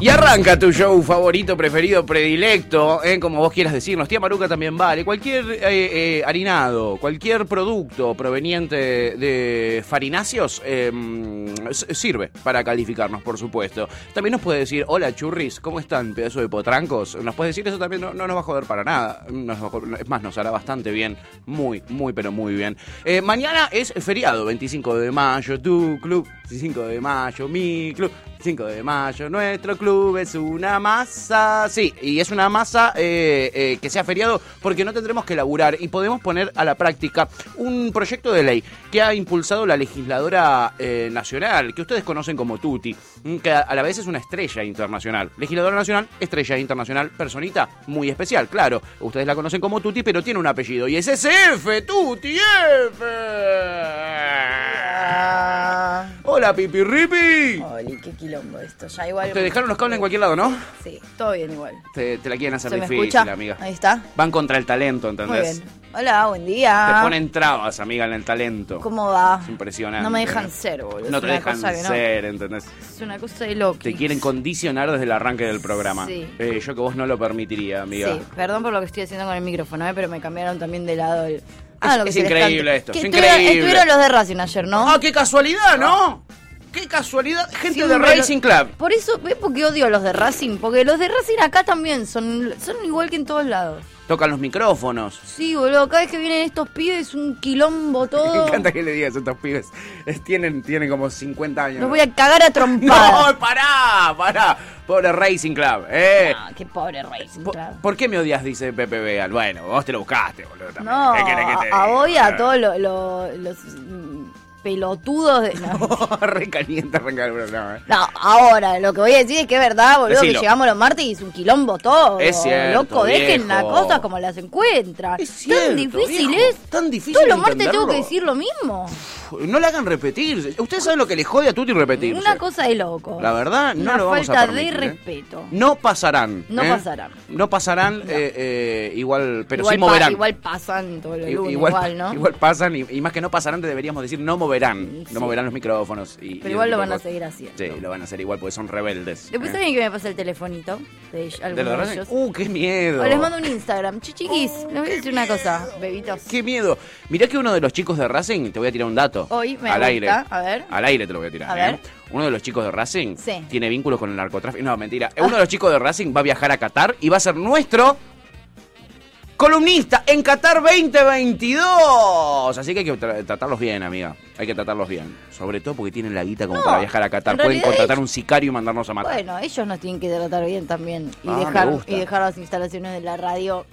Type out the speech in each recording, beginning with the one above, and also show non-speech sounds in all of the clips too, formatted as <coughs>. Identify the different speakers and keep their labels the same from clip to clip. Speaker 1: Y arranca tu show favorito, preferido, predilecto, ¿eh? como vos quieras decirnos. Tía Maruca también vale. Cualquier eh, eh, harinado, cualquier producto proveniente de farináceos eh, s- sirve para calificarnos, por supuesto. También nos puede decir, hola churris, ¿cómo están, pedazo de potrancos? Nos puede decir eso también, no, no nos va a joder para nada. Nos va a joder- es más, nos hará bastante bien. Muy, muy, pero muy bien. Eh, mañana es feriado, 25 de mayo, tu club, 25 de mayo, mi club. 5 de mayo, nuestro club es una masa. Sí, y es una masa eh, eh, que sea feriado porque no tendremos que laburar y podemos poner a la práctica un proyecto de ley que ha impulsado la legisladora eh, nacional, que ustedes conocen como Tuti, mm, que a- a la vez es una estrella internacional. Legisladora nacional, estrella internacional, personita muy especial, claro. Ustedes la conocen como Tuti, pero tiene un apellido y es SF, Tuti F. Hola, Pipi Ripi.
Speaker 2: Ah. Oli, qué quilombo esto. Ya igual.
Speaker 1: Te dejaron los cables en cualquier lado, ¿no?
Speaker 2: Sí, todo bien igual.
Speaker 1: Te, te la quieren hacer
Speaker 2: ¿Se me
Speaker 1: difícil,
Speaker 2: escucha?
Speaker 1: amiga.
Speaker 2: Ahí está.
Speaker 1: Van contra el talento,
Speaker 2: Muy
Speaker 1: ¿entendés?
Speaker 2: bien. Hola, buen
Speaker 1: Te
Speaker 2: día.
Speaker 1: ponen trabas, amiga, en el talento.
Speaker 2: ¿Cómo va?
Speaker 1: Es impresionante.
Speaker 2: No me dejan ser, boludo.
Speaker 1: No
Speaker 2: Es
Speaker 1: te
Speaker 2: una
Speaker 1: dejan
Speaker 2: cosa que no-
Speaker 1: ser, ¿entendés?
Speaker 2: Es una cosa de loco.
Speaker 1: Te quieren condicionar desde el arranque del programa.
Speaker 2: Sí.
Speaker 1: Eh, yo que vos no lo permitiría, amiga.
Speaker 2: Sí, perdón por lo que estoy haciendo con el micrófono, eh, pero me cambiaron también de lado el. Ah, lo que
Speaker 1: es
Speaker 2: se les
Speaker 1: increíble
Speaker 2: canta.
Speaker 1: esto,
Speaker 2: Que
Speaker 1: es
Speaker 2: estuvieron,
Speaker 1: increíble.
Speaker 2: estuvieron los de Racing ayer, ¿no?
Speaker 1: ¡Ah, qué casualidad, no! ¡Qué casualidad! Gente de
Speaker 2: Siempre
Speaker 1: Racing
Speaker 2: lo-
Speaker 1: Club.
Speaker 2: Por eso, ¿ves por qué odio a los de Racing? Porque los de Racing acá también son, son igual que en todos lados.
Speaker 1: Tocan los micrófonos. <laughs>
Speaker 2: Sí, boludo, cada vez que vienen estos pibes, un quilombo todo.
Speaker 1: Me encanta que le digas a estos pibes. Es- Tienen, tienen como 50 años.
Speaker 2: Los voy a cagar a trompadas.
Speaker 1: <laughs> ¡No, pará, pará! Pobre Racing Club, eh.
Speaker 2: Ah, qué pobre Racing
Speaker 1: Po-
Speaker 2: claro.
Speaker 1: ¿Por qué me odias? Dice Pepe Veal. Bueno, vos te lo buscaste, boludo. También.
Speaker 2: No,
Speaker 1: ¿Qué querés que te
Speaker 2: a
Speaker 1: diga,
Speaker 2: hoy a
Speaker 1: boludo? <laughs>
Speaker 2: todos lo- lo- los mm, pelotudos
Speaker 1: <laughs>
Speaker 2: de... No.
Speaker 1: Oh, Re caliente arrancar el programa. eh.
Speaker 2: No, ahora, lo que voy a decir es que es verdad, boludo,
Speaker 1: Decilo.
Speaker 2: que llegamos los martes y es un quilombo todo.
Speaker 1: Es cierto,
Speaker 2: Loco, dejen las
Speaker 1: viejo.
Speaker 2: cosas como las encuentran.
Speaker 1: Es cierto,
Speaker 2: Tan difícil
Speaker 1: viejo,
Speaker 2: es.
Speaker 1: tan difícil
Speaker 2: Todos los martes tengo
Speaker 1: entenderlo.
Speaker 2: que decir lo mismo.
Speaker 1: Puf, No la hagan repetirse. Ustedes saben lo que le jode a Tuti repetirse.
Speaker 2: Una cosa de loco.
Speaker 1: La verdad, no
Speaker 2: Una
Speaker 1: lo vamos a
Speaker 2: falta
Speaker 1: permitir,
Speaker 2: de
Speaker 1: eh.
Speaker 2: respeto.
Speaker 1: No pasarán.
Speaker 2: No
Speaker 1: eh.
Speaker 2: pasarán.
Speaker 1: No pasarán, eh, eh, igual, pero
Speaker 2: igual,
Speaker 1: sí
Speaker 2: pa-
Speaker 1: moverán.
Speaker 2: igual pasan todos los
Speaker 1: I-
Speaker 2: lunes,
Speaker 1: igual,
Speaker 2: igual, ¿no?
Speaker 1: igual pasan y, y más que no pasarán, te deberíamos decir no moverán.
Speaker 2: Sí.
Speaker 1: No moverán los micrófonos. y-
Speaker 2: Pero
Speaker 1: y
Speaker 2: igual
Speaker 1: el
Speaker 2: lo
Speaker 1: tipo
Speaker 2: van a
Speaker 1: de cosas.
Speaker 2: seguir haciendo.
Speaker 1: Sí, lo van a hacer igual porque son rebeldes.
Speaker 2: Después
Speaker 1: eh.
Speaker 2: alguien que me pasa el telefonito de ellos-
Speaker 1: ¿De
Speaker 2: alguno
Speaker 1: los
Speaker 2: de
Speaker 1: Racing?
Speaker 2: ellos.
Speaker 1: Uh, qué miedo.
Speaker 2: O les mando un Instagram. Che, chiquis, les voy a decir una cosa, bebitos.
Speaker 1: Qué miedo. Mirá que uno de los chicos de Racing, te voy a tirar un dato.
Speaker 2: Hoy me
Speaker 1: Al
Speaker 2: gusta,
Speaker 1: aire.
Speaker 2: a ver.
Speaker 1: Al aire te lo voy a tirar.
Speaker 2: A
Speaker 1: ¿eh?
Speaker 2: ver.
Speaker 1: Uno de los chicos de Racing
Speaker 2: Sí. Ah.
Speaker 1: tiene vínculos con el narcotráfico. No, mentira. Uno de los chicos de Racing va a viajar a Qatar y va a ser nuestro columnista en Qatar 2022. Así que hay que tra- tratarlos bien, amiga. Hay que tratarlos bien. Sobre todo porque tienen la guita como
Speaker 2: No,
Speaker 1: para viajar a Qatar.
Speaker 2: en
Speaker 1: Pueden
Speaker 2: realidad
Speaker 1: contratar
Speaker 2: ellos-
Speaker 1: un sicario y mandarnos a matar.
Speaker 2: Bueno, ellos nos tienen que tratar bien también. Y,
Speaker 1: Ah, me
Speaker 2: dejar,
Speaker 1: gusta.
Speaker 2: y dejar las instalaciones de la radio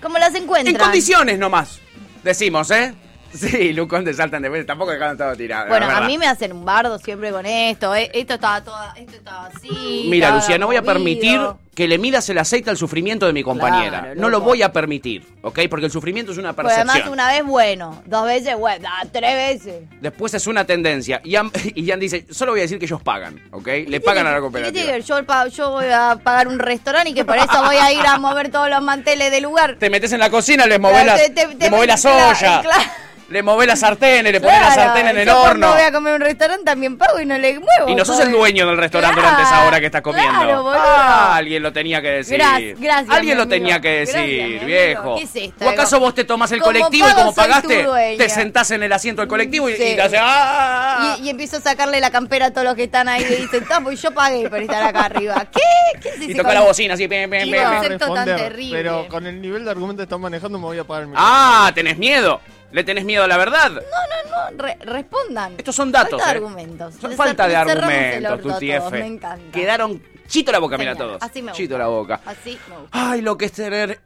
Speaker 2: como las encuentran.
Speaker 1: en condiciones nomás. Decimos, ¿eh? Sí, Lucón de Saltan de Vélez. Tampoco dejaron todo tirado. la
Speaker 2: Bueno, a
Speaker 1: verdad.
Speaker 2: mí me hacen un bardo siempre con esto. eh, Esto estaba toda, esto estaba así.
Speaker 1: Mira,
Speaker 2: estaba
Speaker 1: Lucía, no voy a
Speaker 2: movido.
Speaker 1: permitir que le midas el aceite al sufrimiento de mi compañera.
Speaker 2: Claro,
Speaker 1: no lo
Speaker 2: loco.
Speaker 1: voy a permitir, ¿ok? Porque el sufrimiento es una
Speaker 2: Pero
Speaker 1: percepción.
Speaker 2: además una vez bueno, dos veces bueno, ah, tres veces.
Speaker 1: Después es una tendencia. Y Jan, <laughs> y Jan dice, solo voy a decir que ellos pagan,
Speaker 2: <laughs>
Speaker 1: ¿ok? Le
Speaker 2: ¿Qué
Speaker 1: pagan
Speaker 2: tiene-
Speaker 1: a la
Speaker 2: qué tiene
Speaker 1: cooperativa.
Speaker 2: que ver? Yo, el pa- yo voy a pagar un restaurante y que por eso voy a ir a mover todos los manteles del lugar.
Speaker 1: Te metes en la cocina, les movés las,
Speaker 2: te- te-
Speaker 1: le
Speaker 2: te-
Speaker 1: movés las
Speaker 2: claro,
Speaker 1: ollas,
Speaker 2: <laughs> claro.
Speaker 1: le movés las sartenes, le ponés
Speaker 2: Claro,
Speaker 1: la sartén en el
Speaker 2: yo cuando
Speaker 1: horno.
Speaker 2: voy a comer a un restaurante también pago y no le muevo.
Speaker 1: Y no sos el
Speaker 2: boludo.
Speaker 1: dueño del restaurante
Speaker 2: Claro,
Speaker 1: durante esa hora que estás comiendo.
Speaker 2: Claro, boludo.
Speaker 1: Ah, alguien lo tenía que decir.
Speaker 2: Gra- gracias,
Speaker 1: Alguien
Speaker 2: mi
Speaker 1: lo tenía
Speaker 2: amigo.
Speaker 1: que decir,
Speaker 2: Gracias, mi amigo.
Speaker 1: viejo.
Speaker 2: ¿Qué es esto?
Speaker 1: ¿O acaso vos te tomás el
Speaker 2: Como
Speaker 1: colectivo y
Speaker 2: pago,
Speaker 1: como
Speaker 2: soy
Speaker 1: pagaste,
Speaker 2: tu dueña. Mm,
Speaker 1: te sentás en el asiento del colectivo y,
Speaker 2: Sí.
Speaker 1: y te haces. ¡Ah!
Speaker 2: Y, y empiezo a sacarle la campera a todos los que están ahí y dicen, "Tá, pues yo pagué por estar acá arriba. ¿Qué? ¿Qué es ese
Speaker 1: Y toca la
Speaker 2: con-
Speaker 1: bocina así. pim, pim,
Speaker 2: Y
Speaker 1: pim,
Speaker 2: no.
Speaker 1: pim.
Speaker 2: concepto tan
Speaker 3: responder,
Speaker 2: terrible.
Speaker 3: Pero con el nivel de argumento que están manejando me voy a pagar el micrófono.
Speaker 1: Ah, tenés miedo. Le tenés miedo a la verdad.
Speaker 2: No, no, re- respondan.
Speaker 1: Estos son datos.
Speaker 2: Falta de
Speaker 1: eh.
Speaker 2: argumentos.
Speaker 1: Son
Speaker 2: Le
Speaker 1: falta
Speaker 2: cer-
Speaker 1: de
Speaker 2: le cerramos el
Speaker 1: argumentos,
Speaker 2: orto a
Speaker 1: tu
Speaker 2: todos,
Speaker 1: TF.
Speaker 2: Me encanta.
Speaker 1: Quedaron chito la boca, mira
Speaker 2: Genial.
Speaker 1: todos.
Speaker 2: Así me gusta.
Speaker 1: Chito la boca.
Speaker 2: Así me gusta.
Speaker 1: Ay, lo que es tener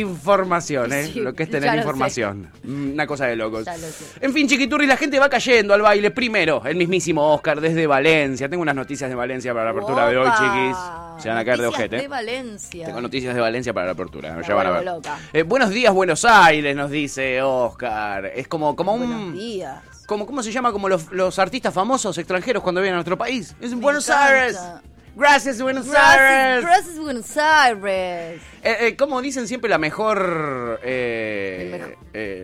Speaker 1: información, ¿eh?
Speaker 2: Sí,
Speaker 1: lo que es
Speaker 2: ya
Speaker 1: tener
Speaker 2: lo
Speaker 1: información. Mm, Una cosa de locos.
Speaker 2: Ya lo sé.
Speaker 1: En fin, Chiquiturri, la gente va cayendo al baile. Primero, el mismísimo Oscar desde Valencia. Tengo unas noticias de Valencia para la apertura de hoy,
Speaker 2: Opa.
Speaker 1: chiquis. Se van a caer de
Speaker 2: Noticias
Speaker 1: ojete.
Speaker 2: De Valencia.
Speaker 1: Tengo noticias de Valencia para la apertura,
Speaker 2: Me
Speaker 1: ya van a ver.
Speaker 2: vuelvo loca.
Speaker 1: Eh, buenos días, Buenos Aires, nos dice Oscar. Es como, como
Speaker 2: Buenos
Speaker 1: un.
Speaker 2: días.
Speaker 1: Como, ¿Cómo se llama? Como los, los artistas famosos extranjeros cuando vienen a nuestro país. Es en
Speaker 2: Me
Speaker 1: Buenos
Speaker 2: encanta.
Speaker 1: Aires. Gracias, Buenos
Speaker 2: Gracias,
Speaker 1: Aires.
Speaker 2: gracias, Buenos Aires.
Speaker 1: Eh, eh, como dicen siempre, la mejor. eh,
Speaker 2: El mejo-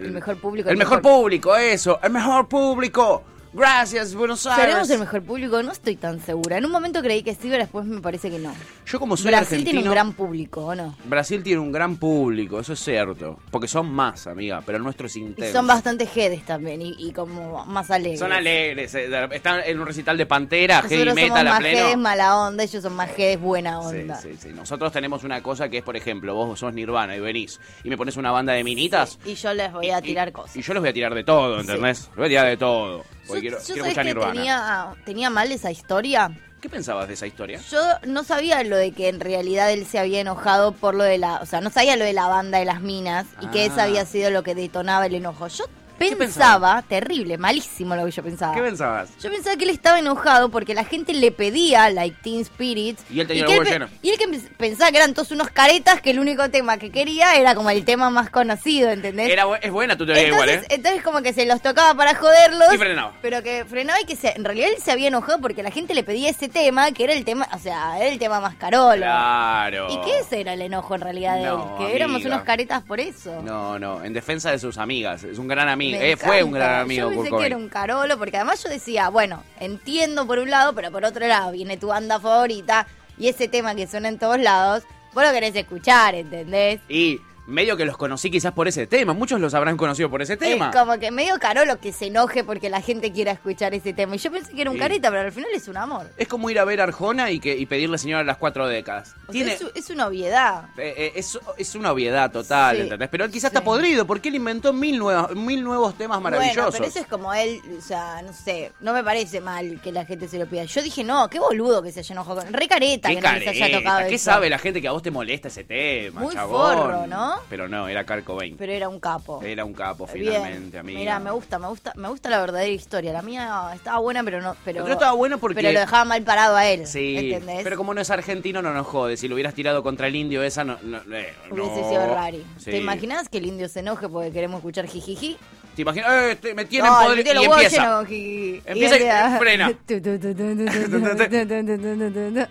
Speaker 2: el mejor público,
Speaker 1: El
Speaker 2: el
Speaker 1: mejor,
Speaker 2: mejor-
Speaker 1: público, eso. El mejor público. Gracias, Buenos Aires.
Speaker 2: ¿Seremos el mejor público? No estoy tan segura. En un momento creí que sí, pero después me parece que no.
Speaker 1: Yo, como soy
Speaker 2: Brasil
Speaker 1: argentino.
Speaker 2: tiene un gran público, ¿o no?
Speaker 1: Brasil tiene un gran público, eso es cierto. Porque son más, amiga, pero el nuestro es
Speaker 2: Y
Speaker 1: intenso.
Speaker 2: son bastante heads también y, y como más alegres.
Speaker 1: Son alegres. eh, de- Están en un recital de pantera, heavy
Speaker 2: Nosotros somos
Speaker 1: metal a
Speaker 2: más
Speaker 1: pleno.
Speaker 2: heads mala onda, ellos son más heads buena
Speaker 1: Sí,
Speaker 2: onda.
Speaker 1: sí, sí. Nosotros tenemos una cosa que es, por ejemplo, vos sos Nirvana y venís y me pones una banda de minitas.
Speaker 2: Y yo les voy a tirar cosas.
Speaker 1: Y yo los voy a tirar de todo, ¿entendés? Los voy a tirar de todo. Porque
Speaker 2: Yo-
Speaker 1: quiero,
Speaker 2: yo
Speaker 1: quiero
Speaker 2: sabés
Speaker 1: escuchar
Speaker 2: que
Speaker 1: Nirvana.
Speaker 2: tenía, tenía mal esa historia.
Speaker 1: ¿Qué pensabas de esa historia?
Speaker 2: Yo no sabía lo de que en realidad él se había enojado por lo de la. O sea, no sabía lo de la banda de las minas y que
Speaker 1: Ah.
Speaker 2: eso había sido lo que detonaba el enojo. Yo
Speaker 1: ¿Qué pensaba?
Speaker 2: pensaba, terrible, malísimo lo que yo pensaba.
Speaker 1: ¿Qué pensabas?
Speaker 2: yo pensaba que él estaba enojado porque la gente le pedía, like Teen Spirit.
Speaker 1: Y él tenía
Speaker 2: que
Speaker 1: el huevo
Speaker 2: pe-
Speaker 1: lleno.
Speaker 2: Y él que pe- pensaba que eran todos unos caretas que el único tema que quería era como el tema más conocido, ¿entendés?
Speaker 1: Era, bu- es buena tu teoría
Speaker 2: entonces,
Speaker 1: igual, ¿eh?
Speaker 2: entonces como que se los tocaba para joderlos.
Speaker 1: Y frenaba.
Speaker 2: Pero que frenaba y que se- en realidad él se había enojado porque la gente le pedía ese tema, que era el tema, o sea, era el tema más carolo.
Speaker 1: Claro.
Speaker 2: ¿Y qué ese era el enojo en realidad de
Speaker 1: No,
Speaker 2: él? Que éramos
Speaker 1: amiga.
Speaker 2: unos caretas por eso.
Speaker 1: No, no, en defensa de sus amigas. Es un gran
Speaker 2: Me
Speaker 1: amigo. Eh, fue un
Speaker 2: encanta.
Speaker 1: gran amigo,
Speaker 2: Yo
Speaker 1: Kurt
Speaker 2: pensé que
Speaker 1: Cobain.
Speaker 2: era un carolo, porque además yo decía, bueno, entiendo por un lado, pero por otro lado, viene tu banda favorita y ese tema que suena en todos lados, vos lo querés escuchar, ¿entendés?
Speaker 1: Y medio que los conocí quizás por ese tema. Muchos los habrán conocido por ese tema.
Speaker 2: Es como que medio carolo que se enoje porque la gente quiera escuchar ese tema. Y yo pensé que era un
Speaker 1: Sí.
Speaker 2: careta, pero al final es un amor.
Speaker 1: Es como ir a ver a Arjona y, que, y pedirle señora a las cuatro décadas.
Speaker 2: O sea,
Speaker 1: Tiene,
Speaker 2: es, u- es una obviedad.
Speaker 1: Eh, eh, es, es una obviedad total,
Speaker 2: Sí,
Speaker 1: ¿entendés? Pero él quizás
Speaker 2: sí.
Speaker 1: está podrido porque él inventó mil nuevos, mil nuevos temas
Speaker 2: Bueno,
Speaker 1: maravillosos.
Speaker 2: pero eso es como él, o sea, no sé, no me parece mal que la gente se lo pida. Yo dije, no, qué boludo que se haya enojado con... Re careta
Speaker 1: Qué
Speaker 2: que no les haya tocado
Speaker 1: careta, ¿Qué
Speaker 2: eso.
Speaker 1: sabe la gente que a vos te molesta ese tema,
Speaker 2: Muy
Speaker 1: chabón?
Speaker 2: forro, ¿no?
Speaker 1: Pero no, era Kurt Cobain.
Speaker 2: Pero era un capo.
Speaker 1: Era un capo
Speaker 2: Bien.
Speaker 1: Eh, finalmente, amigo.
Speaker 2: Mirá, me gusta, me gusta, me gusta la verdadera historia. La mía estaba buena, pero no... Pero,
Speaker 1: La tuya estaba buena porque-
Speaker 2: Pero lo dejaba mal parado a él,
Speaker 1: Sí,
Speaker 2: ¿entendés?
Speaker 1: pero como no es argentino, no nos jode. Si lo hubieras tirado contra el indio, esa no. no eh,
Speaker 2: Hubiese
Speaker 1: no.
Speaker 2: sido rari.
Speaker 1: Sí.
Speaker 2: ¿Te imaginas que el indio se enoje porque queremos escuchar jijiji?
Speaker 1: ¿Te imaginas? Eh, este, me tienen
Speaker 2: No,
Speaker 1: podrido.
Speaker 2: metí los
Speaker 1: Y
Speaker 2: huevos
Speaker 1: empieza.
Speaker 2: llenos con jijiji.
Speaker 1: Empieza y
Speaker 2: él-
Speaker 1: frena.
Speaker 2: <laughs> Tu, tu, tu, tu, tu, tu, tu, tu.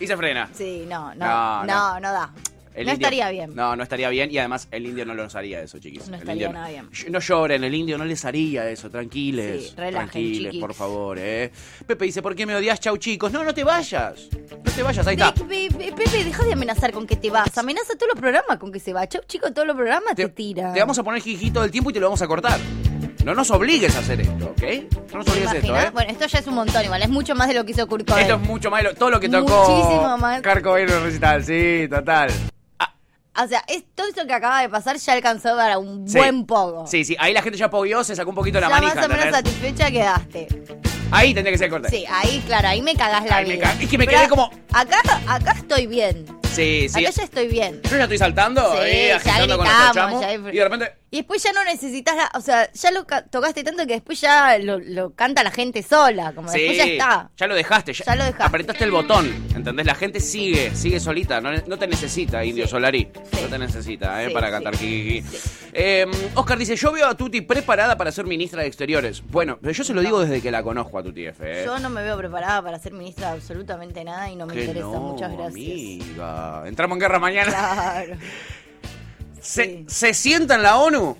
Speaker 1: Y se frena.
Speaker 2: Sí, no,
Speaker 1: No,
Speaker 2: no, no, no, da.
Speaker 1: El
Speaker 2: no
Speaker 1: indio-
Speaker 2: estaría bien.
Speaker 1: No, no estaría bien. Y además, el indio no nos haría eso, chiquis.
Speaker 2: No
Speaker 1: El
Speaker 2: estaría
Speaker 1: indio
Speaker 2: nada bien.
Speaker 1: Sh- No lloren, el indio no les haría eso. Tranquiles.
Speaker 2: Sí, relajen,
Speaker 1: tranquiles,
Speaker 2: chiquis.
Speaker 1: por favor, ¿eh? Pepe dice: ¿Por qué me odias, chau, chicos? No, no te vayas. No te vayas, ahí está.
Speaker 2: Pe- pe- pe- Pepe, deja de amenazar con que te vas. Amenaza todos los programas con que se va. Chau, chico, todos los programas te, tira.
Speaker 1: te vamos a poner jijito del tiempo y te lo vamos a cortar. No nos obligues a hacer esto, ¿ok? No nos
Speaker 2: ¿Te
Speaker 1: obligues a esto,
Speaker 2: imaginas?
Speaker 1: ¿eh?
Speaker 2: Bueno, esto ya es un montón igual. Es mucho más de lo que hizo Kurt Cobain.
Speaker 1: esto es mucho más. de lo- Todo lo que tocó.
Speaker 2: Muchísimo más.
Speaker 1: Carco en el recital, sí, total.
Speaker 2: O sea, es, todo esto que acaba de pasar ya alcanzó para un
Speaker 1: Sí.
Speaker 2: buen pogo.
Speaker 1: Sí, sí. Ahí la gente ya pogueó, se sacó un poquito la
Speaker 2: ya
Speaker 1: manija.
Speaker 2: más o menos
Speaker 1: ¿entendés?
Speaker 2: satisfecha quedaste.
Speaker 1: Ahí tendría que ser el corte.
Speaker 2: Sí, ahí, claro, ahí me cagás la
Speaker 1: Ahí me
Speaker 2: vida.
Speaker 1: ca- es que me
Speaker 2: Pero
Speaker 1: quedé como-
Speaker 2: Acá, acá estoy bien.
Speaker 1: sí. sí.
Speaker 2: Acá ya estoy bien.
Speaker 1: Yo ya estoy saltando,
Speaker 2: Sí,
Speaker 1: ahí,
Speaker 2: ya
Speaker 1: agitando con
Speaker 2: gritamos,
Speaker 1: nuestro chamo,
Speaker 2: ya hay-
Speaker 1: y de repente,
Speaker 2: Y después ya no necesitas, la- o sea, ya lo ca- tocaste tanto que después ya lo, lo canta la gente sola, como después
Speaker 1: sí,
Speaker 2: ya está.
Speaker 1: ya lo dejaste, ya,
Speaker 2: Ya lo dejaste.
Speaker 1: apretaste el botón, ¿entendés? La gente sigue, sigue solita, no, no te necesita, Indio
Speaker 2: Sí.
Speaker 1: Solari,
Speaker 2: Sí.
Speaker 1: no te necesita, ¿eh?
Speaker 2: Sí,
Speaker 1: para
Speaker 2: sí.
Speaker 1: cantar Kiki. Oscar dice, yo veo a Tuti preparada para ser ministra de Exteriores. Bueno, pero yo se lo digo desde que la conozco a Tuti F, ¿eh?
Speaker 2: Yo no me veo preparada para ser ministra de absolutamente nada y no me
Speaker 1: Que
Speaker 2: interesa.
Speaker 1: no,
Speaker 2: Muchas gracias.
Speaker 1: amiga. Entramos en guerra mañana.
Speaker 2: Claro.
Speaker 1: Se,
Speaker 2: sí.
Speaker 1: se sienta en la ONU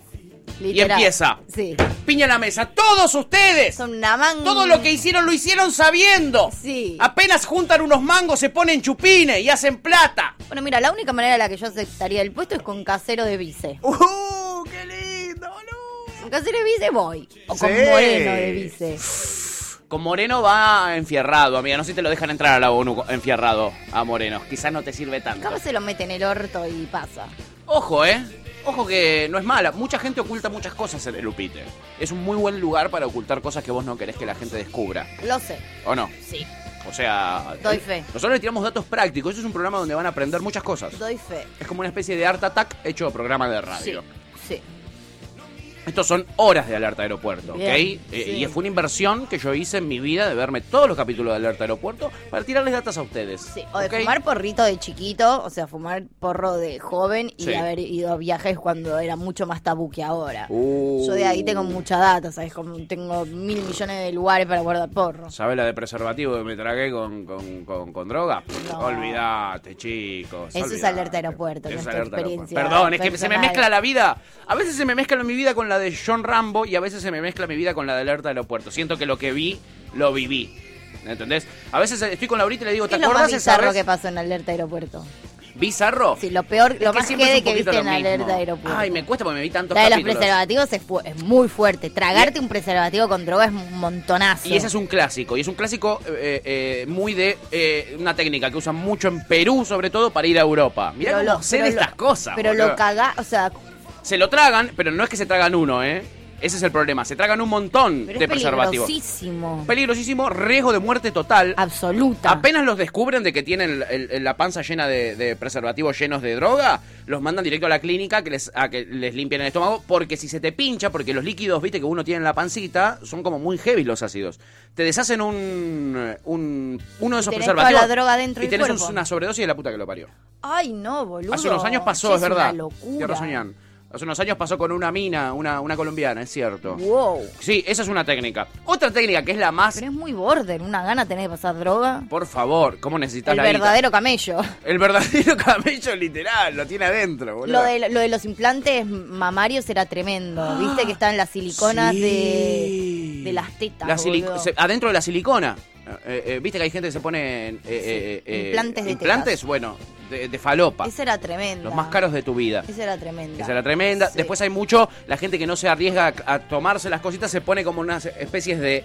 Speaker 2: Literal.
Speaker 1: y empieza.
Speaker 2: Sí.
Speaker 1: Piña en la mesa. Todos ustedes.
Speaker 2: Son una manga.
Speaker 1: Todo lo que hicieron lo hicieron sabiendo.
Speaker 2: Sí.
Speaker 1: Apenas juntan unos mangos, se ponen chupines y hacen plata.
Speaker 2: Bueno, mira, la única manera en la que yo aceptaría el puesto es con casero de vice.
Speaker 1: ¡Uh! ¡Qué lindo, boludo!
Speaker 2: Con casero de vice voy. O con
Speaker 1: Sí.
Speaker 2: moreno de vice.
Speaker 1: Con Moreno va enfierrado, amiga. No sé si te lo dejan entrar a la ONU enfierrado a Moreno. Quizás no te sirve tanto.
Speaker 2: Capaz se lo mete en el orto y pasa.
Speaker 1: Ojo, ¿eh? Ojo que no es mala. Mucha gente oculta muchas cosas en el Upite. Es un muy buen lugar para ocultar cosas que vos no querés que la gente descubra.
Speaker 2: Lo sé.
Speaker 1: ¿O no?
Speaker 2: Sí.
Speaker 1: O sea... eh,
Speaker 2: Doy fe.
Speaker 1: Nosotros le tiramos datos prácticos. Eso es un programa donde van a aprender muchas cosas.
Speaker 2: Doy fe.
Speaker 1: Es como una especie de Art Attack hecho programa de
Speaker 2: Sí.
Speaker 1: radio.
Speaker 2: Sí.
Speaker 1: Estos son horas de alerta aeropuerto, ¿ok?
Speaker 2: Bien,
Speaker 1: Eh,
Speaker 2: sí.
Speaker 1: Y fue una inversión que yo hice en mi vida de verme todos los capítulos de alerta aeropuerto para tirarles datas a ustedes.
Speaker 2: Sí, o de
Speaker 1: ¿ok?
Speaker 2: fumar porrito de chiquito, o sea, fumar porro de joven y
Speaker 1: Sí.
Speaker 2: de haber ido a viajes cuando era mucho más tabú que ahora.
Speaker 1: Uh.
Speaker 2: Yo de ahí tengo mucha data, ¿sabes? Como tengo mil millones de lugares para guardar porro.
Speaker 1: ¿Sabes la de preservativo que me tragué con, con, con- con droga?
Speaker 2: No.
Speaker 1: Olvídate, chicos.
Speaker 2: Eso es
Speaker 1: olvidate.
Speaker 2: alerta aeropuerto,
Speaker 1: Eso es
Speaker 2: nuestra
Speaker 1: alerta
Speaker 2: experiencia
Speaker 1: Perdón, es que se me
Speaker 2: personal.
Speaker 1: mezcla la vida. A veces se me mezcla mi vida con la de John Rambo y a veces se me mezcla mi vida con la de alerta aeropuerto. Siento que lo que vi, lo viví. ¿Entendés? A veces estoy con Laurita y le digo, ¿te
Speaker 2: ¿Qué es lo más
Speaker 1: acordás esa
Speaker 2: bizarro
Speaker 1: vez?
Speaker 2: que pasó en Alerta Aeropuerto?
Speaker 1: ¿Bizarro?
Speaker 2: Sí, lo peor,
Speaker 1: Es
Speaker 2: lo más
Speaker 1: siempre es
Speaker 2: que
Speaker 1: un
Speaker 2: que
Speaker 1: poquito
Speaker 2: viste en
Speaker 1: lo mismo.
Speaker 2: Alerta Aeropuerto.
Speaker 1: Ay, me cuesta porque me vi tantos
Speaker 2: La de los
Speaker 1: capítulos.
Speaker 2: preservativos es, fu- es muy fuerte. Tragarte un preservativo con droga es un montonazo.
Speaker 1: Y ese es un clásico, y es un clásico eh, eh, muy de eh, una técnica que usan mucho en Perú, sobre todo para ir a Europa. Mirá
Speaker 2: Pero
Speaker 1: cómo
Speaker 2: lo-
Speaker 1: sé de
Speaker 2: pero lo-
Speaker 1: estas cosas.
Speaker 2: Pero
Speaker 1: boludo.
Speaker 2: lo cagá, o sea,
Speaker 1: Se lo tragan, pero no es que se tragan uno, ¿eh? Ese es el problema, se tragan un montón
Speaker 2: pero
Speaker 1: de
Speaker 2: es
Speaker 1: preservativos.
Speaker 2: peligrosísimo.
Speaker 1: Peligrosísimo, riesgo de muerte total.
Speaker 2: absoluta.
Speaker 1: Apenas los descubren de que tienen el- el- la panza llena de, de preservativos llenos de droga, los mandan directo a la clínica que les, a que les limpien el estómago, porque si se te pincha, porque los líquidos, viste, que uno tiene en la pancita, son como muy heavy los ácidos. Te deshacen un, un- uno de esos
Speaker 2: Tenés toda
Speaker 1: preservativos
Speaker 2: la droga dentro
Speaker 1: y
Speaker 2: del
Speaker 1: tenés
Speaker 2: cuerpo.
Speaker 1: una sobredosis de la puta que lo parió.
Speaker 2: Ay, no, boludo.
Speaker 1: Hace unos años pasó,
Speaker 2: Che,
Speaker 1: es verdad.
Speaker 2: Una locura.
Speaker 1: Tierra Soñán. Hace unos años pasó con una mina, una, una colombiana, es cierto.
Speaker 2: Wow.
Speaker 1: Sí, esa es una técnica. Otra técnica que es la más...
Speaker 2: Pero es muy border, una gana tenés de pasar droga.
Speaker 1: Por favor, ¿cómo necesitas
Speaker 2: El
Speaker 1: la guita?
Speaker 2: verdadero camello.
Speaker 1: El verdadero <laughs> camello literal, lo tiene adentro, boludo.
Speaker 2: Lo de, lo de los implantes mamarios era tremendo. Viste que estaban las siliconas
Speaker 1: Ah, Sí.
Speaker 2: de, de las tetas.
Speaker 1: La silico-
Speaker 2: boludo.
Speaker 1: se- adentro de la silicona. Eh, eh, Viste que hay gente que se pone eh, eh, eh,
Speaker 2: implantes de
Speaker 1: implantes,
Speaker 2: tetas.
Speaker 1: bueno, de, de falopa.
Speaker 2: Esa era tremenda.
Speaker 1: Los más caros de tu vida.
Speaker 2: Esa era tremenda.
Speaker 1: Esa era tremenda.
Speaker 2: Sí.
Speaker 1: Después hay mucho, la gente que no se arriesga a, a tomarse las cositas se pone como unas especies de...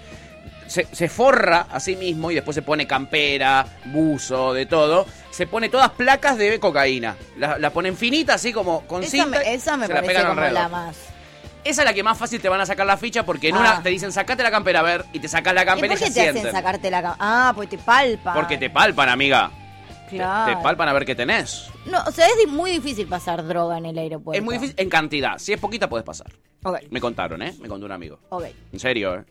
Speaker 1: Se, se forra a sí mismo y después se pone campera, buzo, de todo. Se pone todas placas de cocaína. La, la ponen finita así como con
Speaker 2: Esa
Speaker 1: cinta.
Speaker 2: me, esa me
Speaker 1: se la
Speaker 2: parece
Speaker 1: pegan
Speaker 2: como
Speaker 1: alrededor.
Speaker 2: la más.
Speaker 1: Esa es la que más fácil te van a sacar la ficha porque en
Speaker 2: Ah.
Speaker 1: una te dicen sacate la campera a ver y te sacas la
Speaker 2: ¿Y
Speaker 1: campera y,
Speaker 2: por qué te
Speaker 1: se sienten.
Speaker 2: hacen sacarte la cama? Ah, pues te palpa.
Speaker 1: Porque te palpan, amiga. Te-
Speaker 2: Claro.
Speaker 1: Te, palpan a ver qué tenés.
Speaker 2: No, o sea, es di- muy difícil pasar droga en el aeropuerto.
Speaker 1: Es muy difícil en cantidad. Si es poquita, puedes pasar.
Speaker 2: Ok,
Speaker 1: Me contaron, ¿eh? Me contó un amigo.
Speaker 2: ok.
Speaker 1: En serio, ¿eh?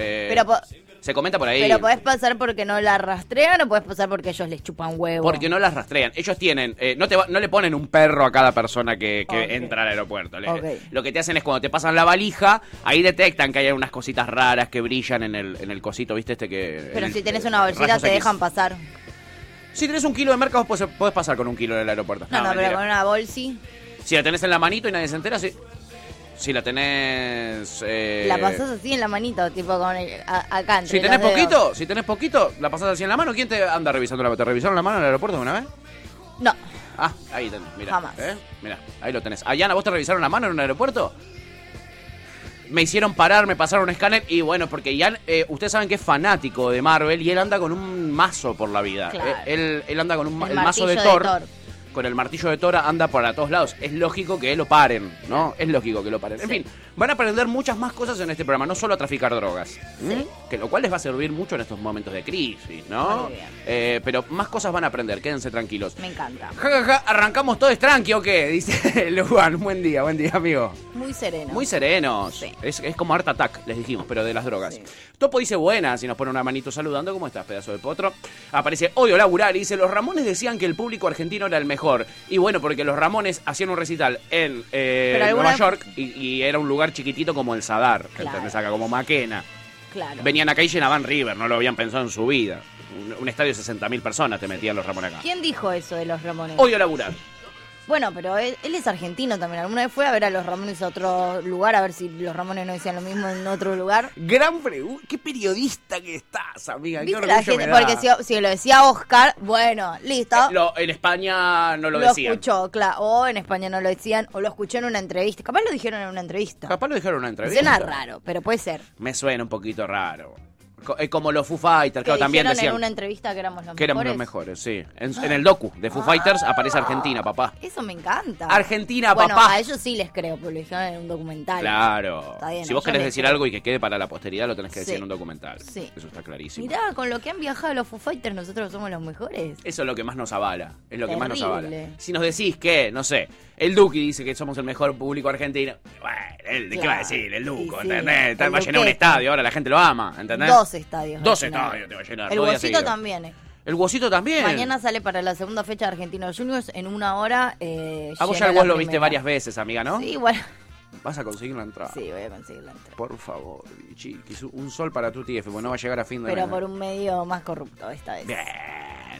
Speaker 1: Eh,
Speaker 2: Pero po-
Speaker 1: se comenta por ahí.
Speaker 2: Pero podés pasar porque no la rastrean o podés pasar porque ellos les chupan huevo.
Speaker 1: Porque no las rastrean. Ellos tienen. eh, no, te va- no le ponen un perro a cada persona que, que
Speaker 2: Ok.
Speaker 1: entra al aeropuerto. Le-
Speaker 2: Ok.
Speaker 1: Lo que te hacen es cuando te pasan la valija, ahí detectan que hay unas cositas raras que brillan en el, en el cosito, ¿viste? Este que. en
Speaker 2: Pero
Speaker 1: el-
Speaker 2: si tenés una bolsita
Speaker 1: eh, rayos
Speaker 2: te
Speaker 1: X.
Speaker 2: dejan pasar.
Speaker 1: Si tenés un kilo de merca, vos podés, podés pasar con un kilo en el aeropuerto.
Speaker 2: No, no, pero
Speaker 1: mentira.
Speaker 2: con una bolsi.
Speaker 1: Si la tenés en la manito y nadie se entera, sí. Si la tenés. eh,
Speaker 2: La pasás así en la manito, tipo con el, a- acá. entre
Speaker 1: Si tenés
Speaker 2: los dedos.
Speaker 1: poquito, si tenés poquito, la pasás así en la mano. ¿Quién te anda revisando la ¿Te revisaron la mano en el aeropuerto de una vez?
Speaker 2: No.
Speaker 1: Ah, ahí tenés, mira. ¿eh?
Speaker 2: Jamás.
Speaker 1: Mira, ahí lo tenés. Ayana, ¿vos te revisaron la mano en un aeropuerto? Me hicieron parar, me pasaron un escáner y bueno, porque Ian, eh, ustedes saben que es fanático de Marvel y él anda con un mazo por la vida.
Speaker 2: Claro.
Speaker 1: Eh, Él, él anda con un ma-
Speaker 2: El
Speaker 1: el mazo de
Speaker 2: martillo
Speaker 1: Thor,
Speaker 2: de Thor.
Speaker 1: Con el martillo de Thor anda para todos lados. Es lógico que lo paren, ¿no? Es lógico que lo paren. En fin, van a aprender muchas más cosas en este programa, no solo a traficar drogas. ¿Mm? Que lo cual les va a servir mucho en estos momentos de crisis, ¿no?
Speaker 2: Muy bien.
Speaker 1: Eh, pero más cosas van a aprender, quédense tranquilos.
Speaker 2: Me encanta.
Speaker 1: Ja, ja, ja, arrancamos todo es tranqui o qué, dice <laughs> Luan. Buen día, buen día, amigo.
Speaker 2: Muy sereno.
Speaker 1: Muy serenos.
Speaker 2: Sí.
Speaker 1: Es, es como Art Attack, les dijimos, pero de las drogas. Topo dice buenas y nos pone una manito saludando. ¿Cómo estás, pedazo de potro? Aparece Odio Laburar y dice: Los Ramones decían que el público argentino era el mejor. Y bueno, porque los Ramones hacían un recital en eh,
Speaker 2: Pero
Speaker 1: Nueva
Speaker 2: alguna-
Speaker 1: York y, y era un lugar chiquitito como el Sadar, ¿entendés? Acá, como Maquena.
Speaker 2: Claro.
Speaker 1: Venían acá y llenaban River, no lo habían pensado en su vida. Un, un estadio de 60.000 personas te metían los Ramones acá.
Speaker 2: ¿Quién dijo eso de los Ramones?
Speaker 1: Odio Laburar.
Speaker 2: Bueno, pero él, él es argentino también. Alguna vez fue a ver a los Ramones a otro lugar, a ver si los Ramones no decían lo mismo en otro lugar.
Speaker 1: Gran pregunta. Qué periodista que estás, amiga. Qué
Speaker 2: ¿Viste
Speaker 1: orgullo
Speaker 2: la gente?
Speaker 1: me da.
Speaker 2: Porque si, si lo decía Oscar, bueno, listo.
Speaker 1: Eh, lo- en España no lo,
Speaker 2: Lo,
Speaker 1: decían.
Speaker 2: escuchó, claro. O en España no lo decían, o lo escuchó en una entrevista. Capaz lo dijeron en una entrevista.
Speaker 1: Capaz lo dijeron en una entrevista.
Speaker 2: Suena raro, pero puede ser.
Speaker 1: Me suena un poquito raro. Co- eh, como los Foo Fighters, claro,
Speaker 2: que
Speaker 1: también
Speaker 2: dijeron
Speaker 1: decían
Speaker 2: en una entrevista que éramos los
Speaker 1: que éramos los
Speaker 2: mejores.
Speaker 1: mejores, sí. En, en el docu de Foo Fighters aparece Argentina, papá.
Speaker 2: Eso me encanta.
Speaker 1: Argentina,
Speaker 2: bueno,
Speaker 1: papá.
Speaker 2: a ellos sí les creo, porque lo dijeron en un documental.
Speaker 1: Claro.
Speaker 2: Está bien,
Speaker 1: si vos
Speaker 2: yo
Speaker 1: querés
Speaker 2: le
Speaker 1: decir
Speaker 2: creo.
Speaker 1: algo y que quede para la posteridad, lo tenés que decir
Speaker 2: Sí.
Speaker 1: en un documental.
Speaker 2: Sí.
Speaker 1: Eso está clarísimo.
Speaker 2: Mirá, con lo que han viajado los Foo Fighters, nosotros somos los mejores.
Speaker 1: Eso es lo que más nos avala. Es lo que más nos
Speaker 2: Terrible.
Speaker 1: avala. Si nos decís que, no sé, el Duki dice que somos el mejor público argentino. Bueno, el- ¿de qué va a
Speaker 2: Claro.
Speaker 1: decir? El
Speaker 2: Y
Speaker 1: Duco,
Speaker 2: sí,
Speaker 1: ¿entendés?
Speaker 2: el
Speaker 1: Tal- va a llenar un
Speaker 2: Duqueto.
Speaker 1: estadio, ahora la gente lo ama, ¿entendés?
Speaker 2: Dos estadios.
Speaker 1: Dos
Speaker 2: va a llenar.
Speaker 1: estadios te va a llenar.
Speaker 2: El
Speaker 1: dos días
Speaker 2: bolsito
Speaker 1: seguidos.
Speaker 2: también. eh.
Speaker 1: El Huesito también.
Speaker 2: Mañana sale para la segunda fecha de Argentinos Juniors en una hora. Eh,
Speaker 1: Ah, vos
Speaker 2: llena
Speaker 1: ya
Speaker 2: la
Speaker 1: vos lo viste
Speaker 2: primera.
Speaker 1: varias veces, amiga, ¿no? Ah.
Speaker 2: Sí, igual.
Speaker 1: Vas a conseguir la entrada.
Speaker 2: Sí, voy a conseguir la entrada.
Speaker 1: Por favor, chiquis, un sol para tu TF, porque no va a llegar a fin de
Speaker 2: Pero
Speaker 1: mes.
Speaker 2: por un medio más corrupto esta vez.
Speaker 1: Bien,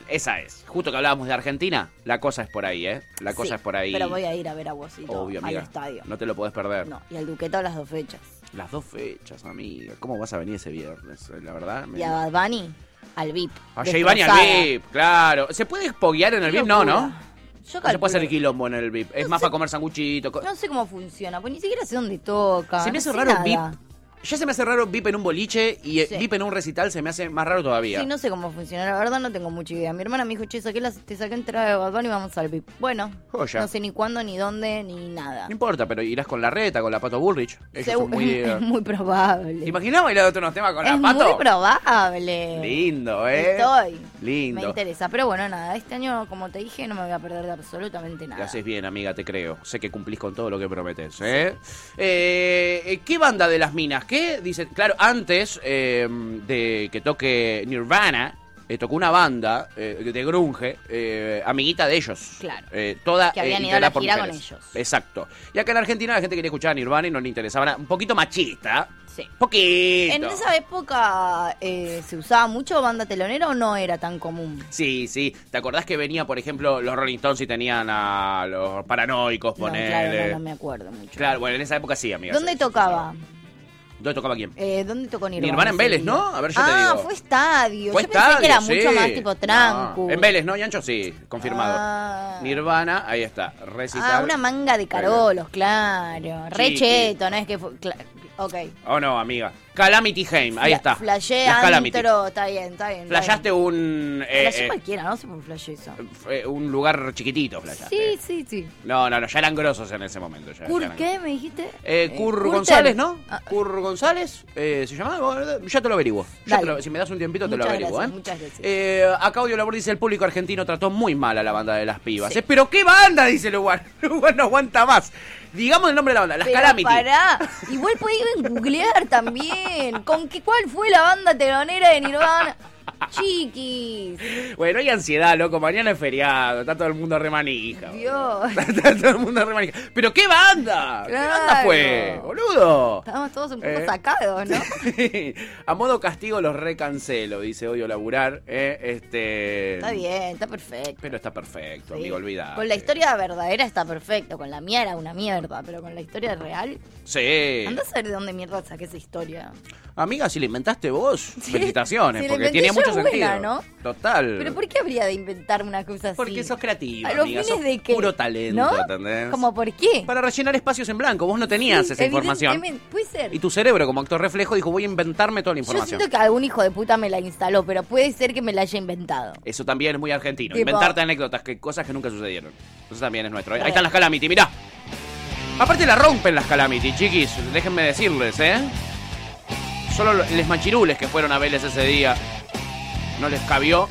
Speaker 1: esa es. Justo que hablábamos de Argentina, la cosa es por ahí, ¿eh? La cosa
Speaker 2: Sí,
Speaker 1: es por ahí.
Speaker 2: Pero voy a ir a ver a Guasito
Speaker 1: Obvio,
Speaker 2: al
Speaker 1: amiga.
Speaker 2: estadio.
Speaker 1: No te lo podés perder.
Speaker 2: No, y al Duqueto a las dos fechas.
Speaker 1: Las dos fechas, amiga. ¿Cómo vas a venir ese viernes? Eh, La verdad. me- Ah,
Speaker 2: Y a Bad Bunny al VIP.
Speaker 1: A J Balvin al
Speaker 2: destrozada.
Speaker 1: VIP, claro. ¿Se puede espoguear en el
Speaker 2: Qué
Speaker 1: VIP? No,
Speaker 2: locura.
Speaker 1: ¿no?
Speaker 2: Yo
Speaker 1: No se puede hacer
Speaker 2: calculo.
Speaker 1: quilombo en el VIP. Es
Speaker 2: No
Speaker 1: más
Speaker 2: sé.
Speaker 1: para comer sanguchito. co-
Speaker 2: No sé cómo funciona, pues ni siquiera sé dónde toca.
Speaker 1: se me
Speaker 2: no
Speaker 1: hace
Speaker 2: sé
Speaker 1: raro
Speaker 2: nada.
Speaker 1: VIP. Ya se me hace raro VIP en un boliche y eh,
Speaker 2: Sí.
Speaker 1: VIP en un recital se me hace más raro todavía.
Speaker 2: Sí, no sé cómo funciona, la verdad no tengo mucha idea. Mi hermana me dijo, che, saqué las, te saqué entrada de Bad Bunny y vamos al VIP. Bueno,
Speaker 1: Joya.
Speaker 2: no sé ni cuándo, ni dónde, ni nada.
Speaker 1: No importa, pero irás con la reta, con la pato Bullrich. Ellos
Speaker 2: Segu-
Speaker 1: son muy. eh,
Speaker 2: <laughs> es muy probable.
Speaker 1: ¿Te imaginás bailar otros temas con
Speaker 2: es
Speaker 1: la pato?
Speaker 2: muy probable.
Speaker 1: Lindo, ¿eh?
Speaker 2: Estoy.
Speaker 1: Lindo.
Speaker 2: Me interesa, pero bueno, nada, este año, como te dije, no me voy a perder de absolutamente
Speaker 1: Lo
Speaker 2: nada.
Speaker 1: haces bien, amiga, te creo. Sé que cumplís con todo lo que prometes. ¿eh? Eh, eh, qué banda de las minas? ¿Qué? Dice, claro, antes eh, de que toque Nirvana, eh, tocó una banda eh, de grunge, eh, amiguita de ellos.
Speaker 2: Claro.
Speaker 1: Eh, toda
Speaker 2: Que habían
Speaker 1: eh,
Speaker 2: ido a la
Speaker 1: integrada por
Speaker 2: gira con
Speaker 1: mujeres.
Speaker 2: ellos.
Speaker 1: Exacto. Y acá en Argentina la gente quería escuchar a Nirvana y no le interesaba nada. Un poquito machista.
Speaker 2: Sí.
Speaker 1: Poquito.
Speaker 2: En esa época eh, se usaba mucho banda telonera o no era tan común.
Speaker 1: Sí, sí. ¿Te acordás que venía, por ejemplo, los Rolling Stones y tenían a los paranoicos,
Speaker 2: No,
Speaker 1: ponele?
Speaker 2: claro, no, no me acuerdo mucho.
Speaker 1: Claro, bueno, en esa época sí, amiga.
Speaker 2: ¿Dónde
Speaker 1: Sí, sí,
Speaker 2: tocaba?
Speaker 1: sí, sí. ¿Dónde tocaba quién?
Speaker 2: Eh, ¿Dónde tocó Nirvana?
Speaker 1: Nirvana en
Speaker 2: ese
Speaker 1: Vélez,
Speaker 2: día?
Speaker 1: ¿no? A ver, yo te
Speaker 2: ah,
Speaker 1: digo.
Speaker 2: fue estadio.
Speaker 1: Fue
Speaker 2: yo pensé que era
Speaker 1: estadio,
Speaker 2: mucho
Speaker 1: Pues sí.
Speaker 2: más tipo tranco.
Speaker 1: No. En Vélez, ¿no? Y Ancho, sí, confirmado.
Speaker 2: Ah.
Speaker 1: Nirvana, ahí está. Recital.
Speaker 2: Ah, una manga de carolos, claro. Re
Speaker 1: Chiqui.
Speaker 2: cheto, no es que fue... cla- Ok.
Speaker 1: Oh, no, amiga. Calamity Heim, ahí
Speaker 2: Fla-
Speaker 1: está.
Speaker 2: Flashé
Speaker 1: Las Calamity.
Speaker 2: antro, está bien, está bien. está
Speaker 1: Flashaste
Speaker 2: bien.
Speaker 1: un. eh,
Speaker 2: Flashé
Speaker 1: eh,
Speaker 2: cualquiera, no sé por qué flashé eso.
Speaker 1: eh, un lugar chiquitito, flashaste.
Speaker 2: Sí, sí, sí.
Speaker 1: No, no, no, ya eran grosos en ese momento. Ya, ya
Speaker 2: ¿Cur
Speaker 1: eran-
Speaker 2: qué me dijiste?
Speaker 1: Eh, Cur
Speaker 2: Curter.
Speaker 1: González, ¿no?
Speaker 2: Ah,
Speaker 1: Cur González, eh, ¿se llamaba? Bueno, Ya te lo averiguo. Ya
Speaker 2: Dale.
Speaker 1: te lo- si me das un tiempito, te lo
Speaker 2: Muchas
Speaker 1: averiguo.
Speaker 2: gracias,
Speaker 1: ¿eh?
Speaker 2: muchas gracias.
Speaker 1: Eh, acá Audio Labor dice: el público argentino trató muy mal a la banda de las pibas. Eh, Pero qué banda, dice Lugar. <laughs> Lugar no aguanta más. Digamos el nombre de la banda: Las
Speaker 2: Pero
Speaker 1: Calamity.
Speaker 2: pará, igual pueden googlear también. ¿Con qué, cuál fue la banda telonera de Nirvana? Chiquis,
Speaker 1: Bueno, hay ansiedad, loco. Mañana es feriado. Está todo el mundo remanija. <laughs>
Speaker 2: Dios.
Speaker 1: Está todo el mundo remanija. Pero qué banda. ¿Qué
Speaker 2: Claro.
Speaker 1: banda fue, boludo?
Speaker 2: Estábamos todos un poco
Speaker 1: Eh.
Speaker 2: sacados, ¿no?
Speaker 1: <laughs> a modo castigo los recancelo, dice Odio Laburar. eh, este...
Speaker 2: Está bien, está perfecto.
Speaker 1: Pero está perfecto,
Speaker 2: sí.
Speaker 1: amigo, olvidate.
Speaker 2: Con la historia verdadera está perfecto, con la mía era una mierda, pero con la historia real,
Speaker 1: Sí.
Speaker 2: andá a saber de dónde mierda saqué esa historia.
Speaker 1: Amiga, si la inventaste vos,
Speaker 2: Sí.
Speaker 1: felicitaciones,
Speaker 2: Si la
Speaker 1: porque
Speaker 2: inventé
Speaker 1: tiene
Speaker 2: yo,
Speaker 1: mucho
Speaker 2: buena,
Speaker 1: sentido.
Speaker 2: ¿no?
Speaker 1: Total.
Speaker 2: Pero ¿por qué habría de inventarme una cosa así?
Speaker 1: Porque sos creativa,
Speaker 2: ¿A los
Speaker 1: amiga,
Speaker 2: fines
Speaker 1: sos
Speaker 2: de qué?
Speaker 1: puro talento,
Speaker 2: ¿no?
Speaker 1: ¿entendés?
Speaker 2: ¿Cómo por qué?
Speaker 1: Para rellenar espacios en blanco, vos no tenías
Speaker 2: Sí,
Speaker 1: esa información.
Speaker 2: evidentemente, Puede ser.
Speaker 1: Y tu cerebro, como actor reflejo, dijo, voy a inventarme toda la
Speaker 2: Yo
Speaker 1: información.
Speaker 2: siento que algún hijo de puta me la instaló, pero puede ser que me la haya inventado.
Speaker 1: Eso también es muy argentino.
Speaker 2: Tipo-
Speaker 1: Inventarte anécdotas, que cosas que nunca sucedieron. Eso también es nuestro. ¿eh? Ahí
Speaker 2: Re.
Speaker 1: están las Calamity, mirá. Aparte la rompen las Calamity, chiquis. Déjenme decirles, ¿eh? Solo lo- les machirules que fueron a Vélez ese día. No les cabió.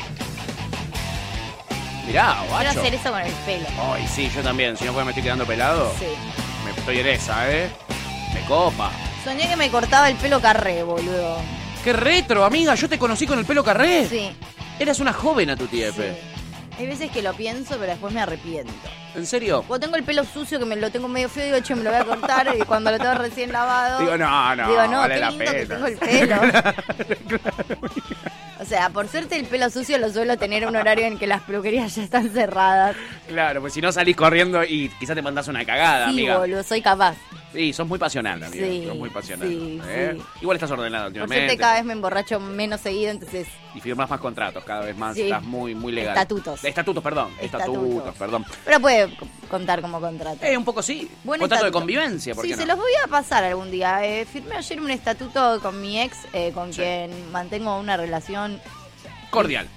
Speaker 1: Mirá,
Speaker 2: Quiero
Speaker 1: guacho.
Speaker 2: hacer eso con el pelo.
Speaker 1: Ay, sí, yo también. Si no, pues me estoy quedando pelado.
Speaker 2: Sí.
Speaker 1: Me estoy esa, ¿eh? Me copa.
Speaker 2: Soñé que me cortaba el pelo carré, boludo.
Speaker 1: Qué retro, amiga. Yo te conocí con el pelo carré.
Speaker 2: Sí.
Speaker 1: Eras una joven a tu tiefe.
Speaker 2: sí. Hay veces que lo pienso, pero después me arrepiento.
Speaker 1: ¿En serio?
Speaker 2: Cuando tengo el pelo sucio, que me lo tengo medio feo, digo, che, me lo voy a cortar. y cuando lo tengo recién lavado.
Speaker 1: Digo, no, no,
Speaker 2: Digo, no,
Speaker 1: vale
Speaker 2: qué
Speaker 1: la
Speaker 2: lindo que
Speaker 1: pena.
Speaker 2: tengo el pelo.
Speaker 1: <laughs>
Speaker 2: O sea, por suerte el pelo sucio lo suelo tener a un horario en que las peluquerías ya están cerradas.
Speaker 1: Claro, pues si no salís corriendo y quizás te mandás una cagada,
Speaker 2: Sí,
Speaker 1: amiga.
Speaker 2: boludo, soy capaz.
Speaker 1: Sí, sos muy pasional, amigo.
Speaker 2: Sí,
Speaker 1: sos muy pasional.
Speaker 2: sí,
Speaker 1: ¿eh?
Speaker 2: sí.
Speaker 1: Igual estás ordenado
Speaker 2: Por
Speaker 1: últimamente.
Speaker 2: suerte este cada vez me emborracho menos seguido, entonces
Speaker 1: Y firmas más contratos, cada vez más.
Speaker 2: Sí.
Speaker 1: Estás muy, muy legal.
Speaker 2: Estatutos.
Speaker 1: Estatutos, perdón. Estatutos,
Speaker 2: Estatutos.
Speaker 1: perdón.
Speaker 2: Pero puede c- contar como contrato.
Speaker 1: Eh, un poco sí.
Speaker 2: Buen
Speaker 1: contrato de
Speaker 2: estatuto.
Speaker 1: convivencia, ¿por
Speaker 2: sí,
Speaker 1: qué
Speaker 2: se
Speaker 1: no?
Speaker 2: los voy a pasar algún día. Eh, firmé ayer un estatuto con mi ex, eh, con
Speaker 1: Sí.
Speaker 2: quien mantengo una relación
Speaker 1: Cordial,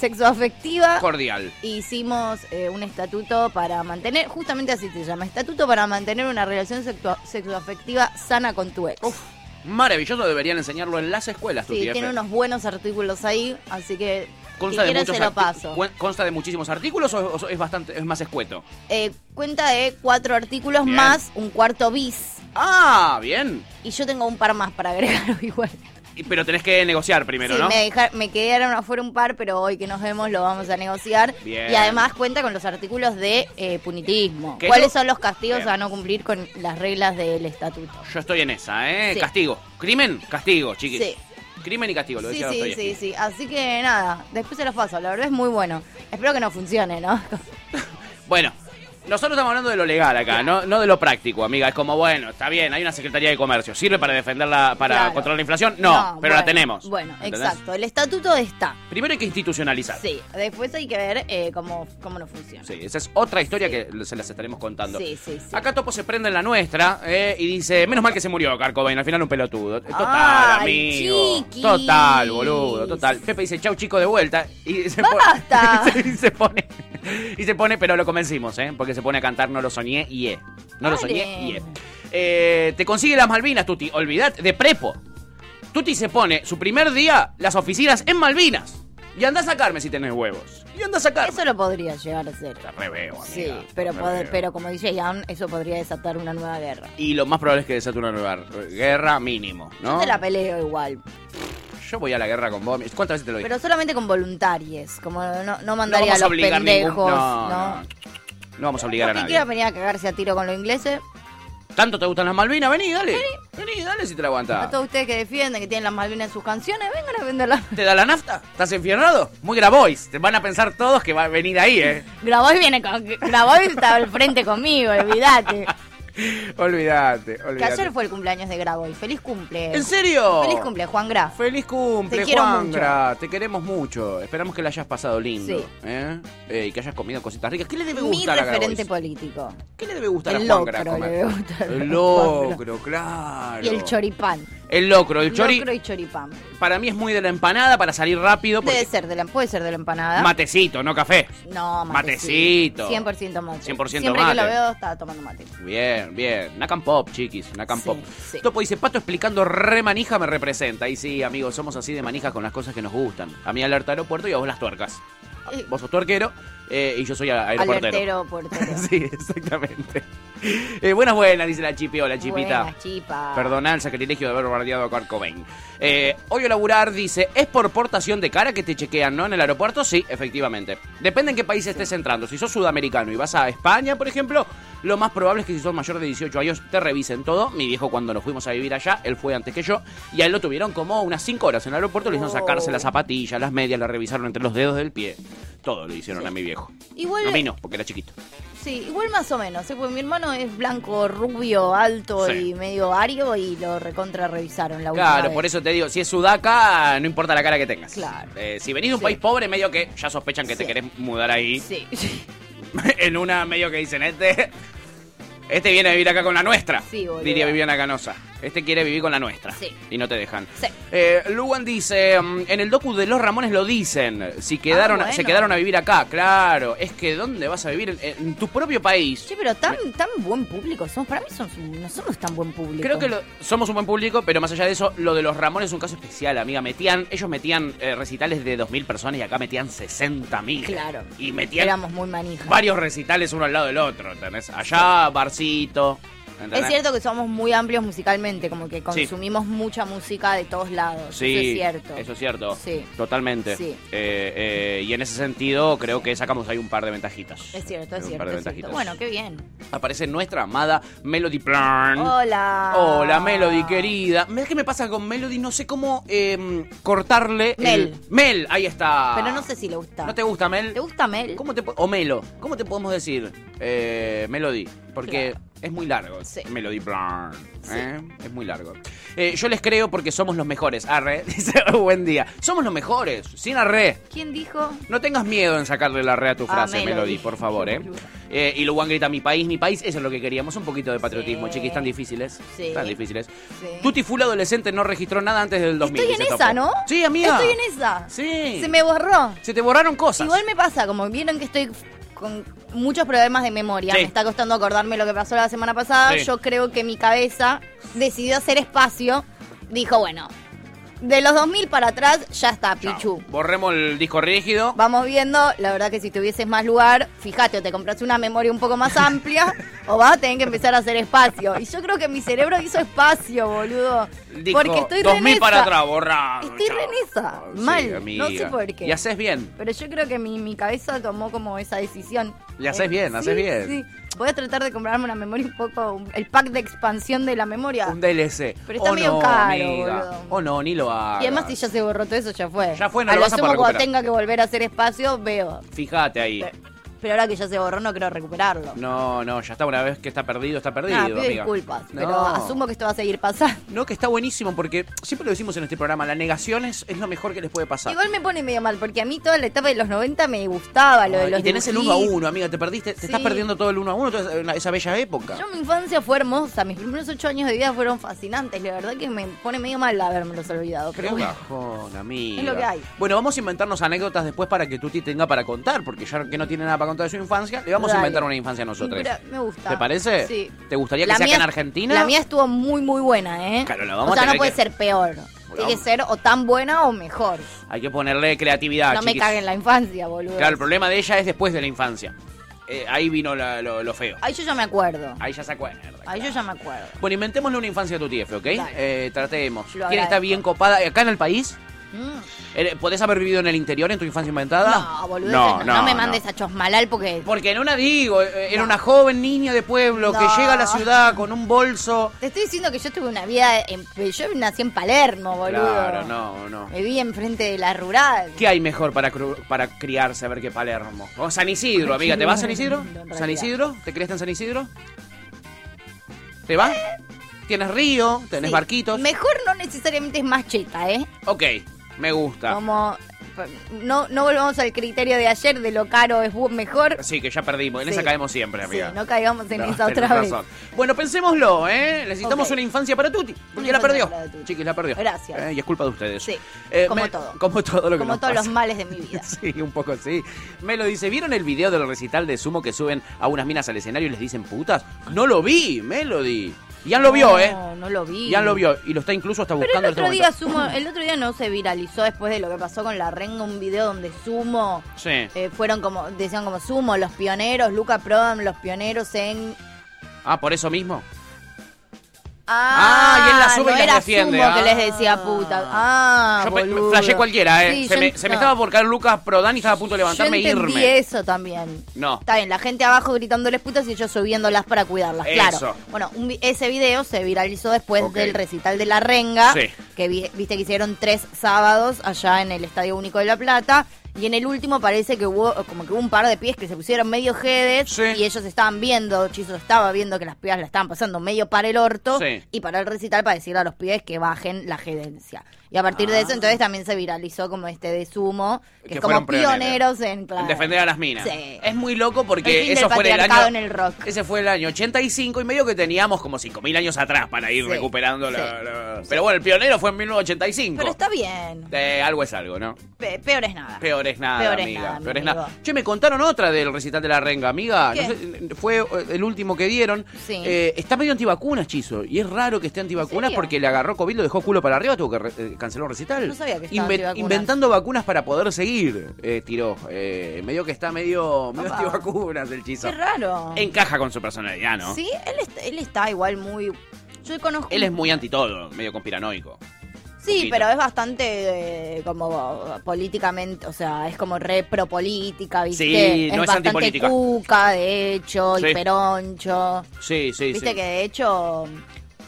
Speaker 2: sexoafectiva.
Speaker 1: cordial.
Speaker 2: Hicimos eh, un estatuto para mantener, justamente así se llama, estatuto para mantener una relación sexua- sexoafectiva sana con tu ex.
Speaker 1: Uf, maravilloso. Deberían enseñarlo en las escuelas, tu
Speaker 2: sí,
Speaker 1: TF.
Speaker 2: tiene unos buenos artículos ahí, así que
Speaker 1: Consta
Speaker 2: si
Speaker 1: de,
Speaker 2: quieren
Speaker 1: muchos
Speaker 2: se lo
Speaker 1: arti-
Speaker 2: paso.
Speaker 1: cuen- ¿Consta de muchísimos artículos o, o es bastante es más escueto?
Speaker 2: Eh, cuenta de cuatro artículos
Speaker 1: Bien.
Speaker 2: más un cuarto bis.
Speaker 1: Ah, bien.
Speaker 2: Y yo tengo un par más para agregar <laughs> igual.
Speaker 1: Y- Pero tenés que negociar primero,
Speaker 2: sí,
Speaker 1: ¿no?
Speaker 2: me, deja- me quedaron afuera un par, pero hoy que nos vemos lo vamos a negociar.
Speaker 1: Bien.
Speaker 2: Y además cuenta con los artículos de eh, punitismo.
Speaker 1: Que
Speaker 2: ¿Cuáles
Speaker 1: yo-
Speaker 2: son los castigos
Speaker 1: Bien.
Speaker 2: a no cumplir con las reglas del estatuto?
Speaker 1: Yo estoy en esa, ¿eh?
Speaker 2: Sí.
Speaker 1: Castigo. Crimen, castigo, chiquis.
Speaker 2: Sí.
Speaker 1: Crimen y castigo, lo
Speaker 2: Sí,
Speaker 1: decía
Speaker 2: sí,
Speaker 1: Dostoyevsky.
Speaker 2: sí, sí. Así que nada, después se los paso. La verdad es muy bueno. Espero que no funcione, ¿no?
Speaker 1: Bueno, nosotros estamos hablando de lo legal acá, no, no de lo práctico, amiga. Es como, bueno, está bien, hay una Secretaría de Comercio. ¿Sirve para defenderla, para
Speaker 2: Claro.
Speaker 1: controlar la inflación? No,
Speaker 2: <laughs>
Speaker 1: pero la
Speaker 2: bueno,
Speaker 1: tenemos.
Speaker 2: Bueno,
Speaker 1: ¿entendés?
Speaker 2: exacto. El estatuto está.
Speaker 1: Primero hay que institucionalizar.
Speaker 2: Sí. Después hay que ver eh, cómo, cómo nos funciona.
Speaker 1: Sí, esa es otra historia que se las estaremos contando.
Speaker 2: Sí, sí, sí.
Speaker 1: Acá Topo se prende en la nuestra eh, y dice, menos mal que se murió Carcobain, al final un pelotudo. Total,
Speaker 2: Ay,
Speaker 1: amigo.
Speaker 2: chiquis.
Speaker 1: Total, boludo, total. Pepe dice, chau chico, de vuelta. Y se
Speaker 2: Basta.
Speaker 1: Pone, <laughs> y se pone, y se pone, pero lo convencimos, ¿eh? Porque se pone a cantar No lo soñé y eh. No lo
Speaker 2: Dale.
Speaker 1: soñé y eh. Eh, Te consigue las Malvinas, Tuti, olvidate, de prepo. Tuti se pone su primer día las oficinas en Malvinas. Y anda a sacarme si tenés huevos. Y anda a sacarme.
Speaker 2: Eso lo podría llegar a ser.
Speaker 1: Te reveo,
Speaker 2: Sí,
Speaker 1: amiga, te
Speaker 2: pero, poder-
Speaker 1: reveo.
Speaker 2: pero como dice Jan, eso podría desatar una nueva guerra.
Speaker 1: Y lo más probable es que desate una nueva guerra mínimo, ¿no?
Speaker 2: Yo te la peleo igual,
Speaker 1: Yo voy a la guerra con vos. ¿Cuántas veces te lo dije?
Speaker 2: pero solamente con voluntarios, como no, no
Speaker 1: no
Speaker 2: mandaría
Speaker 1: vamos a
Speaker 2: a los
Speaker 1: obligar
Speaker 2: pendejos,
Speaker 1: ningún-
Speaker 2: ¿no?
Speaker 1: No, no. No vamos a obligar a
Speaker 2: ¿Por qué
Speaker 1: nadie.
Speaker 2: quieran venir a cagarse a tiro con los ingleses?
Speaker 1: ¿Tanto te gustan las Malvinas? Vení, dale. Vení, dale si te la aguantás.
Speaker 2: A todos ustedes que defienden, que tienen las Malvinas en sus canciones, vengan a venderlas.
Speaker 1: ¿Te da la nafta? ¿Estás enfiernado? Muy grabois. Te van a pensar todos que va a venir ahí,
Speaker 2: <laughs>
Speaker 1: ¿eh?
Speaker 2: <laughs> Grabois viene con... Grabois está al frente
Speaker 1: <laughs>
Speaker 2: conmigo, olvídate.
Speaker 1: olvídate,
Speaker 2: Que
Speaker 1: olvídate.
Speaker 2: ayer fue el cumpleaños de Grabois. Feliz cumple.
Speaker 1: ¿En serio?
Speaker 2: Feliz cumple, Juan Graf.
Speaker 1: Feliz cumple,
Speaker 2: Te quiero
Speaker 1: Juan
Speaker 2: mucho.
Speaker 1: Gra. Te queremos mucho. Esperamos que la hayas pasado lindo.
Speaker 2: Sí.
Speaker 1: ¿eh? Eh, y que hayas comido cositas ricas. ¿Qué le debe
Speaker 2: Mi
Speaker 1: gustar a
Speaker 2: referente
Speaker 1: Grabois?
Speaker 2: político.
Speaker 1: ¿Qué le debe gustar
Speaker 2: El
Speaker 1: a Juan Gra
Speaker 2: locro
Speaker 1: comer?
Speaker 2: le debe gustar
Speaker 1: El
Speaker 2: a
Speaker 1: locro, claro.
Speaker 2: Y el choripán.
Speaker 1: El locro, el chori.
Speaker 2: Locro y choripán.
Speaker 1: Para mí es muy de la empanada para salir rápido.
Speaker 2: Debe
Speaker 1: Porque
Speaker 2: ser de la, puede ser de la empanada.
Speaker 1: matecito, no café.
Speaker 2: No,
Speaker 1: Matecito.
Speaker 2: matecito. 100% mate.
Speaker 1: 100%
Speaker 2: Siempre que lo
Speaker 1: mate.
Speaker 2: veo está tomando mate.
Speaker 1: Bien, bien. Nacan Pop, chiquis. Nacan
Speaker 2: Sí,
Speaker 1: Pop.
Speaker 2: sí.
Speaker 1: Topo dice, Pato explicando re manija me representa. Y sí, amigos, somos así de manijas con las cosas que nos gustan. A mí alerta aeropuerto y a vos las tuercas.
Speaker 2: Eh.
Speaker 1: Vos sos tuerquero eh, y yo soy a- aeropuertero.
Speaker 2: Alertero, portero.
Speaker 1: <laughs> sí, exactamente. Eh, buenas, buenas, dice la chipi. Hola, chipita.
Speaker 2: Buenas, chipa.
Speaker 1: Perdona el sacrilegio de haber bombardeado a Kurt Cobain. Eh, hoy a laburar dice, ¿es por portación de cara que te chequean, no? En el aeropuerto, sí, efectivamente. Depende en qué país estés entrando. Si sos sudamericano y vas a España, por ejemplo, lo más probable es que si sos mayor de 18 años te revisen todo. Mi viejo cuando nos fuimos a vivir allá, él fue antes que yo, y a él lo tuvieron como unas 5 horas en el aeropuerto, le hicieron
Speaker 2: Oh.
Speaker 1: sacarse las zapatillas, las medias, le revisaron entre los dedos del pie. Todo le hicieron a mi viejo.
Speaker 2: Igual,
Speaker 1: A mí no, porque era chiquito.
Speaker 2: sí, igual más o menos. ¿eh? Porque mi hermano es blanco, rubio, alto
Speaker 1: Sí.
Speaker 2: y medio ario y lo recontra revisaron la última
Speaker 1: Claro,
Speaker 2: vez.
Speaker 1: por eso te digo, si es sudaca, no importa la cara que tengas.
Speaker 2: Claro.
Speaker 1: Eh, si venís de un
Speaker 2: Sí.
Speaker 1: país pobre, medio que ya sospechan que te
Speaker 2: Sí.
Speaker 1: querés mudar ahí.
Speaker 2: Sí.
Speaker 1: <laughs>
Speaker 2: <laughs>
Speaker 1: en una medio que dicen, este. Este viene a vivir acá con la nuestra.
Speaker 2: Sí, boluda.
Speaker 1: diría Viviana Canosa. Este quiere vivir con la nuestra.
Speaker 2: Sí.
Speaker 1: Y no te dejan.
Speaker 2: Sí.
Speaker 1: Eh, Luan dice, mm, en el docu de los Ramones lo dicen. Si quedaron,
Speaker 2: Ah, bueno.
Speaker 1: se quedaron a vivir acá, claro. Es que ¿dónde vas a vivir? En, en tu propio país.
Speaker 2: Che, pero tan, tan buen público somos. Para mí somos, un- no somos tan buen público.
Speaker 1: Creo que lo- somos un buen público, pero más allá de eso, lo de los Ramones es un caso especial, amiga. Metían, ellos metían eh, recitales de 2.000 personas y acá metían 60.000.
Speaker 2: Claro.
Speaker 1: Y metían
Speaker 2: Éramos muy manijas.
Speaker 1: varios recitales uno al lado del otro, ¿entendés? Allá, Barcito. ¿entendés?
Speaker 2: Es cierto que somos muy amplios musicalmente, como que consumimos mucha música de todos lados.
Speaker 1: Sí,
Speaker 2: eso es cierto.
Speaker 1: Eso es cierto.
Speaker 2: Sí.
Speaker 1: Totalmente.
Speaker 2: Sí.
Speaker 1: Eh, eh, y en ese sentido, creo que sacamos ahí un par de ventajitas.
Speaker 2: Es cierto, es
Speaker 1: Un
Speaker 2: cierto.
Speaker 1: par de
Speaker 2: es cierto.
Speaker 1: ventajitas.
Speaker 2: Bueno, qué bien.
Speaker 1: Aparece nuestra amada Melody Plan.
Speaker 2: Oh, Hola.
Speaker 1: Hola Melody querida. ¿Ves qué me pasa con Melody? No sé cómo em, cortarle.
Speaker 2: Mel.
Speaker 1: el- Mel, ahí está.
Speaker 2: Pero no sé si le gusta.
Speaker 1: ¿No te gusta Mel?
Speaker 2: ¿Te gusta Mel?
Speaker 1: ¿Cómo te po- o Melo? ¿Cómo te podemos decir? Eh, Melody. porque es muy largo.
Speaker 2: Sí.
Speaker 1: Melody Brown. ¿eh? Es muy largo. Eh, yo les creo porque somos los mejores. Arre, <laughs> dice buen día. Somos los mejores, sin arre.
Speaker 2: ¿Quién dijo?
Speaker 1: No tengas miedo en sacarle la re a tu
Speaker 2: Ah,
Speaker 1: frase,
Speaker 2: Melody.
Speaker 1: Melody, por favor, ¿eh?
Speaker 2: Qué boluda.
Speaker 1: Eh, y Luan grita, mi país, mi país. Eso es lo que queríamos, un poquito de patriotismo,
Speaker 2: Sí.
Speaker 1: chiquis, tan difíciles.
Speaker 2: Sí.
Speaker 1: Tan difíciles.
Speaker 2: Sí.
Speaker 1: Tutti Full adolescente no registró nada antes del 2000.
Speaker 2: Estoy en
Speaker 1: dice
Speaker 2: esa,
Speaker 1: Topo.
Speaker 2: ¿no?
Speaker 1: Sí, amiga.
Speaker 2: Estoy en esa.
Speaker 1: Sí.
Speaker 2: Se me borró.
Speaker 1: Se te borraron cosas.
Speaker 2: Igual me pasa, como vieron que estoy con muchos problemas de memoria,
Speaker 1: Sí.
Speaker 2: me está costando acordarme lo que pasó la semana pasada,
Speaker 1: Sí.
Speaker 2: yo creo que mi cabeza decidió hacer espacio, dijo, bueno, de los 2000 para atrás ya está,
Speaker 1: Chao.
Speaker 2: Pichu.
Speaker 1: Borremos el disco rígido.
Speaker 2: Vamos viendo, la verdad que si tuvieses más lugar, fíjate, o te compras una memoria un poco más
Speaker 1: <laughs>
Speaker 2: amplia, o vas a tener que empezar a hacer espacio. Y yo creo que mi cerebro hizo espacio, boludo.
Speaker 1: Dijo,
Speaker 2: porque estoy re en
Speaker 1: 2000 para
Speaker 2: esa.
Speaker 1: atrás, borrado.
Speaker 2: Estoy
Speaker 1: chao.
Speaker 2: re en esa,
Speaker 1: Sí,
Speaker 2: mal,
Speaker 1: amiga.
Speaker 2: no sé por qué.
Speaker 1: Y haces bien.
Speaker 2: Pero yo creo que mi, mi cabeza tomó como esa decisión. Eh,
Speaker 1: Y haces bien,
Speaker 2: sí,
Speaker 1: haces bien.
Speaker 2: Sí. Voy a tratar de comprarme una memoria un poco, un- el pack de expansión de la memoria.
Speaker 1: Un DLC.
Speaker 2: Pero está
Speaker 1: Oh,
Speaker 2: medio
Speaker 1: no,
Speaker 2: caro,
Speaker 1: amiga.
Speaker 2: boludo.
Speaker 1: O no, ni lo hagas.
Speaker 2: y además si ya se borró todo eso, ya fue.
Speaker 1: Ya fue, no
Speaker 2: a
Speaker 1: lo vas a
Speaker 2: sumo
Speaker 1: poder
Speaker 2: cuando
Speaker 1: recuperar.
Speaker 2: tenga que volver a hacer espacio, veo.
Speaker 1: Fíjate ahí.
Speaker 2: Pe- Pero ahora que ya se borró, no quiero recuperarlo.
Speaker 1: No, no, ya está. Una vez que está perdido, está perdido.
Speaker 2: Nada, Ah, pido
Speaker 1: amiga.
Speaker 2: disculpas,
Speaker 1: No.
Speaker 2: pero asumo que esto va a seguir pasando.
Speaker 1: No, que está buenísimo porque siempre lo decimos en este programa, la negación es, es lo mejor que les puede pasar.
Speaker 2: Igual me pone medio mal, porque a mí toda la etapa de los 90 me gustaba lo de
Speaker 1: Ay,
Speaker 2: los
Speaker 1: y tenés el
Speaker 2: dibujitos.
Speaker 1: 1 a 1, amiga, te perdiste, te
Speaker 2: Sí.
Speaker 1: estás perdiendo todo el 1 a 1, toda esa- esa bella época.
Speaker 2: Yo mi infancia fue hermosa, mis primeros ocho años de vida fueron fascinantes, la verdad que me pone medio mal habérmelos olvidado, pero
Speaker 1: Qué
Speaker 2: bueno.
Speaker 1: bajón, amiga.
Speaker 2: Es lo que hay.
Speaker 1: Bueno, vamos a inventarnos anécdotas después para que Tuti tenga para contar, porque ya que no tiene nada para contar de su infancia, le vamos a
Speaker 2: Dale.
Speaker 1: inventar una infancia a nosotros.
Speaker 2: Pero me gusta.
Speaker 1: ¿Te parece?
Speaker 2: Sí.
Speaker 1: ¿Te gustaría que sea acá en Argentina?
Speaker 2: La mía estuvo muy, muy buena, ¿eh?
Speaker 1: Claro, la vamos
Speaker 2: o sea,
Speaker 1: a tener
Speaker 2: no puede
Speaker 1: que-
Speaker 2: ser peor. Tiene que ser o tan buena o mejor.
Speaker 1: Hay que ponerle creatividad,
Speaker 2: no me
Speaker 1: Ah, chiquis.
Speaker 2: caguen la infancia, boludo.
Speaker 1: Claro, el problema de ella es después de la infancia. Eh, ahí vino la- lo, lo feo.
Speaker 2: Ahí yo ya me acuerdo.
Speaker 1: Ahí ya se acuerda.
Speaker 2: Ahí yo ya me acuerdo.
Speaker 1: Bueno, inventémosle una infancia a tu TF, ¿ok?
Speaker 2: Dale.
Speaker 1: Eh, tratemos.
Speaker 2: Yo lo
Speaker 1: ¿Quién está
Speaker 2: agradezco.
Speaker 1: bien copada? ¿Acá en el país?
Speaker 2: Mm.
Speaker 1: Eh, ¿Podés haber vivido en el interior en tu infancia inventada?
Speaker 2: No, boludo. No, no me mandes a Chosmalal porque
Speaker 1: Porque en una digo, eh, era
Speaker 2: No.
Speaker 1: una joven niña de pueblo que
Speaker 2: No.
Speaker 1: llega a la ciudad con un bolso.
Speaker 2: te estoy diciendo que yo tuve una vida en... Yo nací en Palermo, boludo.
Speaker 1: Claro, no, no.
Speaker 2: Me vi enfrente de la rural.
Speaker 1: ¿Qué hay mejor para, cru- para criarse a ver que Palermo? O San Isidro, amiga. ¿Te vas a San Isidro?
Speaker 2: lindo, en realidad.
Speaker 1: ¿San Isidro? ¿Te criaste en San Isidro? ¿Te vas? Tienes río, tenés
Speaker 2: Sí.
Speaker 1: barquitos.
Speaker 2: Mejor no necesariamente es más cheta, ¿eh?
Speaker 1: Ok, me gusta.
Speaker 2: Como no, no volvamos al criterio de ayer de lo caro es bu- mejor.
Speaker 1: Sí, que ya perdimos. En
Speaker 2: Sí.
Speaker 1: esa caemos siempre,
Speaker 2: Sí,
Speaker 1: amiga.
Speaker 2: no caigamos en
Speaker 1: No,
Speaker 2: esa
Speaker 1: tenés
Speaker 2: otra vez.
Speaker 1: razón. Bueno, pensémoslo, ¿eh? Necesitamos
Speaker 2: Ok.
Speaker 1: una infancia para Tuti. Porque la
Speaker 2: Una infancia
Speaker 1: perdió.
Speaker 2: para Tuti.
Speaker 1: Chiquis, la perdió.
Speaker 2: Gracias.
Speaker 1: Eh, Y es culpa de ustedes. Eh,
Speaker 2: Sí, como todo.
Speaker 1: Como todo lo que
Speaker 2: Como
Speaker 1: nos
Speaker 2: todos los
Speaker 1: pasa.
Speaker 2: males de mi <laughs> vida.
Speaker 1: Sí, un poco sí. Me lo dice, ¿vieron el video del recital de Sumo que suben a unas minas al escenario y les dicen putas? No lo vi, Melody. <laughs> Ian lo vio, ¿eh?
Speaker 2: No, no lo vi.
Speaker 1: Ian lo vio y lo está incluso hasta
Speaker 2: Pero el
Speaker 1: buscando en este
Speaker 2: otro día
Speaker 1: momento.
Speaker 2: Sumo, el otro día no se viralizó después de lo que pasó con la renga, un video donde Sumo
Speaker 1: Sí.
Speaker 2: eh, fueron como, decían como Sumo, los pioneros, Luca Prodan, los pioneros en Eh.
Speaker 1: Ah, por eso mismo.
Speaker 2: Ah,
Speaker 1: Ah, y él la sube
Speaker 2: no
Speaker 1: y las
Speaker 2: era
Speaker 1: defiende.
Speaker 2: Sumo que
Speaker 1: Ah.
Speaker 2: les decía puta. Ah,
Speaker 1: Yo pe- me
Speaker 2: boludo.
Speaker 1: flashé cualquiera, ¿eh?
Speaker 2: Sí,
Speaker 1: se,
Speaker 2: yo
Speaker 1: me,
Speaker 2: ent-
Speaker 1: se me
Speaker 2: no.
Speaker 1: estaba por caer Lucas Prodan y estaba a punto de levantarme
Speaker 2: yo entendí
Speaker 1: e irme.
Speaker 2: eso también.
Speaker 1: No.
Speaker 2: Está bien, la gente abajo gritándoles putas y yo subiéndolas para cuidarlas,
Speaker 1: Eso.
Speaker 2: claro. Bueno, un vi- ese video se viralizó después
Speaker 1: Ok.
Speaker 2: del recital de La Renga,
Speaker 1: Sí.
Speaker 2: que vi- viste que hicieron tres sábados allá en el Estadio Único de La Plata. Y en el último parece que hubo como que hubo un par de pies que se pusieron medio jedes
Speaker 1: Sí.
Speaker 2: y ellos estaban viendo, Chizo estaba viendo que las pibas la estaban pasando medio para el orto
Speaker 1: Sí.
Speaker 2: y para el recital para decirle a los pibes que bajen la jedencia. Y a partir
Speaker 1: Ah.
Speaker 2: de eso entonces también se viralizó como este de sumo, que,
Speaker 1: Que
Speaker 2: es como
Speaker 1: fueron pioneros.
Speaker 2: pioneros en, claro.
Speaker 1: En defender a las minas.
Speaker 2: Sí.
Speaker 1: Es muy loco
Speaker 2: El
Speaker 1: porque
Speaker 2: fin
Speaker 1: eso
Speaker 2: del
Speaker 1: fue en el año.
Speaker 2: patriarcado en el rock.
Speaker 1: Ese fue el año 85 y medio que teníamos como 5.000 años atrás para ir
Speaker 2: Sí,
Speaker 1: recuperando la,
Speaker 2: sí,
Speaker 1: la- Pero bueno, el pionero fue en 1985.
Speaker 2: Pero está bien.
Speaker 1: Eh, algo es algo, ¿no?
Speaker 2: Pe- peor es nada.
Speaker 1: Peor es nada,
Speaker 2: Ah. Peor es
Speaker 1: amiga.
Speaker 2: nada, mi
Speaker 1: peor es
Speaker 2: amigo.
Speaker 1: nada. Che, me contaron otra del recital de la renga, amiga. No
Speaker 2: ¿Qué?
Speaker 1: sé, fue eh, el último que dieron.
Speaker 2: Sí.
Speaker 1: Eh, está medio antivacunas, Chizo. Y es raro que esté antivacunas
Speaker 2: serio?
Speaker 1: porque le agarró COVID, lo dejó culo para arriba, tuvo que re- eh, cancelar un recital.
Speaker 2: No sabía que estaba antivacunas.
Speaker 1: Inventando vacunas para poder seguir, eh, tiró. Eh, medio que está medio, medio
Speaker 2: Opa.
Speaker 1: antivacunas el Chizo.
Speaker 2: Qué raro.
Speaker 1: Encaja con su personalidad, ¿no?
Speaker 2: Sí, él, est- él está igual muy... Yo conozco...
Speaker 1: Él es muy anti todo, medio conspiranoico.
Speaker 2: Sí,
Speaker 1: poquito.
Speaker 2: pero es bastante eh, como eh, políticamente, o sea, es como re pro política, ¿viste?
Speaker 1: Sí, no es
Speaker 2: bastante
Speaker 1: antipolítica.
Speaker 2: cuca, de hecho,
Speaker 1: Sí.
Speaker 2: y peroncho.
Speaker 1: Sí, sí,
Speaker 2: Viste
Speaker 1: sí.
Speaker 2: que de hecho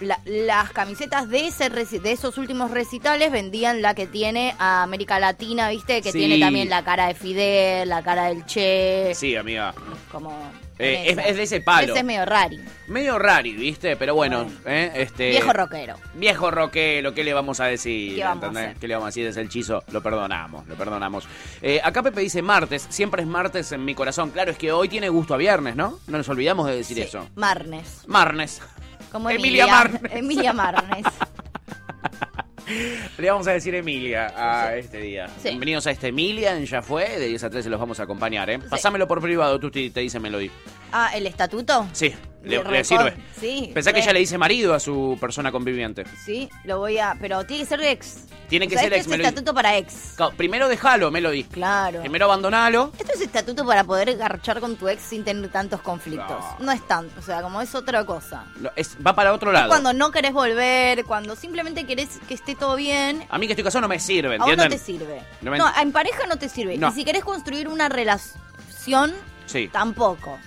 Speaker 2: la- las camisetas de ese reci- de esos últimos recitales vendían la que tiene a América Latina, viste, que
Speaker 1: Sí.
Speaker 2: tiene también la cara de Fidel, la cara del Che,
Speaker 1: Sí, amiga.
Speaker 2: como con
Speaker 1: Eh, es-
Speaker 2: esa.
Speaker 1: es de ese palo.
Speaker 2: Ese es medio rari.
Speaker 1: Medio rari, ¿viste? Pero bueno, eh, este...
Speaker 2: Viejo rockero.
Speaker 1: Viejo roquelo, ¿qué le vamos a decir?
Speaker 2: ¿Qué vamos a
Speaker 1: ¿Entendés?
Speaker 2: hacer?
Speaker 1: ¿Qué le vamos a decir? Es el chizo, lo perdonamos, lo perdonamos. Eh, acá Pepe dice martes, siempre es martes en mi corazón. Claro, es que hoy tiene gusto a viernes, ¿no? No nos olvidamos de decir
Speaker 2: Sí,
Speaker 1: eso.
Speaker 2: Marnes.
Speaker 1: Marnes. <laughs>
Speaker 2: Como
Speaker 1: Emilia
Speaker 2: Emilia,
Speaker 1: Marnes. <laughs>
Speaker 2: Emilia Marnes.
Speaker 1: Le vamos a decir Emilia a este día.
Speaker 2: Sí.
Speaker 1: Bienvenidos a este Emilia en Ya Fue, de 10 a 13 los vamos a acompañar, ¿eh? Pasámelo por privado, tú te dice Melody.
Speaker 2: Ah, ¿el estatuto?
Speaker 1: Sí, le,
Speaker 2: De
Speaker 1: le
Speaker 2: record-
Speaker 1: sirve.
Speaker 2: Sí.
Speaker 1: Pensá que
Speaker 2: re.
Speaker 1: ya le dice marido a su persona conviviente.
Speaker 2: Sí, lo voy a... Pero tiene que ser ex.
Speaker 1: Tiene que
Speaker 2: O sea,
Speaker 1: ser
Speaker 2: esto
Speaker 1: ex,
Speaker 2: es
Speaker 1: Melody.
Speaker 2: estatuto para ex.
Speaker 1: Claro, Primero dejalo, Melody.
Speaker 2: Claro.
Speaker 1: Primero abandonalo.
Speaker 2: Esto es estatuto para poder garchar con tu ex sin tener tantos conflictos.
Speaker 1: No.
Speaker 2: No, es tanto, o sea, como es otra cosa.
Speaker 1: Lo- es- va para otro lado.
Speaker 2: Cuando no querés volver, cuando simplemente querés que esté todo bien,
Speaker 1: A mí que estoy casado no me sirve,
Speaker 2: a vos
Speaker 1: ¿entienden?
Speaker 2: no te sirve.
Speaker 1: No
Speaker 2: No,
Speaker 1: me-
Speaker 2: en pareja no te sirve.
Speaker 1: No.
Speaker 2: Y si querés construir una relación,
Speaker 1: Sí.
Speaker 2: tampoco.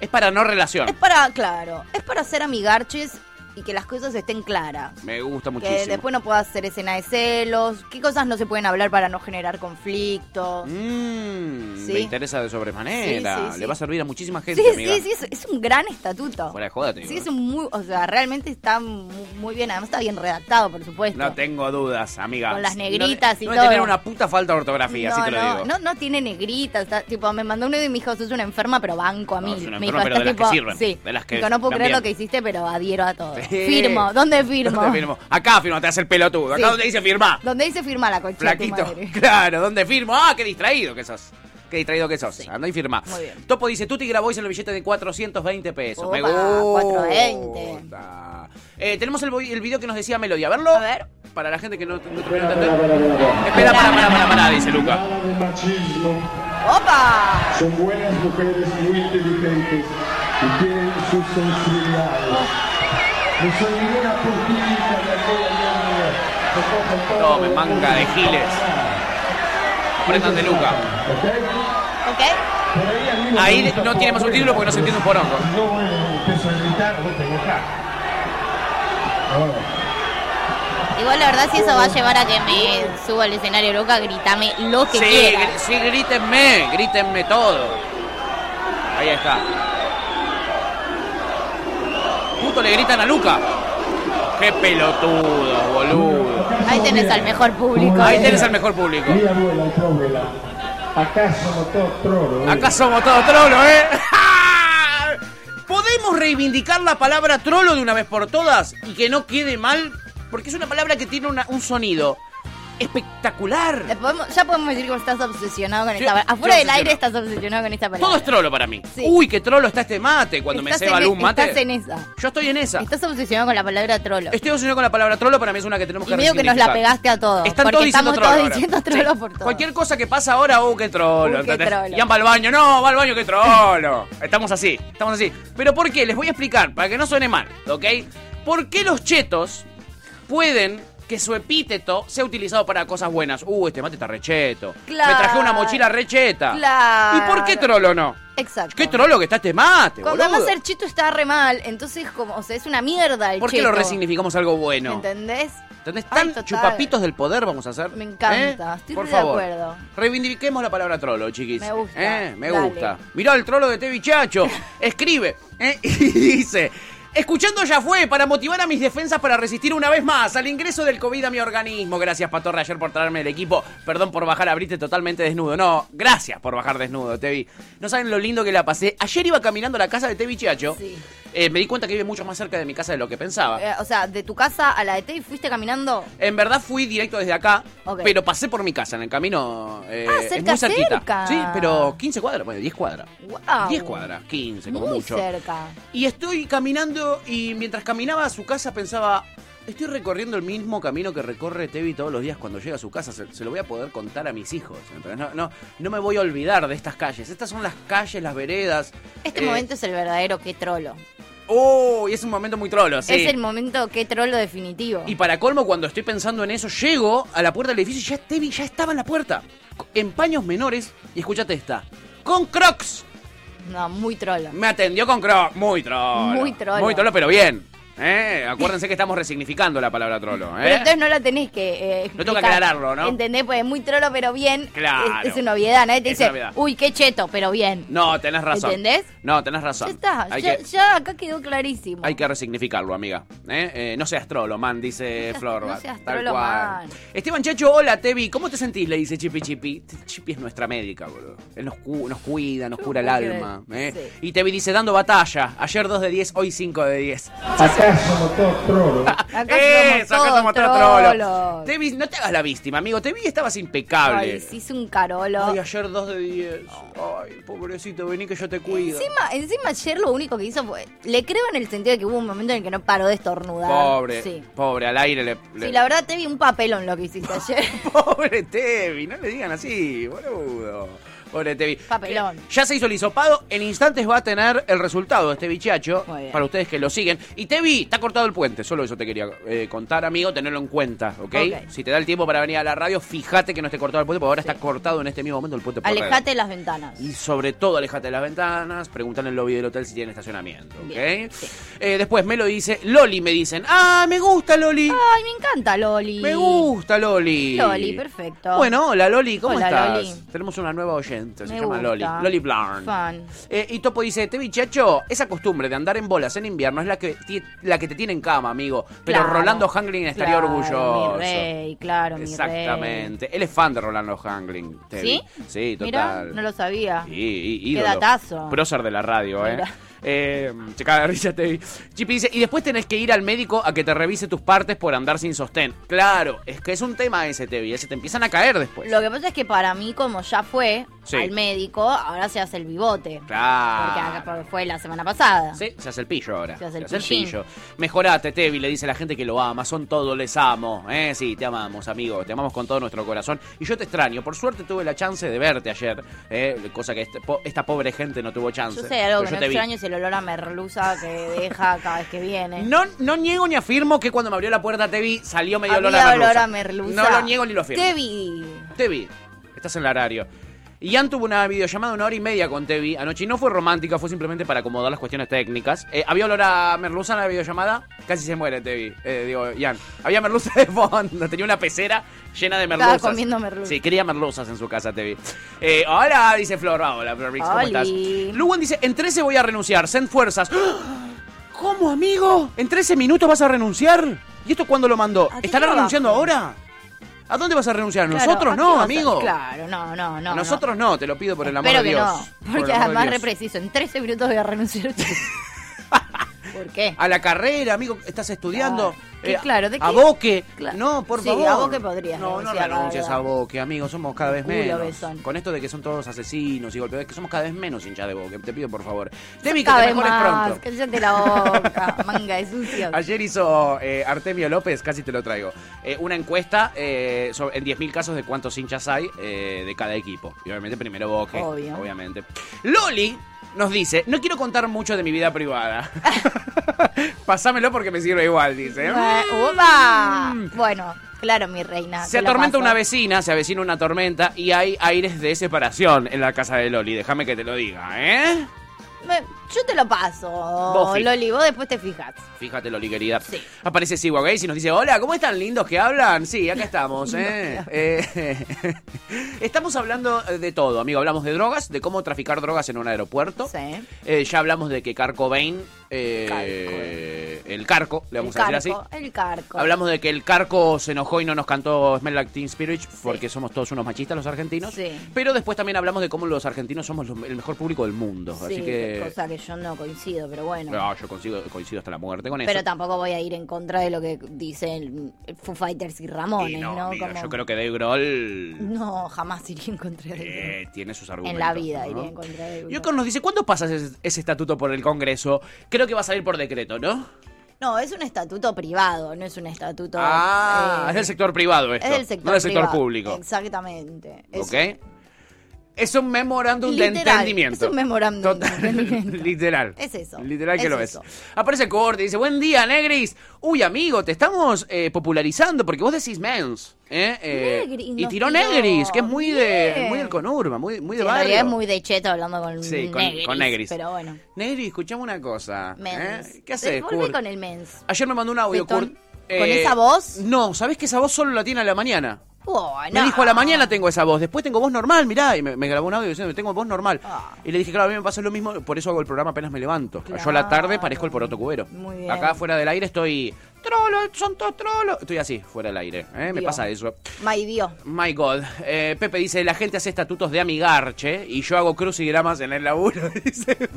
Speaker 1: Es para no relación.
Speaker 2: Es para, claro, es para ser amigarches y que las cosas estén claras.
Speaker 1: Me gusta
Speaker 2: Que
Speaker 1: muchísimo.
Speaker 2: después no puedas hacer escena de celos, qué cosas no se pueden hablar para no generar conflicto.
Speaker 1: Mm,
Speaker 2: Sí.
Speaker 1: Me interesa de sobremanera.
Speaker 2: Sí, sí, sí.
Speaker 1: le va a servir a muchísima gente,
Speaker 2: Sí,
Speaker 1: amiga.
Speaker 2: sí, sí, es, es un gran estatuto.
Speaker 1: Fuera de joda, te digo.
Speaker 2: Sí, es un muy, o sea, realmente está mu- muy bien, además está bien redactado, por supuesto.
Speaker 1: No tengo dudas, amiga.
Speaker 2: Con las
Speaker 1: No de-
Speaker 2: negritas y
Speaker 1: no
Speaker 2: todo.
Speaker 1: de tener una puta falta de ortografía, así te lo
Speaker 2: no,
Speaker 1: digo.
Speaker 2: no, no tiene negrita, está- tipo, me mandó uno y me dijo, sos una enferma, pero banco a
Speaker 1: No,
Speaker 2: mí.
Speaker 1: es una enferma,
Speaker 2: me dijo,
Speaker 1: pero
Speaker 2: "Estás
Speaker 1: de las que
Speaker 2: tipo-
Speaker 1: sirven,
Speaker 2: sí.
Speaker 1: de las que
Speaker 2: Dijo, no puedo
Speaker 1: dan
Speaker 2: creer
Speaker 1: bien".
Speaker 2: lo que hiciste, pero adhiero a todo.
Speaker 1: Sí.
Speaker 2: Firmo, ¿dónde firmo?
Speaker 1: ¿Dónde firmo? Acá firmo, te hace el pelotudo. Acá
Speaker 2: Sí.
Speaker 1: donde dice firma.
Speaker 2: ¿Dónde dice firma la colchita?
Speaker 1: Flaquito. <laughs> Claro, ¿dónde firmo? Ah, qué distraído que sos. Qué distraído que sos. Andá y firma.
Speaker 2: Muy bien.
Speaker 1: Topo dice, tú te grabó en el billete de 420 pesos. Me
Speaker 2: Opa,
Speaker 1: gusta.
Speaker 2: 420.
Speaker 1: Eh, tenemos el, boi- el video que nos decía Melody. A verlo.
Speaker 2: A ver.
Speaker 1: Para la gente que no, no terminó de entender. Espera, para, para, para, para, dice Luca.
Speaker 4: Nada de machismo,
Speaker 2: ¡Opa!
Speaker 4: son buenas mujeres muy inteligentes y tienen sus sensibilidades. No son ninguna puntita de aquella mierda. Se cogen todo
Speaker 1: Tome,
Speaker 4: el mundo
Speaker 1: manga de giles. Aprendan de Luca.
Speaker 4: ¿ok?
Speaker 2: ¿Ok?
Speaker 4: Pero ellas mismas
Speaker 1: Ahí
Speaker 4: son
Speaker 1: no tiene más un título porque no se entiende un porongo.
Speaker 4: Yo voy a empezar a gritar, vos eh, te enojás. Ahora,
Speaker 2: Igual la verdad si eso
Speaker 1: Uh.
Speaker 2: va a llevar a que me suba al escenario loca, gritame lo que
Speaker 1: Sí,
Speaker 2: quieras.
Speaker 1: gr- sí, grítenme, grítenme todo. Ahí está. Justo le gritan a Luca. Qué pelotudo, boludo.
Speaker 2: Ahí tenés al mejor público.
Speaker 1: Ahí tenés al mejor público.
Speaker 4: Mi abuela y tu abuela. Acá somos todos trolos.
Speaker 1: Acá somos todos trolos, ¿eh? <laughs> ¿Podemos reivindicar la palabra trolo de una vez por todas y que no quede mal? Porque es una palabra que tiene una- un sonido espectacular.
Speaker 2: Le podemos- ya podemos decir que estás obsesionado con
Speaker 1: Sí,
Speaker 2: esta palabra.
Speaker 1: estoy
Speaker 2: Afuera del aire
Speaker 1: obsesionado.
Speaker 2: estás obsesionado con esta palabra.
Speaker 1: Todo es trolo para mí.
Speaker 2: Sí.
Speaker 1: Uy, qué trolo está este mate cuando me
Speaker 2: Estás
Speaker 1: ceba
Speaker 2: en
Speaker 1: algún
Speaker 2: e-
Speaker 1: mate.
Speaker 2: Estás en esa.
Speaker 1: Yo estoy en esa.
Speaker 2: Estás obsesionado con la palabra trolo.
Speaker 1: Estoy obsesionado con la palabra trolo, para mí es una que tenemos
Speaker 2: Y
Speaker 1: que
Speaker 2: medio que nos la
Speaker 1: resignificar.
Speaker 2: pegaste a todos.
Speaker 1: Están
Speaker 2: porque
Speaker 1: todos diciendo
Speaker 2: estamos
Speaker 1: trolo.
Speaker 2: todos
Speaker 1: ahora.
Speaker 2: diciendo trolo
Speaker 1: Sí.
Speaker 2: por todo.
Speaker 1: Cualquier cosa que pasa ahora, oh, qué trolo.
Speaker 2: Uh, qué
Speaker 1: ¿entendés?
Speaker 2: trolo.
Speaker 1: Ian va al baño, no, va al baño, qué trolo. Estamos así, estamos así. Pero ¿por qué? Les voy a explicar, para que no suene mal, ¿ok? ¿Por qué los chetos pueden que su epíteto sea utilizado para cosas buenas? Uh, este mate está recheto.
Speaker 2: Claro.
Speaker 1: Me traje una mochila recheta.
Speaker 2: Claro.
Speaker 1: ¿Y por qué trolo no?
Speaker 2: Exacto.
Speaker 1: ¿Qué trolo que está este mate,
Speaker 2: Cuando
Speaker 1: boludo?
Speaker 2: además ser chito está re mal, entonces como, o sea, es una mierda el
Speaker 1: ¿Por qué
Speaker 2: cheto.
Speaker 1: lo resignificamos algo bueno?
Speaker 2: ¿Entendés?
Speaker 1: ¿Entendés?
Speaker 2: Ay,
Speaker 1: Tan
Speaker 2: total.
Speaker 1: chupapitos del poder vamos a hacer. ¿Eh?
Speaker 2: Me encanta, estoy
Speaker 1: Por
Speaker 2: re de
Speaker 1: favor.
Speaker 2: acuerdo.
Speaker 1: Reivindiquemos la palabra trolo, chiquis.
Speaker 2: Me gusta,
Speaker 1: ¿Eh? Me
Speaker 2: dale.
Speaker 1: gusta. Mirá el trolo de Tevi Chacho.
Speaker 2: <laughs>
Speaker 1: Escribe. ¿eh? <laughs> Y dice. Escuchando ya fue para motivar a mis defensas para resistir una vez más al ingreso del COVID a mi organismo. Gracias, Patorra, ayer por traerme el equipo. Perdón por bajar, abriste totalmente desnudo. No, gracias por bajar desnudo, Tevi. No saben lo lindo que la pasé. Ayer iba caminando a la casa de Tevi Chacho.
Speaker 2: Sí.
Speaker 1: Eh, me di cuenta que vive mucho más cerca de mi casa de lo que pensaba.
Speaker 2: Eh, o sea, de tu casa a la de Teddy fuiste caminando.
Speaker 1: En verdad fui directo desde acá,
Speaker 2: Ok.
Speaker 1: pero pasé por mi casa en el camino. eh,
Speaker 2: Ah,
Speaker 1: es
Speaker 2: cerca,
Speaker 1: muy cerquita.
Speaker 2: cerca.
Speaker 1: Sí, pero 15 cuadras, bueno, 10 cuadras.
Speaker 2: Guau.
Speaker 1: 10 cuadras, 15 como
Speaker 2: Muy
Speaker 1: mucho.
Speaker 2: cerca.
Speaker 1: Y estoy caminando y mientras caminaba a su casa pensaba, estoy recorriendo el mismo camino que recorre Tevi todos los días cuando llega a su casa. Se, se lo voy a poder contar a mis hijos. ¿entendés? No, no, no me voy a olvidar de estas calles. Estas son las calles, las veredas.
Speaker 2: Este
Speaker 1: eh,
Speaker 2: momento es el verdadero que trolo.
Speaker 1: ¡Oh! Y es un momento muy trolo, sí.
Speaker 2: Es el momento que trolo definitivo.
Speaker 1: Y para colmo, cuando estoy pensando en eso, llego a la puerta del edificio y ya, Tevi ya estaba en la puerta. En paños menores, y escúchate esta. Con Crocs.
Speaker 2: No, muy trolo.
Speaker 1: Me atendió con Crocs. Muy trolo.
Speaker 2: Muy trolo.
Speaker 1: Muy trolo, pero bien. ¿eh? Acuérdense que estamos resignificando la palabra trolo.
Speaker 2: Pero
Speaker 1: ¿eh?
Speaker 2: entonces no lo tenés que. eh,
Speaker 1: No
Speaker 2: explicar.
Speaker 1: tengo que aclararlo, ¿no?
Speaker 2: ¿Entendés? Pues es muy trolo, pero bien.
Speaker 1: Claro.
Speaker 2: Es, es una obviedad. Nadie te
Speaker 1: Es
Speaker 2: dice,
Speaker 1: una obviedad.
Speaker 2: uy, qué cheto, pero bien.
Speaker 1: No, tenés razón.
Speaker 2: ¿Entendés?
Speaker 1: No, tenés
Speaker 2: Ya
Speaker 1: razón.
Speaker 2: está.
Speaker 1: Hay
Speaker 2: Ya,
Speaker 1: que-
Speaker 2: ya acá quedó clarísimo.
Speaker 1: Hay que resignificarlo, amiga. ¿Eh? Eh, no seas trolo, man, dice
Speaker 2: <laughs> No seas-
Speaker 1: Flor.
Speaker 2: no
Speaker 1: va,
Speaker 2: seas
Speaker 1: tal
Speaker 2: trolo,
Speaker 1: cual.
Speaker 2: man.
Speaker 1: Esteban Chacho, hola, Tevi. ¿Cómo te sentís? Le dice Chipi Chipi. Chipi es nuestra médica, boludo. Él nos, cu- nos cuida, nos
Speaker 2: No
Speaker 1: cura el
Speaker 2: puedo
Speaker 1: alma.
Speaker 2: creer.
Speaker 1: ¿eh?
Speaker 2: Sí.
Speaker 1: Y Tevi dice, dando batalla. Ayer 2 de 10, hoy 5 de 10.
Speaker 4: Acá somos todos
Speaker 1: <laughs>
Speaker 4: trolos.
Speaker 2: Acá
Speaker 1: ¡Eh!
Speaker 2: somos todos
Speaker 1: Sacamos trolos.
Speaker 2: trolos.
Speaker 1: Tevi, no te hagas la víctima, amigo. Tevi estabas impecable.
Speaker 2: Ay, se hizo un carolo.
Speaker 1: Ay, ayer 2 de 10. Ay, pobrecito, vení que yo te cuido.
Speaker 2: Encima, encima ayer lo único que hizo fue. Le creo en el sentido de que hubo un momento en el que no paró de estornudar.
Speaker 1: Pobre,
Speaker 2: Sí.
Speaker 1: pobre, al aire le... le-
Speaker 2: Sí, la verdad te vi un papelón lo
Speaker 1: <laughs>
Speaker 2: que hiciste ayer.
Speaker 1: Pobre Tevi, no le digan así, boludo. Pobre Tevi. Eh,
Speaker 2: Papelón.
Speaker 1: Ya se hizo el hisopado, en instantes va a tener el resultado de este bichacho,
Speaker 2: Muy bien.
Speaker 1: para ustedes que lo siguen. Y Tevi, está cortado el puente, solo eso te quería eh, contar, amigo, tenerlo en cuenta, ¿ok?
Speaker 2: Ok.
Speaker 1: Si te da el tiempo para venir a la radio, fíjate que no esté cortado el puente, porque ahora está cortado en este mismo momento el puente por
Speaker 2: Alejate de las ventanas.
Speaker 1: y sobre todo, alejate de las ventanas, preguntan en el lobby del hotel si tienen estacionamiento, ¿ok?
Speaker 2: Bien, sí.
Speaker 1: Eh, después me lo dice, Loli me dicen, ah, me gusta Loli.
Speaker 2: Ay, me encanta Loli.
Speaker 1: Me gusta Loli.
Speaker 2: Loli, perfecto.
Speaker 1: Bueno, hola Loli, ¿cómo
Speaker 2: Hola,
Speaker 1: estás?
Speaker 2: Loli.
Speaker 1: Tenemos una nueva oyente, se
Speaker 2: Me
Speaker 1: llama
Speaker 2: gusta.
Speaker 1: Loli. Loli Blarn.
Speaker 2: Fan.
Speaker 1: Eh, y Topo dice, te bichacho, esa costumbre de andar en bolas en invierno es la que, ti- la que te tiene en cama, amigo. Pero
Speaker 2: Claro.
Speaker 1: Rolando Hanglin estaría
Speaker 2: Claro,
Speaker 1: orgulloso.
Speaker 2: Mi rey, claro, mi rey.
Speaker 1: Exactamente. Él es fan de Rolando Hanglin. Tevi.
Speaker 2: ¿Sí?
Speaker 1: Sí,
Speaker 2: Mira,
Speaker 1: total.
Speaker 2: no lo sabía.
Speaker 1: Sí, í-
Speaker 2: Qué
Speaker 1: ídolo.
Speaker 2: datazo.
Speaker 1: Prócer de la radio, ¿eh?
Speaker 2: Mira.
Speaker 1: Eh, se caga de risa Tevi. Chipi dice, y después tenés que ir al médico a que te revise tus partes por andar sin sostén. Claro, es que es un tema ese, Tevi. Se te empiezan a caer después.
Speaker 2: Lo que pasa es que para mí, como ya fue
Speaker 1: pues. Sí.
Speaker 2: al médico, ahora se hace el bigote. Porque
Speaker 1: Claro.
Speaker 2: acá- Porque fue la semana pasada.
Speaker 1: Sí, se hace el pillo ahora.
Speaker 2: Se hace el pillín.
Speaker 1: pillo. Mejorate, Tevi, le dice la gente que lo ama. Son todos, les amo. Eh, sí, te amamos, amigo. Te amamos con todo nuestro corazón. Y yo te extraño. Por suerte tuve la chance de verte ayer. eh, cosa que este- po- esta pobre gente no tuvo chance.
Speaker 2: Yo sé algo
Speaker 1: Pero
Speaker 2: que
Speaker 1: yo
Speaker 2: no
Speaker 1: te vi.
Speaker 2: extraño es el olor a merluza que deja cada vez que viene.
Speaker 1: No, no niego ni afirmo que cuando me abrió la puerta te vi, salió medio olor a
Speaker 2: Había
Speaker 1: merluza.
Speaker 2: olor a merluza.
Speaker 1: No lo niego ni lo afirmo.
Speaker 2: Te vi.
Speaker 1: Tevi, estás en la radio. Ian tuvo una videollamada de una hora y media con Tevi anoche y no fue romántica, fue simplemente para acomodar las cuestiones técnicas. Eh, había olor a merluza en la videollamada, casi se muere Tevi, eh, digo, Ian. Había merluza de fondo, <laughs> tenía una pecera llena de merluzas.
Speaker 2: comiendo merluzas.
Speaker 1: Sí, quería merluzas en su casa, Tevi. Eh, hola, dice Flor, Ah, hola Flor Rix, ¿cómo
Speaker 2: Oli.
Speaker 1: estás? Luwan dice, en 13 voy a renunciar, send fuerzas. ¡Ah! ¿Cómo, amigo? ¿En 13 minutos vas a renunciar? ¿Y esto cuándo lo mandó?
Speaker 2: ¿A qué
Speaker 1: ¿Estará
Speaker 2: trabajo?
Speaker 1: renunciando ahora? ¿A dónde vas a renunciar?
Speaker 2: Claro,
Speaker 1: Nosotros
Speaker 2: ¿a qué
Speaker 1: no,
Speaker 2: vas a-
Speaker 1: amigo.
Speaker 2: Claro, no, no, no.
Speaker 1: A nosotros no. te lo pido por el amor
Speaker 2: Espero
Speaker 1: de
Speaker 2: que
Speaker 1: Dios.
Speaker 2: no,
Speaker 1: Por el amor
Speaker 2: porque
Speaker 1: de
Speaker 2: además
Speaker 1: Dios.
Speaker 2: repreciso. En 13 minutos voy a
Speaker 1: <laughs>
Speaker 2: renunciar. ¿Por qué?
Speaker 1: A la carrera, amigo, estás estudiando. Eh,
Speaker 2: Ah, qué claro, ¿de
Speaker 1: A
Speaker 2: qué?
Speaker 1: boque.
Speaker 2: Claro.
Speaker 1: No, por
Speaker 2: Sí,
Speaker 1: favor.
Speaker 2: a Boque podrías
Speaker 1: No, no
Speaker 2: renunciar, la
Speaker 1: renuncies a
Speaker 2: verdad.
Speaker 1: boque, amigo. Somos cada vez
Speaker 2: Culo,
Speaker 1: menos.
Speaker 2: besón.
Speaker 1: Con esto de que son todos asesinos y golpeadores, que somos cada vez menos hinchas de boque. Te pido, por favor. Tevi, que
Speaker 2: Cada
Speaker 1: te
Speaker 2: vez
Speaker 1: mejores
Speaker 2: más,
Speaker 1: pronto.
Speaker 2: Cállate la boca, manga de sucio.
Speaker 1: Ayer hizo eh, Artemio López, casi te lo traigo, eh, una encuesta eh, sobre- en 10.000 casos de cuántos hinchas hay eh, de cada equipo. Y obviamente primero Boque,
Speaker 2: Obvio.
Speaker 1: obviamente. Loli nos dice, no quiero contar mucho de mi vida privada. <laughs> Pásamelo porque me sirve igual, dice.
Speaker 2: Eh, upa. Bueno, claro, mi reina.
Speaker 1: Mm. Se
Speaker 2: te la
Speaker 1: atormenta
Speaker 2: paso.
Speaker 1: una vecina, se avecina una tormenta y hay aires de separación en la casa de Loli. Déjame que te lo diga, ¿eh?
Speaker 2: Me- Yo te lo paso,
Speaker 1: fi-
Speaker 2: Loli, vos después te fijas.
Speaker 1: Fíjate, Loli, querida.
Speaker 2: Sí.
Speaker 1: Aparece Siwa Gays y nos dice, hola, ¿cómo están lindos que hablan? Sí, acá
Speaker 2: <laughs>
Speaker 1: estamos, ¿eh? Eh, <laughs> estamos hablando de todo, amigo. Hablamos de drogas, de cómo traficar drogas en un aeropuerto.
Speaker 2: Sí.
Speaker 1: Eh, ya hablamos de que Carco Bain, eh, el carco, le vamos
Speaker 2: el
Speaker 1: a decir así.
Speaker 2: carco, el carco.
Speaker 1: Hablamos de que el carco se enojó y no nos cantó Smell Like Teen Spirit porque somos todos unos machistas los argentinos.
Speaker 2: Sí.
Speaker 1: Pero después también hablamos de cómo los argentinos somos los- el mejor público del mundo.
Speaker 2: Sí,
Speaker 1: así que...
Speaker 2: cosa que yo no coincido, pero bueno.
Speaker 1: No, yo coincido, coincido hasta la muerte con eso.
Speaker 2: Pero tampoco voy a ir en contra de lo que dicen Foo Fighters y Ramones,
Speaker 1: Y
Speaker 2: ¿no?
Speaker 1: no, amiga,
Speaker 2: Como-
Speaker 1: yo creo que Dave Grohl
Speaker 2: No, jamás iría en contra de
Speaker 1: eh, tiene sus argumentos.
Speaker 2: En la vida
Speaker 1: ¿no?
Speaker 2: iría en contra de Dave
Speaker 1: Yoko
Speaker 2: Grohl.
Speaker 1: nos dice, ¿cuándo pasa ese, ese estatuto por el Congreso? Creo que va a salir por decreto, ¿no?
Speaker 2: No, es un estatuto privado, no es un estatuto...
Speaker 1: ah,
Speaker 2: eh,
Speaker 1: es del sector privado esto,
Speaker 2: es del sector
Speaker 1: no del sector
Speaker 2: privado.
Speaker 1: público.
Speaker 2: Exactamente. Es-
Speaker 1: ¿Ok? Es un memorándum de
Speaker 2: Literal,
Speaker 1: entendimiento.
Speaker 2: es un memorándum de
Speaker 1: Total,
Speaker 2: entendimiento.
Speaker 1: <laughs> literal.
Speaker 2: Es eso,
Speaker 1: Literal que
Speaker 2: es
Speaker 1: lo
Speaker 2: eso.
Speaker 1: es. Aparece corte y dice, buen día, Negris. Uy, amigo, te estamos eh, popularizando porque vos decís mens. ¿eh? Eh,
Speaker 2: Negri,
Speaker 1: y
Speaker 2: nos
Speaker 1: tiró
Speaker 2: tiró.
Speaker 1: Negris, que es muy, de,
Speaker 2: Bien.
Speaker 1: muy del conurba, muy, muy de
Speaker 2: Sí, en
Speaker 1: barrio.
Speaker 2: realidad es muy de cheto hablando con,
Speaker 1: Sí, con-
Speaker 2: negris,
Speaker 1: con negris.
Speaker 2: Pero bueno,
Speaker 1: Negri, escuchame una cosa.
Speaker 2: mens.
Speaker 1: ¿eh? ¿Qué haces,
Speaker 2: Volvé
Speaker 1: Kurt?
Speaker 2: con el mens.
Speaker 1: Ayer me mandó un audio,
Speaker 2: Betón.
Speaker 1: Kurt.
Speaker 2: ¿Con esa voz?
Speaker 1: No, ¿sabés que esa voz solo la tiene a la mañana?
Speaker 2: Oh,
Speaker 1: Me
Speaker 2: no.
Speaker 1: dijo, a la mañana tengo esa voz, después tengo voz normal, mirá, y me, me grabó un audio diciendo, tengo voz normal.
Speaker 2: Ah.
Speaker 1: Y le dije, claro, a mí me pasa lo mismo, por eso hago el programa apenas me levanto. Yo a la
Speaker 2: Claro.
Speaker 1: tarde parezco el poroto cubero.
Speaker 2: Muy bien.
Speaker 1: Acá fuera del aire estoy, trolo, son todos trolos. Estoy así, fuera del aire, ¿eh? me
Speaker 2: Dios.
Speaker 1: pasa eso.
Speaker 2: My Dios.
Speaker 1: My God. Eh, Pepe dice, la gente hace estatutos de amigarche y yo hago crucigramas en el laburo, <laughs> dice.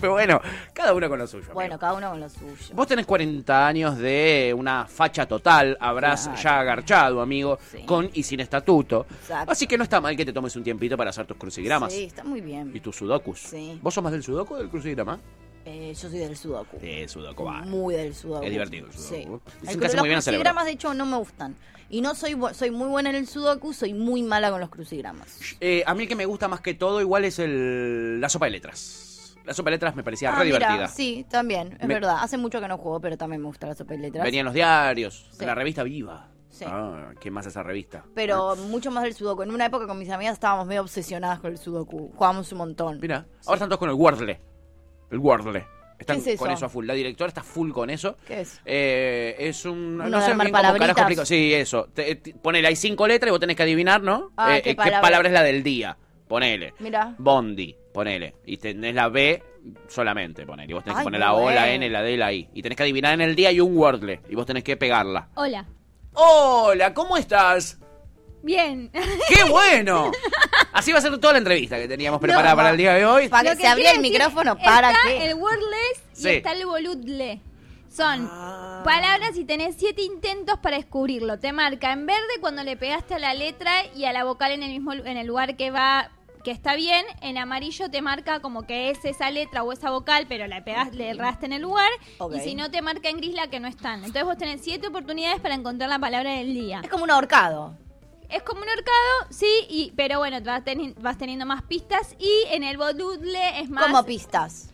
Speaker 1: Pero bueno, cada uno con lo suyo. amigo.
Speaker 2: Bueno, cada uno con lo suyo.
Speaker 1: Vos tenés 40 años de una facha total, habrás
Speaker 2: Claro.
Speaker 1: ya agarchado, amigo,
Speaker 2: Sí.
Speaker 1: con y sin estatuto.
Speaker 2: Exacto.
Speaker 1: Así que no está mal que te tomes un tiempito para hacer tus crucigramas
Speaker 2: Sí, está muy bien.
Speaker 1: y tus sudokus.
Speaker 2: Sí.
Speaker 1: ¿Vos sos más del sudoku o del crucigrama?
Speaker 2: Eh, yo soy del sudoku.
Speaker 1: Sí, sudoku, va.
Speaker 2: Muy del sudoku.
Speaker 1: Es divertido el
Speaker 2: Sí.
Speaker 1: sudoku. Dicen que
Speaker 2: El cru-
Speaker 1: hace
Speaker 2: los
Speaker 1: muy bien al cerebro.
Speaker 2: crucigramas, de hecho, no me gustan. Y no soy bu- soy muy buena en el sudoku, soy muy mala con los crucigramas.
Speaker 1: Eh, a mí el que me gusta más que todo igual es el, la sopa de letras. La sopa de letras me parecía
Speaker 2: Ah,
Speaker 1: re
Speaker 2: mira,
Speaker 1: divertida.
Speaker 2: sí, también, es
Speaker 1: Me-
Speaker 2: verdad. Hace mucho que no juego, pero también me gusta la sopa de letras.
Speaker 1: Venían los diarios,
Speaker 2: Sí.
Speaker 1: la revista Viva.
Speaker 2: Sí.
Speaker 1: Ah, ¿qué más esa revista?
Speaker 2: Pero mucho más del sudoku. En una época con mis amigas estábamos medio obsesionadas con el sudoku. Jugábamos un montón.
Speaker 1: Mira, ahora están todos con el Wordle. El Wordle. Están
Speaker 2: ¿Qué es
Speaker 1: con
Speaker 2: eso?
Speaker 1: eso a full. La directora está full con eso.
Speaker 2: ¿Qué es?
Speaker 1: Eh, es un.
Speaker 2: Uno
Speaker 1: no
Speaker 2: de
Speaker 1: sé
Speaker 2: armar
Speaker 1: bien cómo
Speaker 2: palabritas.
Speaker 1: carajo explico. Sí, eso. Te- te- ponele, hay cinco letras y vos tenés que adivinar, ¿no? Eh,
Speaker 2: Ah, ¿qué palabra?
Speaker 1: es la del día? Ponele.
Speaker 2: Mirá.
Speaker 1: Bondi, ponele. Y tenés la B solamente, ponele. Y vos tenés
Speaker 2: Ay,
Speaker 1: que poner
Speaker 2: qué
Speaker 1: la O, la
Speaker 2: bueno.
Speaker 1: N, la D, la I. Y tenés que adivinar en el día y un Wordle. Y vos tenés que pegarla.
Speaker 5: Hola.
Speaker 1: ¡Hola! ¿Cómo estás?
Speaker 5: Bien. <laughs>
Speaker 2: <laughs>
Speaker 1: ¡Qué bueno! Así va a ser toda la entrevista que teníamos preparada
Speaker 2: No,
Speaker 1: para el día de hoy.
Speaker 2: Pa- Para
Speaker 5: Lo
Speaker 2: que se abría
Speaker 5: quiero
Speaker 2: el
Speaker 5: decir,
Speaker 2: micrófono, ¿para
Speaker 5: Está
Speaker 2: qué?
Speaker 5: el wordless
Speaker 1: Sí.
Speaker 5: y está el voludle. Son
Speaker 1: Ah.
Speaker 5: palabras y tenés siete intentos para descubrirlo. Te marca en verde cuando le pegaste a la letra y a la vocal en el mismo lu- en el lugar que va que está bien, en amarillo te marca como que es esa letra o esa vocal, pero la pegas, le erraste en el lugar,
Speaker 2: Ok.
Speaker 5: y si no te marca en gris la que no están. Entonces vos tenés siete oportunidades para encontrar la palabra del día.
Speaker 2: Es como un ahorcado.
Speaker 5: Es como un horcado, sí, y, pero bueno, te vas, teni- vas teniendo más pistas y en el bodudle es más...
Speaker 2: Como pistas.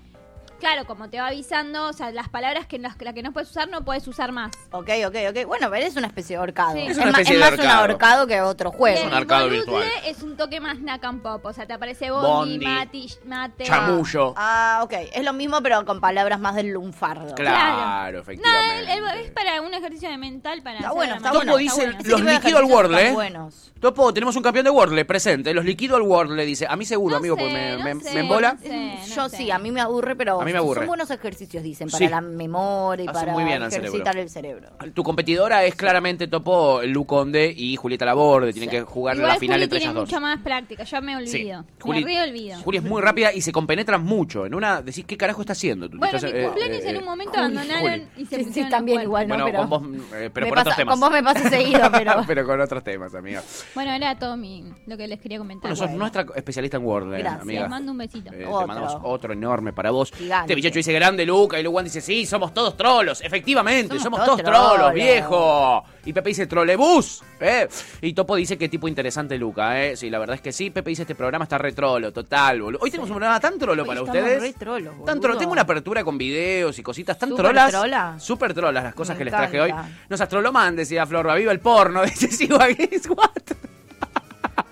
Speaker 5: claro, como te va avisando, o sea, las palabras que las, la que no puedes usar no puedes usar más.
Speaker 2: Ok, ok, ok. Bueno, pero es una especie de ahorcado.
Speaker 5: Sí.
Speaker 1: Es una
Speaker 2: ma-
Speaker 1: especie de
Speaker 2: más
Speaker 1: ahorcado.
Speaker 2: un ahorcado que otro
Speaker 5: Y
Speaker 2: juego.
Speaker 1: un
Speaker 5: el
Speaker 1: ahorcado
Speaker 5: bodudle
Speaker 1: virtual.
Speaker 5: es un toque más nac and pop, o sea, te aparece bondi,
Speaker 1: Bondi,
Speaker 5: mati, mate...
Speaker 1: Chamullo.
Speaker 2: Ah, ok. Es lo mismo, pero con palabras más del lunfardo.
Speaker 1: Claro, efectivamente.
Speaker 5: No, el- el- es para un ejercicio de mental para...
Speaker 2: Está
Speaker 5: hacer
Speaker 2: bueno,
Speaker 5: a la
Speaker 2: está
Speaker 5: mano.
Speaker 1: Topo
Speaker 2: bueno. está
Speaker 1: dice,
Speaker 2: bueno. Ese
Speaker 1: los ¿eh?
Speaker 2: tipo de
Speaker 1: liquido al
Speaker 2: ejercicios están
Speaker 1: Wordle.
Speaker 2: buenos.
Speaker 1: Topo, tenemos un campeón de Wordle, presente. eh, Los liquido al Wordle, dice. A mí seguro,
Speaker 5: No
Speaker 1: amigo,
Speaker 5: sé,
Speaker 1: porque me,
Speaker 5: no
Speaker 1: me-
Speaker 5: sé,
Speaker 1: me embola.
Speaker 5: no sé, no
Speaker 2: Mm, Yo
Speaker 5: sé.
Speaker 2: sí, a mí me aburre, pero
Speaker 1: A mí me aburre.
Speaker 2: son buenos ejercicios, dicen, para
Speaker 1: Sí.
Speaker 2: la memoria y
Speaker 1: Hace
Speaker 2: para
Speaker 1: muy bien al
Speaker 2: ejercitar el cerebro.
Speaker 1: Tu competidora es claramente Topo, Lu Conde y Julieta Laborde. Tienen que jugar
Speaker 5: Igual
Speaker 1: la final
Speaker 5: Juli
Speaker 1: entre
Speaker 5: tiene
Speaker 1: ellas dos.
Speaker 5: mucha más práctica, yo me
Speaker 1: Sí.
Speaker 5: olvido.
Speaker 1: Juli,
Speaker 5: me re olvido.
Speaker 1: Juli es muy rápida y se compenetran mucho. En una decís, ¿qué carajo está haciendo? Tú
Speaker 5: Bueno,
Speaker 1: estás,
Speaker 5: mi
Speaker 1: eh,
Speaker 5: cumpleaños
Speaker 1: eh,
Speaker 5: en un
Speaker 1: eh,
Speaker 5: momento
Speaker 1: Juli,
Speaker 5: abandonaron
Speaker 1: Juli.
Speaker 5: y se
Speaker 2: Sí, sí,
Speaker 5: pusieron
Speaker 2: también
Speaker 5: los
Speaker 2: igual, ¿no?
Speaker 1: Bueno,
Speaker 2: pero
Speaker 1: con vos, eh, pero
Speaker 2: me
Speaker 1: por
Speaker 2: pasa-
Speaker 1: otros temas.
Speaker 2: Con vos me pasa seguido, pero...
Speaker 1: <laughs> pero con otros temas, amiga.
Speaker 5: cuernos. Bueno, era todo mi, lo que les quería comentar.
Speaker 1: Bueno, sos nuestra especialista en Wordle,
Speaker 2: Gracias.
Speaker 1: amiga.
Speaker 5: Te mando un besito.
Speaker 1: Eh, Te
Speaker 2: Otro.
Speaker 1: mandamos otro enorme para vos.
Speaker 2: Gigante.
Speaker 1: Este bichacho dice grande Luca y Luan dice, sí, somos todos trolos. Efectivamente, somos,
Speaker 2: Somos
Speaker 1: todos
Speaker 2: todos
Speaker 1: trolos,
Speaker 2: trolos.
Speaker 1: viejo. Y Pepe dice trolebús. ¿eh? Y Topo dice qué tipo interesante Luca. ¿eh? Sí, la verdad es que sí. Pepe dice este programa está re trolo, total, boludo. Hoy tenemos un programa tan trolo
Speaker 2: Hoy
Speaker 1: para
Speaker 2: estamos
Speaker 1: ustedes.
Speaker 2: re trolos, boludo.
Speaker 1: tan trolo. Tengo una apertura con videos y cositas tan
Speaker 2: Súper
Speaker 1: trolas.
Speaker 2: trola.
Speaker 1: Súper trolas las cosas
Speaker 2: Me
Speaker 1: que les traje hoy.
Speaker 2: encanta.
Speaker 1: Nos astroloman, decía Flor, viva el porno. <laughs> Dice Siwa Gates, what?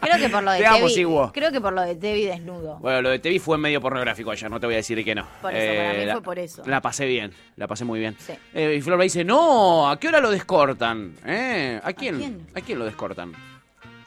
Speaker 2: Creo que por lo de
Speaker 1: Te amo,
Speaker 2: Tevi-
Speaker 1: Siwo.
Speaker 2: Creo que por lo de Tevi desnudo.
Speaker 1: Bueno, lo de Tevi fue medio pornográfico ayer, no te voy a decir que no. Eh,
Speaker 2: Por eso, para mí
Speaker 1: la-
Speaker 2: fue por eso.
Speaker 1: La pasé bien, la pasé muy bien.
Speaker 2: Sí.
Speaker 1: Eh, y Flor me dice, no, ¿a qué hora lo descortan? ¿Eh? ¿A quién? ¿A quién,
Speaker 2: quién?
Speaker 1: lo descortan?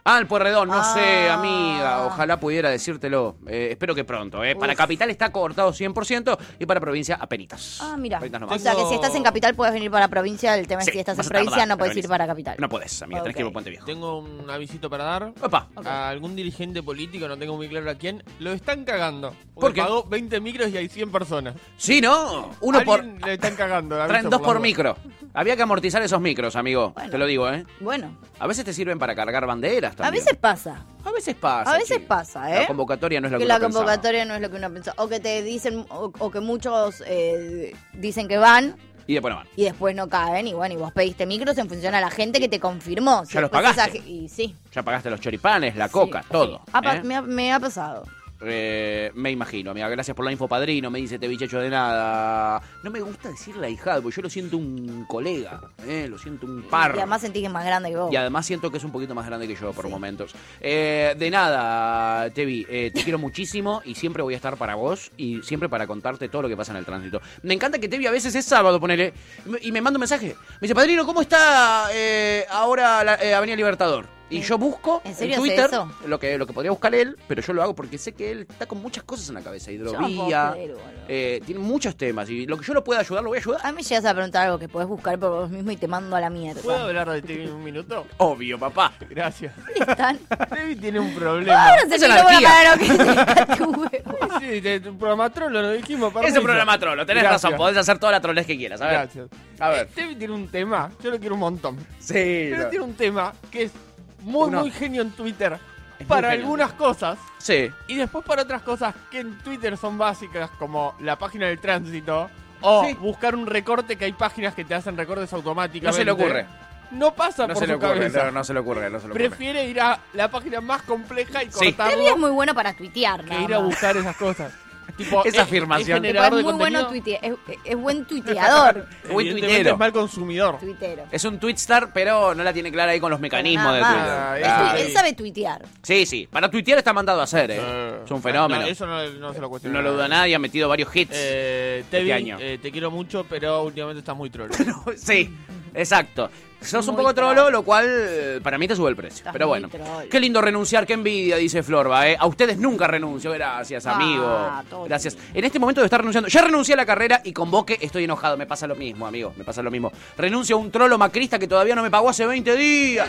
Speaker 1: Ah, el Puerredón, no
Speaker 2: Ah.
Speaker 1: sé, amiga, ojalá pudiera decírtelo. Eh, espero que pronto, ¿eh? Para
Speaker 2: Uf.
Speaker 1: Capital está cortado 100% y para Provincia apenitas.
Speaker 2: Ah, mira.
Speaker 1: Apenitas
Speaker 2: O
Speaker 1: nomás.
Speaker 2: sea, que si estás en capital puedes venir para provincia. El tema
Speaker 1: Sí,
Speaker 2: es si estás
Speaker 1: vas
Speaker 2: en
Speaker 1: a
Speaker 2: provincia
Speaker 1: tardar,
Speaker 2: no puedes
Speaker 1: pero
Speaker 2: ir para capital.
Speaker 1: No podés, amiga, tenés que ir a
Speaker 2: Ok.
Speaker 1: Puente Viejo.
Speaker 3: Tengo un avisito para dar.
Speaker 1: Opa.
Speaker 3: A algún dirigente político, no tengo muy claro a quién, lo están cagando. Porque
Speaker 1: ¿Por qué?
Speaker 3: pagó 20 micros y hay 100 personas.
Speaker 1: Sí, ¿no? Uno por...
Speaker 3: Alguien Le están cagando.
Speaker 1: <laughs>
Speaker 3: aviso
Speaker 1: Traen dos
Speaker 3: las
Speaker 1: por
Speaker 3: dudas.
Speaker 1: micro. Había que amortizar esos micros, amigo.
Speaker 2: Bueno.
Speaker 1: Te lo digo, ¿eh?
Speaker 2: Bueno,
Speaker 1: A veces te sirven para cargar banderas
Speaker 2: a
Speaker 1: también.
Speaker 2: veces pasa.
Speaker 1: a veces pasa.
Speaker 2: A veces
Speaker 1: chica.
Speaker 2: pasa, ¿eh?
Speaker 1: La convocatoria no es lo que,
Speaker 2: que la
Speaker 1: uno pensaba.
Speaker 2: convocatoria no es lo que uno pensaba. O que te dicen, o, o que muchos eh, dicen que van
Speaker 1: Y después no van.
Speaker 2: Y después no caen, y bueno, y vos pediste micros en función a la gente que te confirmó. Si
Speaker 1: Ya los
Speaker 2: después esa
Speaker 1: pagaste.
Speaker 2: ge- y sí.
Speaker 1: Ya pagaste los choripanes, la coca,
Speaker 2: Sí.
Speaker 1: todo.
Speaker 2: Ha pa-
Speaker 1: ¿eh?
Speaker 2: me, ha, me ha pasado.
Speaker 1: Eh, me imagino, amiga. Gracias por la info, padrino. Me dice te bichecho de nada. No me gusta decir la hijada, porque yo lo siento un colega, ¿eh? lo siento un par.
Speaker 2: Y además sentí que es más grande que vos.
Speaker 1: Y además siento que es un poquito más grande que yo por momentos. Eh, de nada, Tevi, eh, te quiero muchísimo y siempre voy a estar para vos y siempre para contarte todo lo que pasa en el tránsito. Me encanta que Tevi a veces es sábado, ponele, y me manda un mensaje. Me dice, padrino, ¿cómo está eh, ahora la, eh, Avenida Libertador? Y yo busco
Speaker 2: ¿En
Speaker 1: en,
Speaker 2: serio hace
Speaker 1: Twitter
Speaker 2: eso?
Speaker 1: lo que, lo que podría buscar él, pero yo lo hago porque sé que él está con muchas cosas en la cabeza.
Speaker 2: puedo
Speaker 1: Hidrovía,
Speaker 2: creer, boludo.
Speaker 1: eh, tiene muchos temas y lo que yo lo pueda ayudar, lo voy a ayudar.
Speaker 2: A mí me llegas a preguntar algo que podés buscar por vos mismo y te mando a la mierda.
Speaker 3: ¿Puedo hablar de Tevi en un minuto?
Speaker 1: Obvio, papá. <laughs>
Speaker 3: Gracias.
Speaker 2: ¿Están?
Speaker 3: Tevi tiene un
Speaker 2: Ah,
Speaker 3: problema.
Speaker 2: no sé
Speaker 1: Esa
Speaker 2: si
Speaker 1: es
Speaker 2: lo voy a
Speaker 1: anarquía. <laughs>
Speaker 2: pagar o qué. Deja tu huevo.
Speaker 3: Sí, de tu programa trolo, lo dijimos.
Speaker 1: Es
Speaker 3: permiso.
Speaker 1: un programa trolo, tenés
Speaker 3: Gracias.
Speaker 1: razón, podés hacer toda la trolez que quieras. A ver.
Speaker 3: Gracias.
Speaker 1: A ver.
Speaker 3: Eh, Tevi tiene un tema, yo lo quiero un montón.
Speaker 1: Sí.
Speaker 3: Pero tiene un tema que es muy,
Speaker 1: Uno.
Speaker 3: muy genio en Twitter.
Speaker 1: muy
Speaker 3: para
Speaker 1: genio.
Speaker 3: algunas cosas
Speaker 1: Sí.
Speaker 3: y después para otras cosas que en Twitter son básicas, como la página del tránsito o
Speaker 1: Sí.
Speaker 3: buscar un recorte, que hay páginas que te hacen recortes automáticamente.
Speaker 1: No se le ocurre.
Speaker 3: No pasa
Speaker 1: No
Speaker 3: por
Speaker 1: se
Speaker 3: su
Speaker 1: le ocurre,
Speaker 3: cabeza.
Speaker 1: no, no se le ocurre, no se le ocurre.
Speaker 3: Prefiere ir a la página más compleja y
Speaker 1: Sí.
Speaker 2: Tevi es
Speaker 3: cortarlo
Speaker 2: muy bueno para tuitear,
Speaker 3: que
Speaker 2: nada
Speaker 3: ir a
Speaker 2: más.
Speaker 3: buscar esas cosas. Tipo,
Speaker 1: Esa
Speaker 3: es-
Speaker 1: afirmación.
Speaker 3: Es,
Speaker 2: Tipo,
Speaker 3: generador
Speaker 2: es
Speaker 3: de
Speaker 2: muy bueno
Speaker 3: contenido,
Speaker 2: tuitear. Es, es buen
Speaker 3: <laughs>
Speaker 2: tuiteador.
Speaker 1: Buen
Speaker 3: evidentemente
Speaker 1: tuitero.
Speaker 3: Es mal consumidor.
Speaker 2: Tuitero.
Speaker 1: Es un twitstar, pero no la tiene clara ahí con los mecanismos de
Speaker 2: Nada
Speaker 1: Twitter.
Speaker 2: más.
Speaker 3: Twitter.
Speaker 2: Él tu-
Speaker 3: Ah,
Speaker 2: él,
Speaker 3: sí. Ah.
Speaker 2: sabe tuitear.
Speaker 1: Sí, sí. Para tuitear está mandado a hacer, ¿eh? Es un fenómeno.
Speaker 3: No,
Speaker 1: No,
Speaker 3: eso no, no se lo cuestiona.
Speaker 1: lo duda nadie, ha metido varios hits.
Speaker 3: Eh,
Speaker 1: Este
Speaker 3: Tevi,
Speaker 1: año.
Speaker 3: eh, te quiero mucho, pero últimamente estás muy trolo.
Speaker 2: <laughs>
Speaker 1: Sí, exacto. Sos un
Speaker 2: Muy
Speaker 1: poco
Speaker 2: troll.
Speaker 1: trolo, lo cual eh, para mí te sube el precio.
Speaker 2: Estás
Speaker 1: Pero
Speaker 2: muy
Speaker 1: bueno,
Speaker 2: troll.
Speaker 1: qué lindo renunciar, qué envidia, dice Florba. ¿eh? A ustedes nunca renuncio. Gracias,
Speaker 2: Ah,
Speaker 1: amigo.
Speaker 2: todo
Speaker 1: Gracias. En este momento de estar renunciando, ya renuncié a la carrera y convoque, estoy enojado. Me pasa lo mismo, amigo. Me pasa lo mismo. Renuncio a un trolo macrista que todavía no me pagó hace 20 días.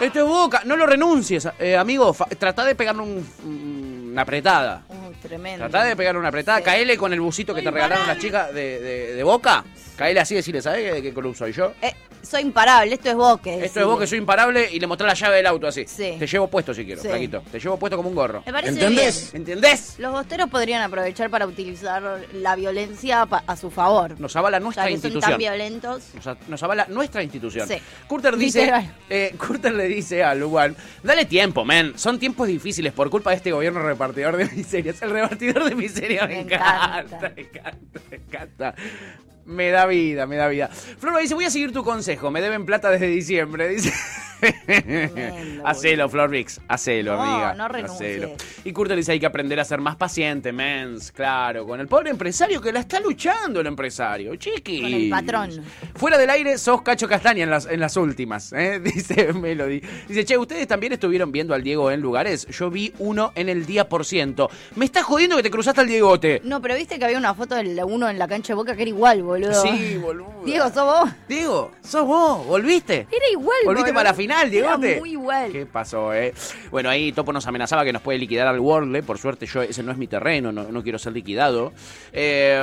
Speaker 1: Este boca. No lo renuncies, eh, amigo. Fa- Tratá de pegarle un- una apretada.
Speaker 2: Uh, tremendo.
Speaker 1: Tratá de pegarle una apretada,
Speaker 2: Sí.
Speaker 1: caele con el busito que te regalaron las chicas de, de- de Boca. Caele así, decirle, ¿sabes de qué club soy yo?
Speaker 2: Eh, soy imparable, esto es vos que
Speaker 1: Esto
Speaker 2: decís.
Speaker 1: es vos que soy imparable y le mostré la llave del auto así.
Speaker 2: Sí.
Speaker 1: Te llevo puesto si quiero,
Speaker 2: Sí.
Speaker 1: flaquito. Te llevo puesto como un gorro.
Speaker 2: Me parece
Speaker 4: ¿Entendés?
Speaker 2: bien.
Speaker 1: ¿Entendés?
Speaker 2: Los bosteros podrían aprovechar para utilizar la violencia pa- a su favor.
Speaker 1: Nos avala
Speaker 2: ya
Speaker 1: nuestra
Speaker 2: que son
Speaker 1: institución.
Speaker 2: tan violentos.
Speaker 1: Nos a- Nos avala nuestra institución.
Speaker 2: Sí.
Speaker 1: Curter dice,
Speaker 2: Literal.
Speaker 1: eh, Curter le dice a Luan, dale tiempo, men. Son tiempos difíciles por culpa de este gobierno repartidor de miserias. El repartidor de miseria me,
Speaker 2: Me
Speaker 1: encanta,
Speaker 2: encanta.
Speaker 1: me encanta, me encanta. Me da vida, me da vida. Florba dice, voy a seguir tu consejo. Me deben plata desde diciembre. <laughs> Dice.
Speaker 2: boludo.
Speaker 1: hacelo, Florvix. Hacelo,
Speaker 2: No,
Speaker 1: amiga.
Speaker 2: no renuncies.
Speaker 1: Hacelo. Y Curter dice, hay que aprender a ser más paciente, mens. Claro, con el pobre empresario que la está luchando el empresario. Chiqui.
Speaker 2: Con el patrón.
Speaker 1: Fuera del aire, sos Cacho Castaña en las, en las últimas, ¿eh? <laughs> dice Melody. Dice, che, ¿ustedes también estuvieron viendo al Diego en lugares? Yo vi uno en el día por ciento. Me está jodiendo que te cruzaste al Diegote.
Speaker 2: No, pero viste que había una foto de uno en la cancha de Boca que era igual, boludo.
Speaker 1: Sí, boludo.
Speaker 2: Diego, ¿sos vos?
Speaker 1: Diego, sos vos, volviste.
Speaker 2: Era igual,
Speaker 1: Volviste
Speaker 2: boludo.
Speaker 1: para la final,
Speaker 2: Era
Speaker 1: Diegote.
Speaker 2: muy igual.
Speaker 1: ¿Qué pasó, eh? Bueno, ahí Topo nos amenazaba que nos puede liquidar al Worley. Por suerte, yo ese no es mi terreno, no, no quiero ser liquidado. Eh,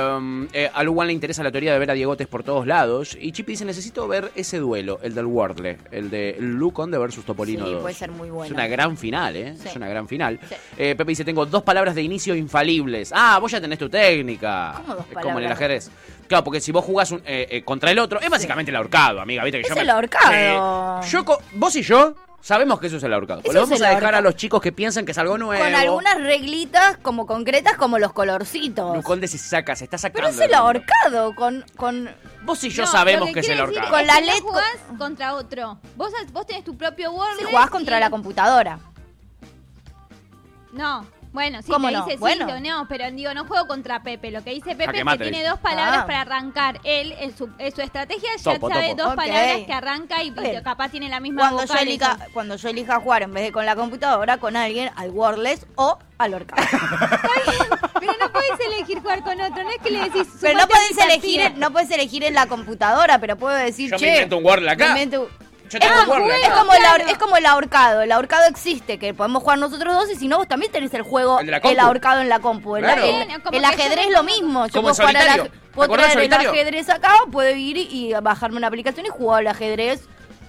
Speaker 1: eh, a Luan le interesa la teoría de ver a Diegotes por todos lados. Y Chipi dice: Necesito ver ese duelo, el del Worley, el de Luconde versus Topolino.
Speaker 2: Sí,
Speaker 1: 2".
Speaker 2: puede ser muy bueno.
Speaker 1: Es una gran final, ¿eh?
Speaker 2: Sí.
Speaker 1: Es una gran final.
Speaker 2: Sí.
Speaker 1: Eh, Pepe dice: Tengo dos palabras de inicio infalibles. Ah, vos ya tenés tu técnica.
Speaker 2: ¿Cómo dos
Speaker 1: Es Como en el
Speaker 2: palabras?
Speaker 1: ajedrez. Claro, porque si vos jugás un- eh, eh, contra el otro, es básicamente el ahorcado, amiga. ¿viste que
Speaker 2: Es
Speaker 1: yo me-
Speaker 2: el ahorcado.
Speaker 1: Sí. Yo, co- vos y yo sabemos que eso es el ahorcado.
Speaker 2: Eso
Speaker 1: Lo
Speaker 2: es
Speaker 1: vamos
Speaker 2: el
Speaker 1: a dejar
Speaker 2: ahorcado.
Speaker 1: a los chicos que piensan que es algo nuevo.
Speaker 2: Con algunas reglitas como concretas, como los colorcitos.
Speaker 1: Luconde se saca, se está sacando.
Speaker 2: Pero es el
Speaker 1: mundo.
Speaker 2: ahorcado, con, con...
Speaker 1: Vos y yo
Speaker 5: No,
Speaker 1: sabemos
Speaker 5: lo
Speaker 1: que es el
Speaker 5: quiere decir
Speaker 1: ahorcado.
Speaker 2: Con
Speaker 5: es
Speaker 2: la
Speaker 5: que
Speaker 2: let-
Speaker 5: vos jugás contra otro. Vos, vos tenés tu propio Word.
Speaker 2: Si jugás contra la computadora.
Speaker 5: No. Bueno, sí,
Speaker 2: ¿Cómo
Speaker 5: te
Speaker 2: no?
Speaker 5: dice sí,
Speaker 2: Bueno.
Speaker 5: te- no, pero digo, no juego contra Pepe. Lo que dice Pepe es que
Speaker 1: mate,
Speaker 5: tiene
Speaker 1: dice.
Speaker 5: dos palabras
Speaker 2: Ah.
Speaker 5: para arrancar. Él, en su, en su estrategia, ya
Speaker 1: Topo,
Speaker 5: sabe
Speaker 1: topo.
Speaker 5: dos
Speaker 2: Ok.
Speaker 5: palabras que arranca y, y
Speaker 2: Bien.
Speaker 5: capaz tiene la misma
Speaker 2: Cuando yo,
Speaker 5: vocal.
Speaker 2: elija,
Speaker 5: entonces-
Speaker 2: cuando yo elija jugar en vez de con la computadora, con alguien, al wordless o
Speaker 1: <laughs>
Speaker 2: al ahorcado.
Speaker 5: Está bien, pero no podés elegir jugar con otro. No es que le decís...
Speaker 2: Pero
Speaker 5: sumate
Speaker 2: no
Speaker 5: a mi
Speaker 2: podés elegir,
Speaker 5: partida.
Speaker 2: en- no podés elegir en la computadora, pero puedo decir,
Speaker 1: Yo me
Speaker 2: che,
Speaker 1: invento un Wordle acá.
Speaker 2: me invento-
Speaker 1: Yo
Speaker 2: Es,
Speaker 1: tengo
Speaker 2: como-
Speaker 1: Wordle
Speaker 2: es
Speaker 1: acá.
Speaker 2: como el, ahor-
Speaker 5: Ah, Claro.
Speaker 2: es como el ahorcado, el ahorcado existe, que podemos jugar nosotros dos y si no vos también tenés el juego,
Speaker 1: El
Speaker 2: el,
Speaker 1: de la compu.
Speaker 2: ahorcado en la compu. El,
Speaker 1: Claro.
Speaker 2: el-
Speaker 5: Bien, como
Speaker 2: el
Speaker 5: que
Speaker 2: ajedrez
Speaker 5: yo-
Speaker 2: lo mismo, yo
Speaker 1: Como el
Speaker 2: puedo jugar al aj-
Speaker 1: solitario.
Speaker 2: puedo
Speaker 1: ¿Te acordás
Speaker 2: traer
Speaker 1: del
Speaker 2: el
Speaker 1: solitario?
Speaker 2: ajedrez acá o puedo ir y bajarme una aplicación y jugar al ajedrez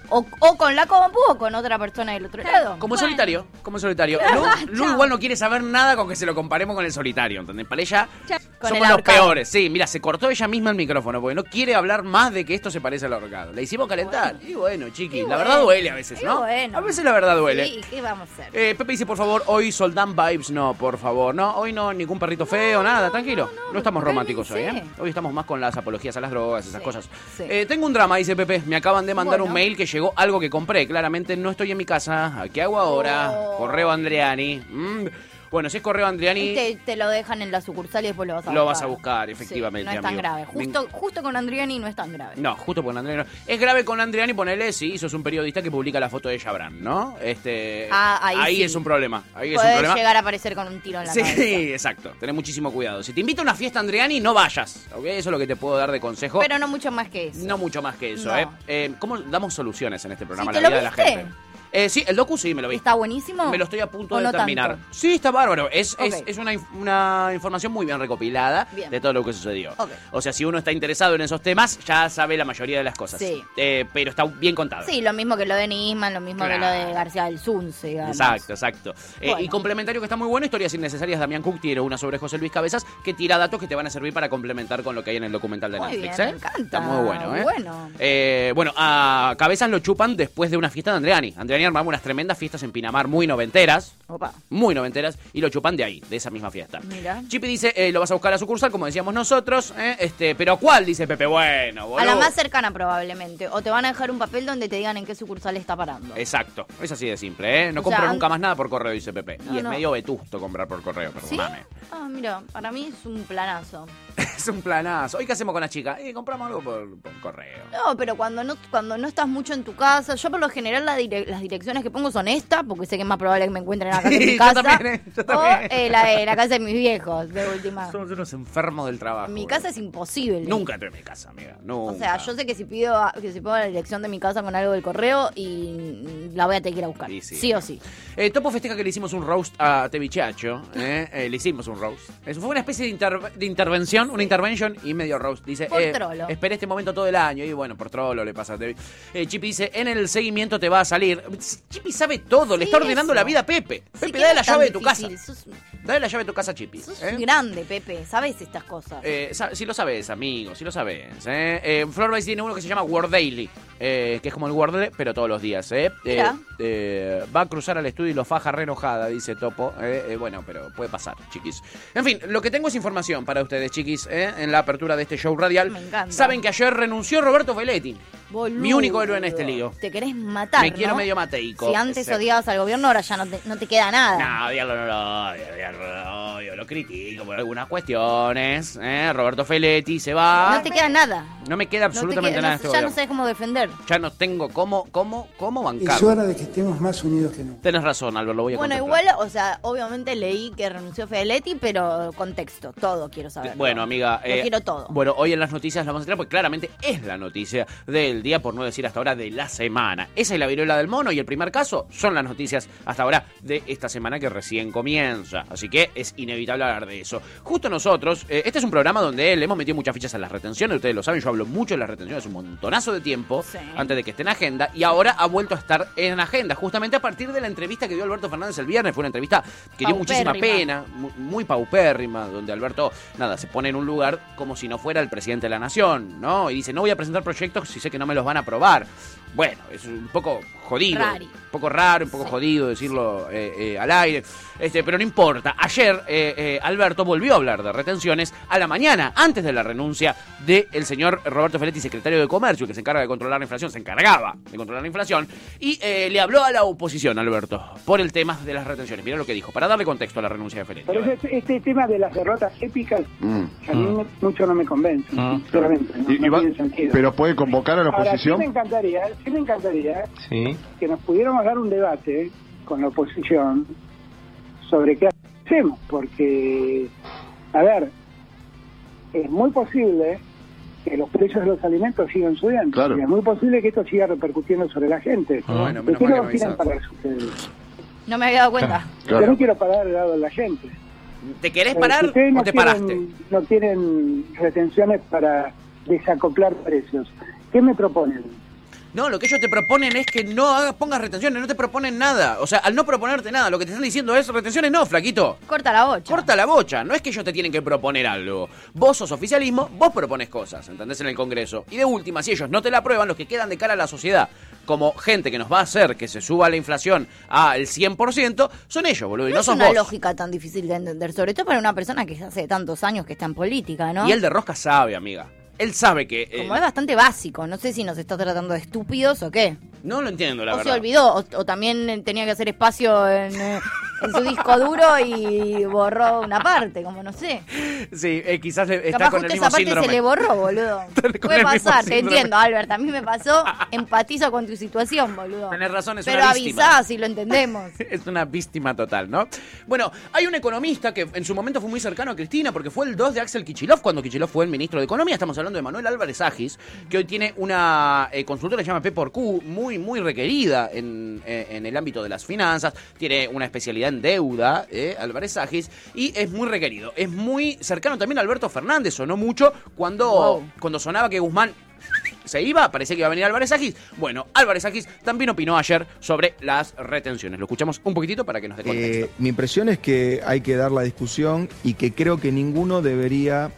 Speaker 2: o, o con la compu o con otra persona del otro
Speaker 5: Claro.
Speaker 2: lado.
Speaker 1: Como
Speaker 5: Bueno.
Speaker 2: Ah,
Speaker 1: solitario, como solitario. Lu, Lu igual no quiere saber nada con que se lo comparemos con el solitario, ¿entendés? Para ella,
Speaker 5: Chao.
Speaker 2: Con
Speaker 1: Somos
Speaker 2: el
Speaker 1: los
Speaker 2: ahorcado.
Speaker 1: peores. Sí, mira, se cortó ella misma el micrófono porque no quiere hablar más de que esto se parece al ahorcado. La hicimos calentar. Y bueno, chiqui, la verdad duele a veces,
Speaker 2: Y
Speaker 1: ¿no?
Speaker 2: bueno.
Speaker 1: A veces la verdad duele.
Speaker 2: Sí, ¿qué vamos a hacer?
Speaker 1: Eh, Pepe dice, por favor, hoy Soldán Vibes, no, por favor. No, hoy no, ningún perrito feo, nada, tranquilo. No, estamos románticos hoy, ¿eh?
Speaker 2: cálmense.
Speaker 1: Hoy estamos más con las apologías a las drogas, esas
Speaker 2: Sí,
Speaker 1: cosas.
Speaker 2: sí.
Speaker 1: Eh, tengo un drama, dice Pepe. Me acaban de mandar
Speaker 2: Bueno.
Speaker 1: un mail que llegó algo que compré. Claramente no estoy en mi casa. ¿A ¿Qué hago ahora?
Speaker 2: Oh.
Speaker 1: Correo Andriani. Mm. Bueno, si es correo Andriani...
Speaker 2: Y te, te lo dejan en la sucursal y después lo vas a buscar.
Speaker 1: Lo vas a buscar, efectivamente,
Speaker 2: Sí, no es tan
Speaker 1: amigo.
Speaker 2: grave. Justo,
Speaker 1: Me-
Speaker 2: justo con Andriani no es tan grave.
Speaker 1: No, justo con Andriani. no. Es grave con Andriani, ponele, sí, sos un periodista que publica la foto de Jabran, ¿no? Este,
Speaker 2: Ah, ahí sí.
Speaker 1: es un problema. Ahí es un
Speaker 2: Puedes
Speaker 1: problema.
Speaker 2: llegar a aparecer con un tiro en la
Speaker 1: Sí, <laughs>
Speaker 2: cabeza.
Speaker 1: exacto. Tenés muchísimo cuidado. Si te invito a una fiesta, Andriani, no vayas. ¿ok? Eso es lo que te puedo dar de consejo.
Speaker 2: Pero no mucho más que eso.
Speaker 1: No mucho más que eso.
Speaker 2: No.
Speaker 1: ¿eh? Eh, cómo damos soluciones en este programa a
Speaker 2: Sí, ¿te
Speaker 1: la
Speaker 2: lo
Speaker 1: vida de
Speaker 2: viste?
Speaker 1: la gente? Eh, sí, el docu sí me lo vi.
Speaker 2: ¿Está buenísimo?
Speaker 1: Me lo estoy a punto
Speaker 2: ¿O
Speaker 1: de
Speaker 2: no
Speaker 1: terminar.
Speaker 2: tanto?
Speaker 1: Sí, está bárbaro. Es, es-
Speaker 2: Ok.
Speaker 1: es una, inf- una información muy bien recopilada
Speaker 2: Bien.
Speaker 1: de todo lo que sucedió.
Speaker 2: Ok.
Speaker 1: O sea, si uno está interesado en esos temas, ya sabe la mayoría de las cosas.
Speaker 2: Sí.
Speaker 1: Eh, pero está bien contado.
Speaker 2: Sí, lo mismo que lo de Nisman, lo mismo que
Speaker 1: Claro.
Speaker 2: lo de García del Sunce, digamos.
Speaker 1: Exacto, exacto. Eh,
Speaker 2: Bueno.
Speaker 1: y complementario que está muy bueno, historias innecesarias. Damián Cook tiene una sobre José Luis Cabezas que tira datos que te van a servir para complementar con lo que hay en el documental de
Speaker 2: Muy
Speaker 1: Netflix.
Speaker 2: bien,
Speaker 1: ¿eh?
Speaker 2: me encanta.
Speaker 1: Está muy bueno, ¿eh?
Speaker 2: Bueno.
Speaker 1: Eh, bueno, a Cabezas lo chupan después de una fiesta de Andreani. Andreani armaba unas tremendas fiestas en Pinamar muy noventeras.
Speaker 2: Opa.
Speaker 1: Muy noventeras y lo chupan de ahí, de esa misma fiesta.
Speaker 2: Mira.
Speaker 1: Chipi dice, eh, lo vas a buscar a sucursal, como decíamos nosotros, ¿eh? este, pero ¿a cuál? Dice Pepe, bueno, boludo.
Speaker 2: A la más cercana probablemente. O te van a dejar un papel donde te digan en qué sucursal está parando.
Speaker 1: Exacto, es así de simple, ¿eh? No
Speaker 2: O
Speaker 1: compro
Speaker 2: sea,
Speaker 1: nunca
Speaker 2: an-
Speaker 1: más nada por correo, dice Pepe.
Speaker 2: No,
Speaker 1: y es
Speaker 2: no.
Speaker 1: medio vetusto comprar por correo,
Speaker 2: ¿Sí?
Speaker 1: perdóname. <laughs>
Speaker 2: Ah, mira, para mí es un planazo.
Speaker 1: Es un planazo. ¿Hoy qué hacemos con la chica? Eh, compramos algo por, por correo.
Speaker 2: No, pero cuando no, cuando no estás mucho en tu casa, yo por lo general la dire- las direcciones que pongo son estas, porque sé que es más probable que me encuentren acá en
Speaker 1: Sí, <laughs>
Speaker 2: mi
Speaker 1: yo
Speaker 2: casa.
Speaker 1: también, eh, yo también.
Speaker 2: O eh, la de la casa de mis viejos, de última.
Speaker 1: Somos unos enfermos del trabajo.
Speaker 2: Mi
Speaker 1: boludo.
Speaker 2: casa es imposible.
Speaker 1: Nunca entré en mi casa, amiga. Nunca.
Speaker 2: O sea, yo sé que si pido a- que si pongo la dirección de mi casa con algo del correo y la voy a tener que ir a buscar.
Speaker 1: Y
Speaker 2: Sí,
Speaker 1: sí.
Speaker 2: o sí.
Speaker 1: Eh, Topo festeja que le hicimos un roast a Tevichacho. ¿eh? Eh, le hicimos un roast. Eso fue una especie de, inter- de intervención, una intervention y medio roast. Dice,
Speaker 2: Por
Speaker 1: eh,
Speaker 2: trolo.
Speaker 1: esperé este momento todo el año. Y bueno, por trolo le pasa a Tevi. Eh, Chipi dice, en el seguimiento te va a salir. Chipi sabe todo, le
Speaker 2: Sí,
Speaker 1: está ordenando
Speaker 2: eso.
Speaker 1: la vida a Pepe.
Speaker 2: Sí,
Speaker 1: Pepe,
Speaker 2: ¿qué
Speaker 1: dale la
Speaker 2: es tan
Speaker 1: llave de tu casa.
Speaker 2: difícil? Sos,
Speaker 1: Dale la llave de tu casa, Chipi.
Speaker 2: sos
Speaker 1: ¿eh?
Speaker 2: grande, Pepe. Sabes estas cosas.
Speaker 1: Eh, sa- si lo sabes, amigo, si lo sabes. ¿eh? Eh, Flor Baez tiene uno que se llama Word Daily, eh, que es como el Word, Daily, pero todos los días. ¿eh? Eh,
Speaker 2: Mirá.
Speaker 1: eh, va a cruzar al estudio y lo faja re enojada, dice Topo. ¿eh? Eh, bueno, pero puede pasar, chiquis. En fin, lo que tengo es información para ustedes, chiquis, ¿eh? en la apertura de este show radial.
Speaker 2: Me encanta.
Speaker 1: Saben que ayer renunció Roberto Veletti.
Speaker 2: Boludo.
Speaker 1: Mi único héroe en este lío.
Speaker 2: Te querés matar.
Speaker 1: Me quiero
Speaker 2: ¿no?
Speaker 1: medio mateico.
Speaker 2: Si antes
Speaker 1: Ese-
Speaker 2: odiabas al gobierno, ahora ya no te, no te queda nada.
Speaker 1: No, odiarlo no lo odio, odiarlo no lo odio, lo critico por algunas cuestiones. ¿eh? Roberto Feletti se va.
Speaker 2: No te queda nada.
Speaker 1: No me queda
Speaker 2: No te
Speaker 1: absolutamente
Speaker 2: queda-
Speaker 1: nada de
Speaker 2: no-
Speaker 1: este
Speaker 2: Ya no
Speaker 1: gobierno.
Speaker 2: sabes cómo defender.
Speaker 1: Ya no tengo cómo, cómo, cómo
Speaker 6: Es
Speaker 1: bancar.
Speaker 6: hora de que estemos más unidos que nunca.
Speaker 1: Tenés razón, Álvaro, lo voy a
Speaker 2: Bueno,
Speaker 1: contemplar.
Speaker 2: igual, o sea, obviamente leí que renunció Fedeletti, pero contexto, todo quiero saber.
Speaker 1: Bueno, amiga.
Speaker 2: Lo
Speaker 1: eh,
Speaker 2: quiero todo.
Speaker 1: Bueno, hoy en las noticias la vamos a tirar porque claramente es la noticia del día, por no decir hasta ahora de la semana. Esa es la viruela del mono y el primer caso son las noticias hasta ahora de esta semana que recién comienza. Así que es inevitable hablar de eso. Justo nosotros, eh, este es un programa donde le hemos metido muchas fichas a las retenciones. Ustedes lo saben, yo hablo mucho de las retenciones un montonazo de tiempo
Speaker 2: Sí.
Speaker 1: antes de que esté en agenda y ahora ha vuelto a estar en agenda. Justamente a partir de la entrevista que dio Alberto Fernández el viernes, fue una entrevista que dio muchísima
Speaker 2: Paupérrima.
Speaker 1: pena. mu- muy paupérrima, donde Alberto, nada, se pone en un lugar como si no fuera el presidente de la nación, ¿no? Y dice, no voy a presentar proyectos si sé que no me los van a aprobar. Bueno, es un poco jodido.
Speaker 2: Rari.
Speaker 1: Un poco raro, un poco
Speaker 2: Sí.
Speaker 1: jodido decirlo eh, eh, al aire. Este, pero no importa. Ayer eh, eh, Alberto volvió a hablar de retenciones a la mañana, antes de la renuncia del señor Roberto Feletti, secretario de Comercio, que se encarga de controlar la inflación, se encargaba de controlar la inflación, y eh, le habló a la oposición, Alberto, por el tema de las retenciones. Mirá lo que dijo, para darle contexto a la renuncia de Feletti.
Speaker 6: Por eso es- este tema de las derrotas épicas a mí me- mucho no me convence, sinceramente. No,
Speaker 7: Mm. Y- y
Speaker 6: no
Speaker 7: va-
Speaker 6: tiene sentido.
Speaker 7: pero puede convocar a la
Speaker 6: Ahora, sí
Speaker 7: oposición.
Speaker 6: me encantaría, sí me encantaría
Speaker 8: Sí.
Speaker 6: que nos pudiéramos dar un debate con la oposición sobre qué hacemos, porque, a ver, es muy posible que los precios de los alimentos sigan subiendo,
Speaker 7: Claro.
Speaker 6: y es muy posible que esto siga repercutiendo sobre la gente.
Speaker 1: Bueno,
Speaker 6: ¿De
Speaker 1: menos
Speaker 6: qué
Speaker 1: mal que
Speaker 6: lado
Speaker 1: me
Speaker 6: quieren
Speaker 1: avisaste.
Speaker 6: parar ustedes?
Speaker 2: No me había dado cuenta.
Speaker 1: Ah.
Speaker 6: Yo
Speaker 7: Claro.
Speaker 6: no quiero parar del lado de la gente.
Speaker 1: ¿Te querés
Speaker 6: Eh,
Speaker 1: parar
Speaker 6: si ustedes
Speaker 1: o
Speaker 6: no
Speaker 1: te
Speaker 6: tienen-
Speaker 1: paraste?
Speaker 6: No tienen retenciones para desacoplar precios. ¿Qué me proponen?
Speaker 1: No, lo que ellos te proponen es que no hagas, pongas retenciones, no te proponen nada. O sea, al no proponerte nada, lo que te están diciendo es retenciones no, flaquito.
Speaker 2: Corta la bocha.
Speaker 1: Corta la bocha, no es que ellos te tienen que proponer algo. Vos sos oficialismo, vos propones cosas, ¿entendés? En el Congreso. Y de última, si ellos no te la aprueban, los que quedan de cara a la sociedad, como gente que nos va a hacer que se suba la inflación al 100%, son ellos, boludo, y
Speaker 2: No,
Speaker 1: no,
Speaker 2: es
Speaker 1: son
Speaker 2: una
Speaker 1: vos.
Speaker 2: lógica tan difícil de entender, sobre todo para una persona que hace tantos años que está en política, ¿no?
Speaker 1: Y él de rosca sabe, amiga. Él sabe que... eh,
Speaker 2: Como es bastante básico, no sé si nos está tratando de estúpidos o qué.
Speaker 1: no lo entiendo, la
Speaker 2: o se
Speaker 1: verdad.
Speaker 2: olvidó, o, o también eh, tenía que hacer espacio en, eh, en su disco duro y borró una parte, como no sé.
Speaker 1: Sí, eh, quizás le- está
Speaker 2: Capaz
Speaker 1: con
Speaker 2: justo
Speaker 1: el
Speaker 2: esa
Speaker 1: mismo
Speaker 2: parte
Speaker 1: síndrome.
Speaker 2: se le
Speaker 1: <laughs>
Speaker 2: borró, boludo.
Speaker 1: con el
Speaker 2: Puede
Speaker 1: mismo
Speaker 2: pasar, te
Speaker 1: síndrome.
Speaker 2: entiendo, Albert. A mí
Speaker 1: <laughs>
Speaker 2: me pasó, empatizo con tu situación, boludo.
Speaker 1: Tenés razón, es
Speaker 2: Pero
Speaker 1: una víctima.
Speaker 2: avisá si
Speaker 1: <laughs>
Speaker 2: lo entendemos.
Speaker 1: Es una víctima total, ¿no? Bueno, hay un economista que en su momento fue muy cercano a Cristina porque fue el 2 de Axel Kichilov cuando Kichilov fue el ministro de Economía. Estamos hablando de Manuel Álvarez Agis, que hoy tiene una eh, consultora que se llama P4Q, muy, muy requerida en, eh, en el ámbito de las finanzas. Tiene una especialidad en deuda, eh, Álvarez Agis, y es muy requerido. Es muy cercano también a Alberto Fernández, sonó mucho cuando,
Speaker 2: Wow.
Speaker 1: cuando sonaba que Guzmán se iba, parecía que iba a venir Álvarez Agis. Bueno, Álvarez Agis también opinó ayer sobre las retenciones. Lo escuchamos un poquitito para que nos dé contexto.
Speaker 7: Eh, mi impresión es que hay que dar la discusión y que creo que ninguno debería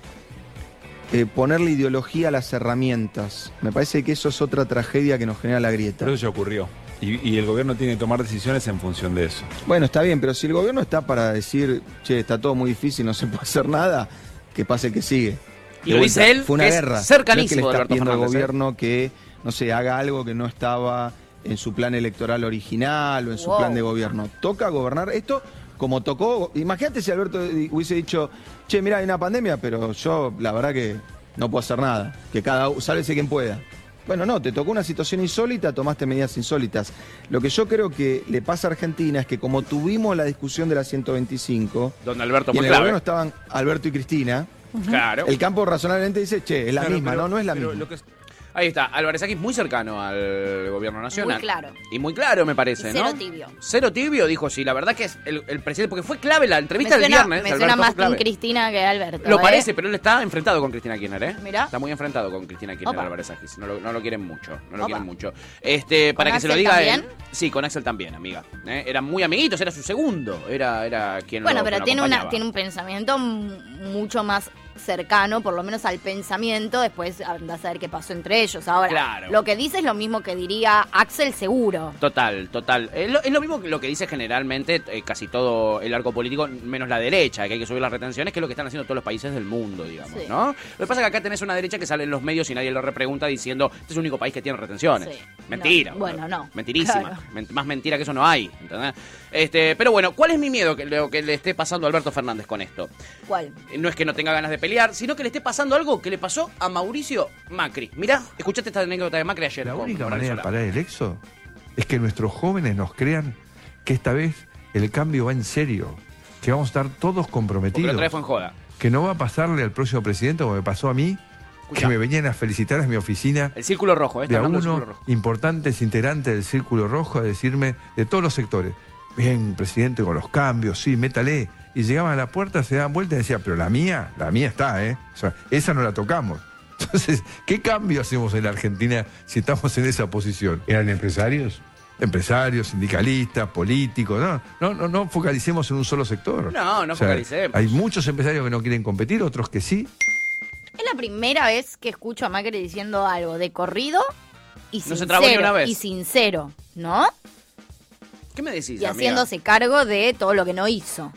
Speaker 7: eh, ponerle ideología a las herramientas. Me parece que eso es otra tragedia que nos genera la grieta.
Speaker 8: Pero eso ya ocurrió. Y, y el gobierno tiene que tomar decisiones en función de eso.
Speaker 7: Bueno, está bien, pero si el gobierno está para decir, che, está todo muy difícil, no se puede hacer nada, que pase el que sigue.
Speaker 1: Y lo dice él,
Speaker 7: Fue una
Speaker 1: que es
Speaker 7: guerra.
Speaker 1: cercanísimo de
Speaker 7: No es que le está
Speaker 1: Alberto
Speaker 7: pidiendo al
Speaker 1: Fernández, ¿eh?
Speaker 7: gobierno que, no sé, haga algo que no estaba en su plan electoral original o en su
Speaker 2: Wow.
Speaker 7: plan de gobierno. Toca gobernar esto como tocó. Imagínate si Alberto hubiese dicho, che, mira, hay una pandemia, pero yo la verdad que no puedo hacer nada. Que cada uno, sálvese quien pueda. Bueno, no, te tocó una situación insólita, tomaste medidas insólitas. Lo que yo creo que le pasa a Argentina es que como tuvimos la discusión de la 125,
Speaker 1: Donde Alberto
Speaker 7: y en
Speaker 1: fue
Speaker 7: el
Speaker 1: clave.
Speaker 7: gobierno estaban Alberto y Cristina,
Speaker 1: Claro.
Speaker 7: el campo razonablemente dice, che, es la
Speaker 8: Claro,
Speaker 7: misma,
Speaker 8: pero-
Speaker 7: no, no es la
Speaker 8: pero
Speaker 7: misma.
Speaker 8: lo que es-
Speaker 1: Ahí está, Álvarez Agis muy cercano al gobierno nacional.
Speaker 2: Muy claro.
Speaker 1: Y muy claro, me parece,
Speaker 2: Y
Speaker 1: ¿no?
Speaker 2: cero tibio.
Speaker 1: Cero tibio, dijo, sí, la verdad que es el, el presidente, porque fue clave la
Speaker 2: Me
Speaker 1: entrevista
Speaker 2: suena,
Speaker 1: del viernes.
Speaker 2: me
Speaker 1: Alberto,
Speaker 2: suena
Speaker 1: fue
Speaker 2: más con
Speaker 1: clave.
Speaker 2: Cristina que Alberto.
Speaker 1: Lo
Speaker 2: ¿eh?
Speaker 1: parece, pero él está enfrentado con Cristina Kirchner, ¿eh?
Speaker 2: Mirá.
Speaker 1: Está muy enfrentado con Cristina Kirchner
Speaker 2: Opa.
Speaker 1: Álvarez Agis. No lo, no lo quieren mucho, no lo
Speaker 2: Opa.
Speaker 1: quieren mucho. Este, para que
Speaker 2: ¿Con
Speaker 1: se lo
Speaker 2: Axel
Speaker 1: diga él.
Speaker 2: también?
Speaker 1: Sí, con Axel también, amiga. ¿eh? Eran muy amiguitos, era su segundo, era, era quien
Speaker 2: Bueno,
Speaker 1: lo-
Speaker 2: pero
Speaker 1: lo
Speaker 2: tiene, una,
Speaker 1: acompañaba.
Speaker 2: tiene un pensamiento m- mucho más cercano, por lo menos al pensamiento, después anda a saber qué pasó entre ellos. Ahora,
Speaker 1: Claro.
Speaker 2: lo que dice es lo mismo que diría Axel seguro.
Speaker 1: Total, total. Es lo, es lo mismo que lo que dice generalmente eh, casi todo el arco político, menos la derecha, que hay que subir las retenciones, que es lo que están haciendo todos los países del mundo, digamos,
Speaker 2: Sí.
Speaker 1: ¿no? Lo que pasa es que acá tenés una derecha que sale en los medios y nadie lo repregunta diciendo, este es el único país que tiene retenciones.
Speaker 2: Sí.
Speaker 1: Mentira.
Speaker 2: No. Bueno,
Speaker 1: boludo.
Speaker 2: no.
Speaker 1: Mentirísima.
Speaker 2: Claro.
Speaker 1: Men- más mentira que eso no hay, ¿entendés? Este, pero bueno, ¿cuál es mi miedo que lo que le esté pasando a Alberto Fernández con esto? Eh,
Speaker 2: ¿Cuál?
Speaker 1: no es que no tenga ganas de pelear, sino que le esté pasando algo que le pasó a Mauricio Macri. Mirá, escuchaste esta anécdota de Macri ayer.
Speaker 9: La
Speaker 1: con-
Speaker 9: única
Speaker 1: con
Speaker 9: manera de
Speaker 1: Argensola.
Speaker 9: parar el exo es que nuestros jóvenes nos crean que esta vez el cambio va en serio, que vamos a estar todos
Speaker 1: Porque la
Speaker 9: comprometidos,
Speaker 1: otra vez fue en joda.
Speaker 9: que no va a pasarle al próximo presidente como me pasó a mí,
Speaker 1: Escuchá.
Speaker 9: que me venían a felicitar a mi oficina
Speaker 1: El círculo rojo, ¿eh?
Speaker 9: de
Speaker 1: Está
Speaker 9: a
Speaker 1: hablando del círculo
Speaker 9: uno
Speaker 1: rojo.
Speaker 9: importantes integrantes del Círculo Rojo a decirme de todos los sectores, bien, presidente, con los cambios, sí, métale. Y llegaban a la puerta, se daban vuelta y decían, pero la mía, la mía está, ¿eh? O sea, esa no la tocamos. Entonces, ¿qué cambio hacemos en la Argentina si estamos en esa posición?
Speaker 8: ¿Eran empresarios?
Speaker 9: Empresarios, sindicalistas, políticos, no, no, no, no focalicemos en un solo sector.
Speaker 1: No, eh. no focalicemos.
Speaker 9: Hay muchos empresarios que no quieren competir, otros que sí.
Speaker 2: Es la primera vez que escucho a Macri diciendo algo de corrido y sincero.
Speaker 1: No se trabó ni una vez.
Speaker 2: Y sincero, ¿no?
Speaker 1: ¿Qué me decís,
Speaker 2: y
Speaker 1: amiga?
Speaker 2: haciéndose cargo de todo lo que no hizo.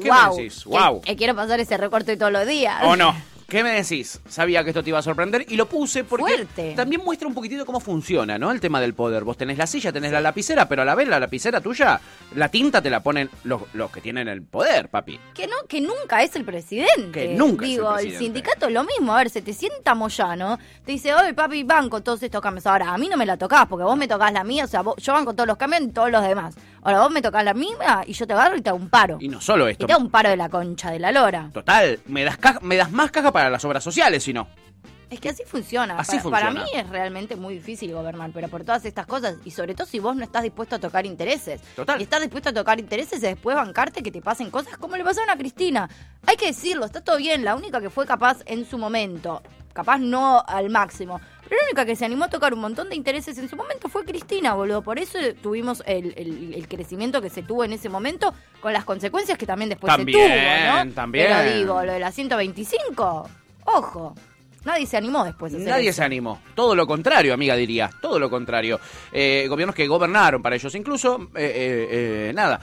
Speaker 1: ¿Qué
Speaker 2: Guau,
Speaker 1: me decís? Guau.
Speaker 2: que- que quiero pasar ese recorte todos los días.
Speaker 1: ¿O
Speaker 2: <laughs>
Speaker 1: no? ¿Qué me decís? Sabía que esto te iba a sorprender y lo puse porque
Speaker 2: Fuerte.
Speaker 1: también muestra un poquitito cómo funciona, ¿no? El tema del poder. Vos tenés la silla, tenés la lapicera, pero a la vez la lapicera tuya, la tinta te la ponen los, los que tienen el poder, papi.
Speaker 2: Que no, que nunca es el presidente.
Speaker 1: Que nunca es el
Speaker 2: Digo,
Speaker 1: presidente.
Speaker 2: sindicato lo mismo. A ver, se te sienta Moyano, te dice, oye, papi, banco todos estos cambios. Ahora, a mí no me la tocás, porque vos me tocás la mía, o sea, vos- yo banco todos los cambios y todos los demás. Ahora, vos me tocás la mía y yo te agarro y te hago un paro.
Speaker 1: Y no solo
Speaker 2: Y
Speaker 1: esto.
Speaker 2: te hago un paro de la concha de la lora.
Speaker 1: Total, me das, caja- me das más caja para las obras sociales, si no.
Speaker 2: Es que así funciona.
Speaker 1: Así
Speaker 2: para, para
Speaker 1: funciona.
Speaker 2: mí es realmente muy difícil gobernar, pero por todas estas cosas, y sobre todo si vos no estás dispuesto a tocar intereses.
Speaker 1: Total.
Speaker 2: Y estás dispuesto a tocar intereses y después bancarte que te pasen cosas como le pasaron a Cristina. Hay que decirlo, está todo bien, la única que fue capaz en su momento, capaz no al máximo, Pero la única que se animó a tocar un montón de intereses en su momento fue Cristina, boludo. Por eso tuvimos el, el- el crecimiento que se tuvo en ese momento, con las consecuencias que también después
Speaker 1: También,
Speaker 2: se tuvo, ¿no?
Speaker 1: también.
Speaker 2: Pero digo, lo de la 125, ojo. Nadie se animó después. a hacer
Speaker 1: Nadie
Speaker 2: eso.
Speaker 1: se animó. Todo lo contrario, amiga, diría. Todo lo contrario. Eh, gobiernos que gobernaron para ellos. Incluso, eh, eh, eh, nada.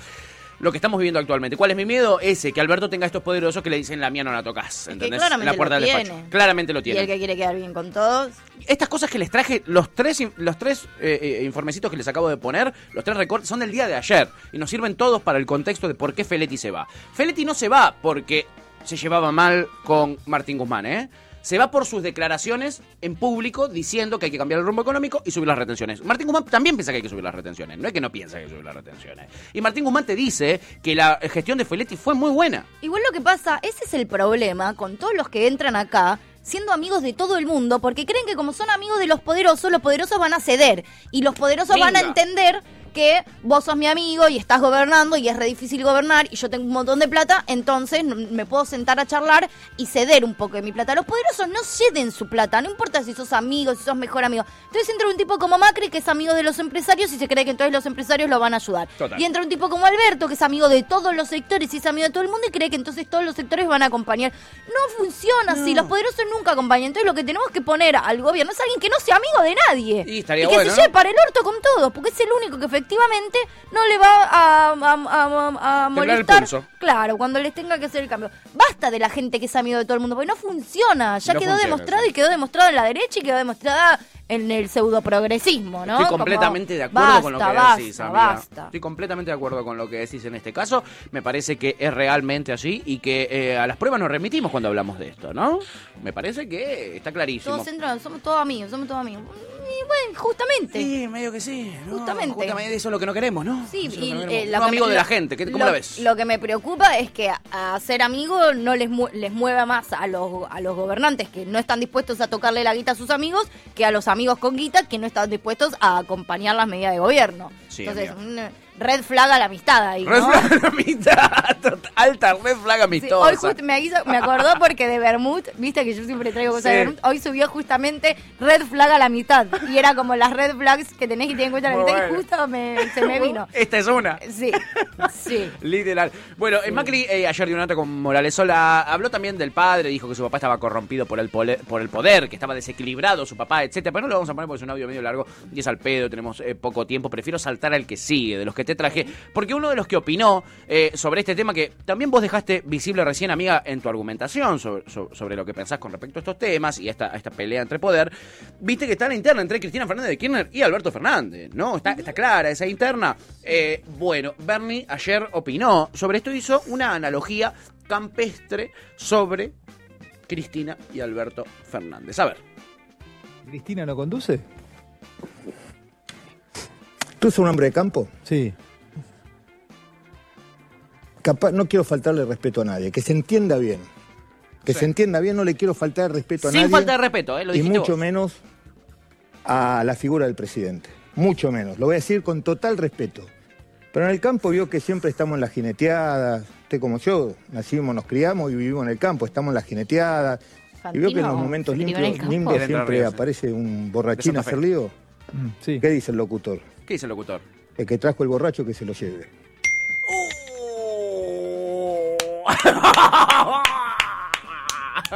Speaker 1: Lo que estamos viviendo actualmente. ¿Cuál es mi miedo? Ese, que Alberto tenga estos poderosos que le dicen la mía no la tocas. ¿Entendés?
Speaker 2: claramente
Speaker 1: la puerta
Speaker 2: lo
Speaker 1: del
Speaker 2: tiene.
Speaker 1: despacho. Claramente lo
Speaker 2: Y el
Speaker 1: tiene.
Speaker 2: que quiere quedar bien con todos.
Speaker 1: Estas cosas que les traje, los tres, in- los tres eh, eh, informecitos que les acabo de poner, los tres recortes, son del día de ayer. Y nos sirven todos para el contexto de por qué Feletti se va. Feletti no se va porque se llevaba mal con Martín Guzmán, ¿eh? Se va por sus declaraciones en público diciendo que hay que cambiar el rumbo económico y subir las retenciones. Martín Guzmán también piensa que hay que subir las retenciones. No es que no piensa que hay que subir las retenciones. Y Martín Guzmán te dice que la gestión de Feletti fue muy buena.
Speaker 2: Igual lo que pasa, ese es el problema con todos los que entran acá siendo amigos de todo el mundo, porque creen que como son amigos de los poderosos, los poderosos van a ceder y los poderosos van a
Speaker 1: Minga.
Speaker 2: entender que vos sos mi amigo y estás gobernando y es re difícil gobernar y yo tengo un montón de plata, entonces n- me puedo sentar a charlar y ceder un poco de mi plata. Los poderosos no ceden su plata, no importa si sos amigo, si sos mejor amigo. Entonces entra un tipo como Macri que es amigo de los empresarios y se cree que entonces los empresarios lo van a ayudar.
Speaker 1: Total.
Speaker 2: Y entra un tipo como Alberto, que es amigo de todos los sectores y es amigo de todo el mundo y cree que entonces todos los sectores van a acompañar. No funciona así, los poderosos nunca acompañan. Entonces lo que tenemos que poner al gobierno es alguien que no sea amigo de nadie.
Speaker 1: Y estaría
Speaker 2: que
Speaker 1: bueno,
Speaker 2: se
Speaker 1: ¿no?
Speaker 2: lleve para el orto con todos, porque es el único que efectivamente no le va a, a- a- a- a
Speaker 1: Temblar el
Speaker 2: molestar.
Speaker 1: pulso.
Speaker 2: Claro, cuando les tenga que hacer el cambio. Basta de la gente que es amigo de todo el mundo, porque no funciona. Ya
Speaker 1: No
Speaker 2: quedó
Speaker 1: funciona,
Speaker 2: demostrado
Speaker 1: sí.
Speaker 2: y quedó demostrado en la derecha y quedó demostrada en el pseudoprogresismo, ¿no?
Speaker 1: Estoy
Speaker 2: Como,
Speaker 1: completamente de acuerdo con lo que
Speaker 2: basta,
Speaker 1: decís,
Speaker 2: basta,
Speaker 1: amiga.
Speaker 2: basta.
Speaker 1: Estoy completamente de acuerdo con lo que decís en este caso. Me parece que es realmente así y que eh, a las pruebas nos remitimos cuando hablamos de esto, ¿no? Me parece que está clarísimo.
Speaker 2: Todos entran, somos todos amigos, somos todos amigos. Y bueno, justamente.
Speaker 1: Sí, medio que sí. ¿no?
Speaker 2: Justamente.
Speaker 1: Justamente eso es lo que no queremos, ¿no?
Speaker 2: Sí,
Speaker 1: Eso es lo
Speaker 2: y
Speaker 1: que no
Speaker 2: eh,
Speaker 1: queremos.
Speaker 2: lo
Speaker 1: No
Speaker 2: que
Speaker 1: amigo
Speaker 2: me-
Speaker 1: de la
Speaker 2: lo-
Speaker 1: gente. ¿qué- ¿Cómo
Speaker 2: lo,
Speaker 1: la ves?
Speaker 2: Lo que me preocupa es que a, a ser amigo no les, mu- les mueva más a los, a los gobernantes que no están dispuestos a tocarle la guita a sus amigos que a los amigos con guita que no están dispuestos a acompañar las medidas de gobierno.
Speaker 1: Sí,
Speaker 2: Entonces,
Speaker 1: amiga.
Speaker 2: mm, red flag a la amistad ahí,
Speaker 1: Red <laughs>
Speaker 2: ¿no?
Speaker 1: flag amistad. total, Alta red flag
Speaker 2: Sí,
Speaker 1: amistosa.
Speaker 2: hoy justo me, aviso- me acordó porque de Bermud, viste que yo siempre traigo cosas
Speaker 1: Sí.
Speaker 2: de Bermud, hoy subió justamente Red Flag a la mitad. Y era como las red flags que tenés que tener en cuenta a la
Speaker 1: Muy
Speaker 2: mitad y
Speaker 1: bueno.
Speaker 2: justo me- se me vino.
Speaker 1: Esta es una.
Speaker 2: Sí, sí.
Speaker 1: <laughs> Literal. Bueno, eh, Macri eh, ayer dio una nota con Morales Sola, habló también del padre, dijo que su papá estaba corrompido por el, pole- por el poder, que estaba desequilibrado su papá, etcétera. Pero no lo vamos a poner porque es un audio medio largo y es al pedo, tenemos eh, poco tiempo. Prefiero saltar al que sigue, de los que te traje, porque uno de los que opinó eh, sobre este tema, que también vos dejaste visible recién, amiga, en tu argumentación sobre, sobre, sobre lo que pensás con respecto a estos temas y a esta, a esta pelea entre poder, viste que está la interna entre Cristina Fernández de Kirchner y Alberto Fernández, ¿no? Está, está clara esa interna. Eh, bueno, Bernie ayer opinó sobre esto, hizo una analogía campestre sobre Cristina y Alberto Fernández. A ver.
Speaker 10: ¿Cristina no conduce? ¿Tú eres un hombre de campo? Sí. Capaz, no quiero faltarle respeto a nadie, que se entienda bien. Que se entienda bien, no le quiero faltar el respeto a
Speaker 1: Sin
Speaker 10: nadie.
Speaker 1: falta de respeto, ¿eh? Lo
Speaker 10: y
Speaker 1: dijiste
Speaker 10: mucho
Speaker 1: vos.
Speaker 10: menos a la figura del presidente. Mucho menos. Lo voy a decir con total respeto. Pero en el campo vio que siempre estamos en la jineteada. Usted como yo, nacimos, nos criamos y vivimos en el campo. Estamos en la jineteada. Y veo que en los
Speaker 11: Fantino
Speaker 10: momentos
Speaker 11: se crió
Speaker 10: limpios,
Speaker 11: en el campo.
Speaker 10: lindos
Speaker 11: Era en
Speaker 10: siempre
Speaker 11: Río, sí.
Speaker 10: aparece un
Speaker 11: De
Speaker 10: borrachín a
Speaker 11: Santa Fe.
Speaker 10: hacer lío. ¿Qué dice el locutor?
Speaker 1: ¿Qué dice el locutor?
Speaker 10: El que trajo el borracho que se lo lleve.
Speaker 1: Uh. <laughs>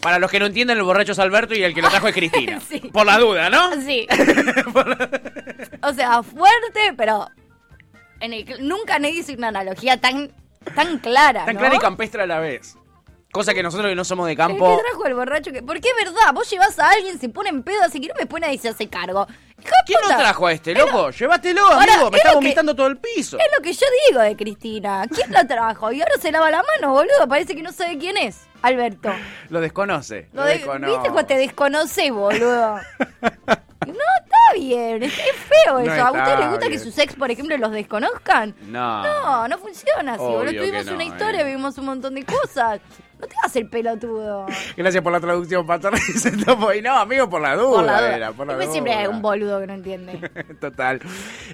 Speaker 1: Para los que no entienden, el borracho es Alberto y el que lo trajo es
Speaker 2: <laughs>
Speaker 1: Cristina. Por la duda, ¿no?
Speaker 2: Sí.
Speaker 1: <laughs>
Speaker 2: Ah, o sea, fuerte, pero en el cl- nunca nadie hizo una analogía tan, tan clara.
Speaker 1: Tan
Speaker 2: ¿no?
Speaker 1: clara y campestre a la vez. Cosa que nosotros que no somos de
Speaker 2: ¿Qué
Speaker 1: campo.
Speaker 2: trajo el borracho? Que... Porque es verdad, vos llevas a alguien, se pone en pedo, así que no me pone a hacerse cargo. Hija
Speaker 1: ¿Quién
Speaker 2: puta.
Speaker 1: lo trajo a este, loco? Llévatelo,
Speaker 2: Ahora,
Speaker 1: amigo. Me
Speaker 2: es
Speaker 1: está
Speaker 2: lo que-
Speaker 1: vomitando todo el piso.
Speaker 2: Es lo que yo digo de Cristina. ¿Quién la trajo? Y ahora se lava la mano, boludo. Parece que no sabe quién es. Alberto.
Speaker 1: Lo desconoce.
Speaker 2: Lo
Speaker 1: Lo,
Speaker 2: de-
Speaker 1: desconoce.
Speaker 2: ¿Viste cuando te desconoce, boludo? no, está bien. Es, es
Speaker 1: No
Speaker 2: feo eso. ¿A
Speaker 1: está
Speaker 2: ustedes les gusta
Speaker 1: bien.
Speaker 2: que sus ex, por ejemplo, los desconozcan?
Speaker 1: No.
Speaker 2: No, no funciona así,
Speaker 1: Obvio
Speaker 2: boludo. Tuvimos
Speaker 1: que no,
Speaker 2: una historia,
Speaker 1: eh.
Speaker 2: vivimos un montón de cosas. No te hagas el pelotudo.
Speaker 1: Gracias por la traducción, Pastor. <laughs> Dice Topo. Y no, amigo, por la duda.
Speaker 2: Por la duda.
Speaker 1: Uh, era, por la
Speaker 2: Después
Speaker 1: duda.
Speaker 2: siempre hay un boludo que no
Speaker 1: <laughs>
Speaker 2: entiende.
Speaker 1: Total.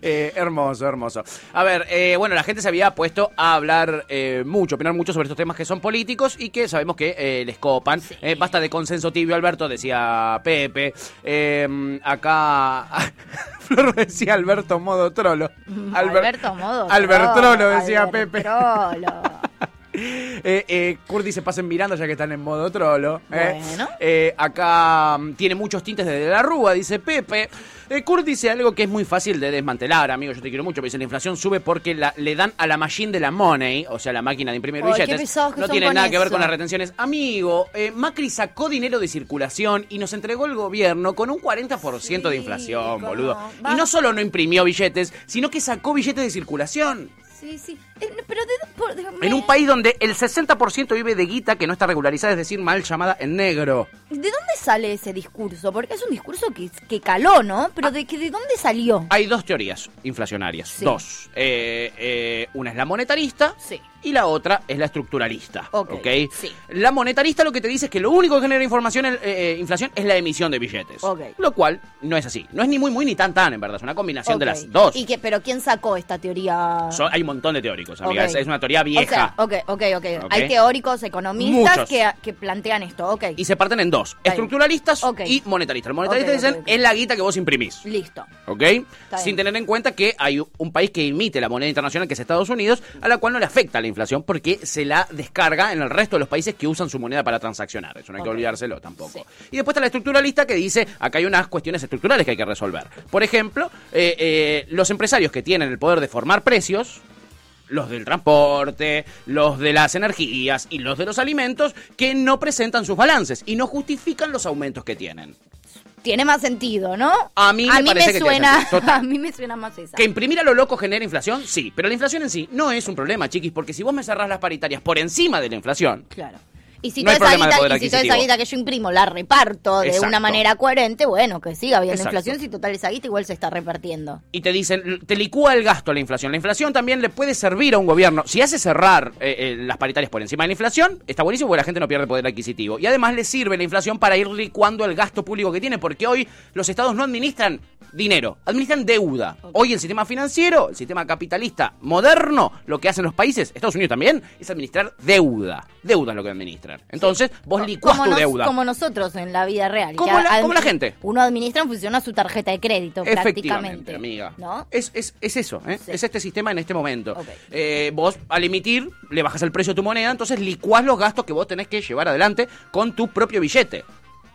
Speaker 1: Eh, hermoso, hermoso. A ver, eh, bueno, la gente se había puesto a hablar eh, mucho, opinar mucho sobre estos temas que son políticos y que sabemos que eh, les copan. Eh, basta de consenso tibio, Alberto, decía Pepe. Eh, acá <laughs> Flor decía Alberto modo trolo. Albert-
Speaker 2: Alberto Modo.
Speaker 1: Albertrolo,
Speaker 2: Trolo,
Speaker 1: decía
Speaker 2: Albertrolo.
Speaker 1: Pepe.
Speaker 2: Trolo.
Speaker 1: <laughs> Eh, eh, Kurt dice, pasen mirando ya que están en modo trolo. ¿eh?
Speaker 2: Bueno.
Speaker 1: Eh, acá mm, tiene muchos tintes desde la rúa, dice Pepe. Eh, Kurt dice algo que es muy fácil de desmantelar, amigo, yo te quiero mucho, pero dice, la inflación sube porque la- le dan a la machine de la money, o sea, la máquina de imprimir
Speaker 2: Ay, qué
Speaker 1: billetes.
Speaker 2: pesados que
Speaker 1: No
Speaker 2: son
Speaker 1: tiene
Speaker 2: con
Speaker 1: nada que ver
Speaker 2: eso.
Speaker 1: con las retenciones. Amigo, eh, Macri sacó dinero de circulación y nos entregó el gobierno con un 40% de inflación, boludo. Y no solo no imprimió billetes, sino que sacó billetes de circulación.
Speaker 2: Sí, sí. Eh, no, Pero de, por- de-
Speaker 1: En un
Speaker 2: me-
Speaker 1: país donde el 60% vive de guita que no está regularizada, es decir, mal llamada en negro.
Speaker 2: ¿De dónde sale ese discurso? Porque es un discurso que, que caló, ¿no? Pero de, que- ¿de dónde salió?
Speaker 1: Hay dos teorías inflacionarias.
Speaker 2: Sí.
Speaker 1: Dos. Eh, eh, una es la monetarista y la otra es la estructuralista.
Speaker 2: Ok,
Speaker 1: ¿ok?
Speaker 2: sí.
Speaker 1: La monetarista lo que te dice es que lo único que genera información, eh, eh, inflación es la emisión de billetes.
Speaker 2: Ok.
Speaker 1: Lo cual no es así. No es ni muy, muy ni tan, tan, en verdad. Es una combinación de
Speaker 2: Ok.
Speaker 1: las dos.
Speaker 2: ¿Y que, pero quién sacó esta teoría?
Speaker 1: So- hay un montón de teóricos, amiga.
Speaker 2: Ok.
Speaker 1: Es, es una teoría vieja.
Speaker 2: O sea, ok, ok, ok.
Speaker 1: Ok.
Speaker 2: Hay teóricos, economistas
Speaker 1: Muchos.
Speaker 2: que, que plantean esto. Ok,
Speaker 1: Y se parten en dos,
Speaker 2: bien.
Speaker 1: estructuralistas
Speaker 2: Ok.
Speaker 1: y monetaristas. Los monetaristas
Speaker 2: Ok, ok,
Speaker 1: dicen,
Speaker 2: ok.
Speaker 1: es la guita que vos imprimís.
Speaker 2: listo.
Speaker 1: ¿Ok? Sin
Speaker 2: bien.
Speaker 1: tener en cuenta que hay un país que imite la moneda internacional, que es Estados Unidos, a la cual no le afecta la inflación porque se la descarga en el resto de los países que usan su moneda para transaccionar. Eso no hay que
Speaker 11: Ok.
Speaker 1: olvidárselo tampoco. Y después está la estructuralista que dice, acá hay unas cuestiones estructurales que hay que resolver. Por ejemplo, eh, eh, los empresarios que tienen el poder de formar precios, los del transporte, los de las energías y los de los alimentos, que no presentan sus balances y no justifican los aumentos que tienen.
Speaker 2: Tiene más sentido, ¿no?
Speaker 1: A mí me parece que tiene
Speaker 2: suena,
Speaker 1: sentido, total.
Speaker 2: <laughs> A mí me suena más esa.
Speaker 1: ¿Que imprimir a lo loco genera inflación? Sí, pero la inflación en sí no es un problema, chiquis, porque si vos me cerrás las paritarias por encima de la inflación,
Speaker 2: Claro. Y si,
Speaker 1: No hay
Speaker 2: toda, esa
Speaker 1: problema de
Speaker 2: guita,
Speaker 1: poder
Speaker 2: y si toda esa
Speaker 1: adquisitivo.
Speaker 2: guita que yo imprimo la reparto de
Speaker 1: Exacto.
Speaker 2: una manera coherente, bueno, que siga habiendo
Speaker 1: Exacto.
Speaker 2: inflación, si total esa guita igual se está repartiendo.
Speaker 1: y te dicen, te licúa el gasto la inflación. La inflación también le puede servir a un gobierno. Si hace cerrar eh, eh, las paritarias por encima de la inflación, está buenísimo porque la gente no pierde poder adquisitivo. Y además le sirve la inflación para ir licuando el gasto público que tiene, porque hoy los estados no administran dinero, administran deuda. Hoy el sistema financiero, el sistema capitalista moderno, lo que hacen los países, Estados Unidos también, es administrar deuda. Deuda es lo que administran. Entonces, vos licuás
Speaker 2: Como,
Speaker 1: tu
Speaker 2: nos-
Speaker 1: deuda.
Speaker 2: como nosotros en la vida real.
Speaker 1: Como
Speaker 2: que
Speaker 1: la-
Speaker 2: ad-
Speaker 1: como la gente.
Speaker 2: Uno administra en función a su tarjeta de crédito,
Speaker 1: Efectivamente,
Speaker 2: prácticamente.
Speaker 1: amiga.
Speaker 2: ¿No?
Speaker 1: Es, es- es eso, ¿eh? es este sistema en este momento. Eh, vos, al emitir, le bajas el precio de tu moneda, entonces licuás los gastos que vos tenés que llevar adelante con tu propio billete.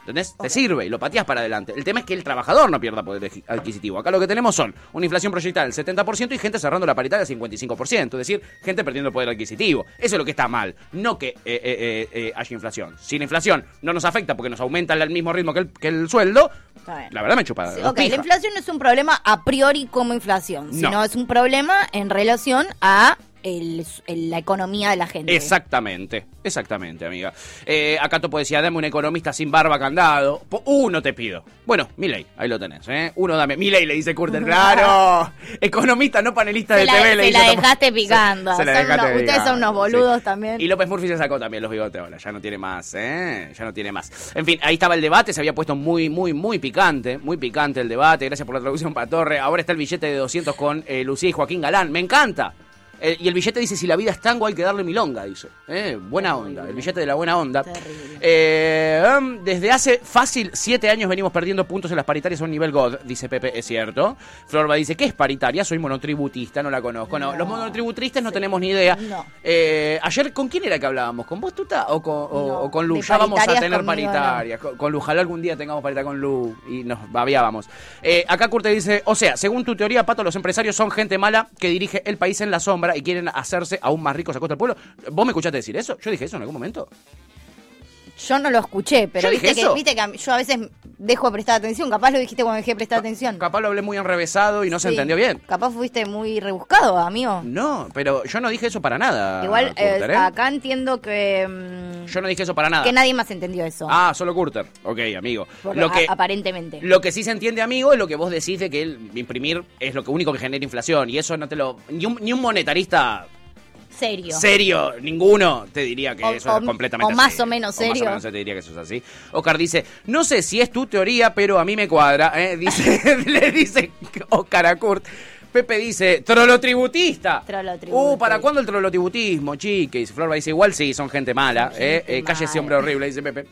Speaker 1: ¿Entendés? Te sirve y lo pateás para adelante. El tema es que el trabajador no pierda poder adqui- adquisitivo. Acá lo que tenemos son una inflación proyectada del 70% y gente cerrando la paritaria del 55%. Es decir, gente perdiendo poder adquisitivo. Eso es lo que está mal. No que eh, eh, eh, eh, haya inflación. Si la inflación no nos afecta porque nos aumenta al mismo ritmo que el, que el sueldo,
Speaker 2: Está bien.
Speaker 1: la verdad me chupa.
Speaker 2: Sí,
Speaker 1: dos
Speaker 2: ok, la
Speaker 1: pijas.
Speaker 2: inflación no es un problema a priori como inflación, sino
Speaker 1: No.
Speaker 2: es un problema en relación a el- el- la economía de la gente. ¿eh?
Speaker 1: Exactamente, exactamente, amiga. Eh, acá Topo decía, dame un economista sin barba candado. Po- Uno te pido. Bueno, Milei, ahí lo tenés, ¿eh? Uno dame. Milei le dice
Speaker 2: <laughs>
Speaker 1: Curter, claro. Economista, no panelista
Speaker 2: Se
Speaker 1: de
Speaker 2: la,
Speaker 1: TV, le
Speaker 2: se
Speaker 1: dice
Speaker 2: la
Speaker 1: Topo.
Speaker 2: dejaste picando.
Speaker 1: se la
Speaker 2: Son
Speaker 1: dejaste
Speaker 2: unos- ustedes son
Speaker 1: picando,
Speaker 2: unos boludos también.
Speaker 1: Y López Murphy se sacó también los bigotes ahora, ya no tiene más, ¿eh? Ya no tiene más. En fin, ahí estaba el debate, se había puesto muy, muy, muy picante, muy picante el debate, gracias por la traducción para Torre. Ahora está el billete de 200 con eh, Lucía y Joaquín Galán, me encanta. Eh, y el billete dice, si la vida es tango hay que darle milonga, dice. Eh, buena onda, el billete de la buena onda. Eh, em, desde hace fácil siete años venimos perdiendo puntos en las paritarias a un nivel God, dice Pepe, es cierto. Florba dice, ¿qué es paritaria? Soy monotributista, no la conozco. No, los monotributistas no tenemos ni idea.
Speaker 2: No.
Speaker 1: Eh, ayer, ¿con quién era que hablábamos? ¿Con vos, Tuta? ¿O con, o- o con Lu?
Speaker 2: de
Speaker 1: Ya vamos a
Speaker 2: paritarias
Speaker 1: tener
Speaker 2: conmigo,
Speaker 1: paritarias. Con, con Lu, ojalá algún día tengamos paritaria con Lu y nos babiábamos. Eh, acá Curte dice, o sea, según tu teoría, Pato, los empresarios son gente mala que dirige el país en la sombra y quieren hacerse aún más ricos a costa del pueblo. ¿Vos me escuchaste decir eso? Yo dije eso en algún momento.
Speaker 2: Yo no lo escuché, pero
Speaker 1: Yo
Speaker 2: viste,
Speaker 1: dije
Speaker 2: que,
Speaker 1: eso.
Speaker 2: viste que a mí- yo a veces dejo de prestar atención. Capaz lo dijiste cuando dejé de prestar atención.
Speaker 1: Capaz lo hablé muy enrevesado y no se
Speaker 2: Sí.
Speaker 1: entendió bien.
Speaker 2: Capaz fuiste muy rebuscado, amigo.
Speaker 1: No, pero yo no dije eso para nada.
Speaker 2: Igual eh,
Speaker 1: Curter, ¿eh?
Speaker 2: acá entiendo que, mm,
Speaker 1: Yo no dije eso para nada.
Speaker 2: que nadie más entendió eso.
Speaker 1: Ah, solo Curter. Ok, amigo.
Speaker 2: Por-
Speaker 1: Lo
Speaker 2: a-
Speaker 1: que,
Speaker 2: aparentemente.
Speaker 1: Lo que sí se entiende, amigo, es lo que vos decís de que el imprimir es lo que único que genera inflación. Y eso no te lo. Ni un, ni un monetarista
Speaker 2: Serio.
Speaker 1: Serio, ninguno te diría que
Speaker 2: O-
Speaker 1: eso es
Speaker 2: o-
Speaker 1: completamente
Speaker 2: o más
Speaker 1: así.
Speaker 2: o menos
Speaker 1: más
Speaker 2: serio.
Speaker 1: o menos te diría que eso es así. Oscar dice, no sé si es tu teoría, pero a mí me cuadra. ¿eh? Dice, <laughs> le dice Oscar a Kurt. Pepe dice, trolotributista. Uh, ¿para cuándo el trolotributismo, chiques? Florba dice, igual sí, son gente mala. ¿eh? Eh, cállese, hombre horrible, dice Pepe.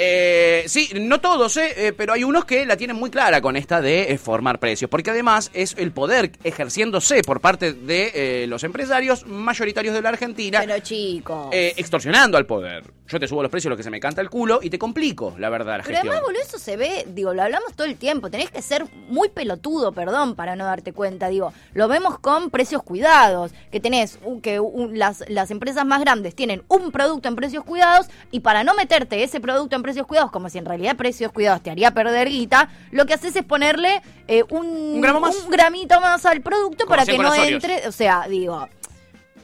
Speaker 1: Eh, sí, no todos, eh, eh, pero hay unos que la tienen muy clara con esta de eh, formar precios, porque además es el poder ejerciéndose por parte de eh, los empresarios mayoritarios de la Argentina.
Speaker 2: Pero chicos.
Speaker 1: eh, extorsionando al poder. Yo te subo los precios, lo que se me canta el culo, y te complico, la verdad, la
Speaker 2: Pero
Speaker 1: gestión.
Speaker 2: además, boludo, eso se ve, digo, lo hablamos todo el tiempo. Tenés que ser muy pelotudo, perdón, para no darte cuenta. Digo, lo vemos con precios cuidados. Que tenés, un- que un- las, las empresas más grandes tienen un producto en precios cuidados y para no meterte ese producto en precios cuidados, como si en realidad precios cuidados te haría perder guita, lo que haces es ponerle eh, un,
Speaker 1: gramo más.
Speaker 2: un gramito más al producto
Speaker 1: Como
Speaker 2: para
Speaker 1: hacían
Speaker 2: que
Speaker 1: con
Speaker 2: no
Speaker 1: las Oreos.
Speaker 2: entre. O sea, digo.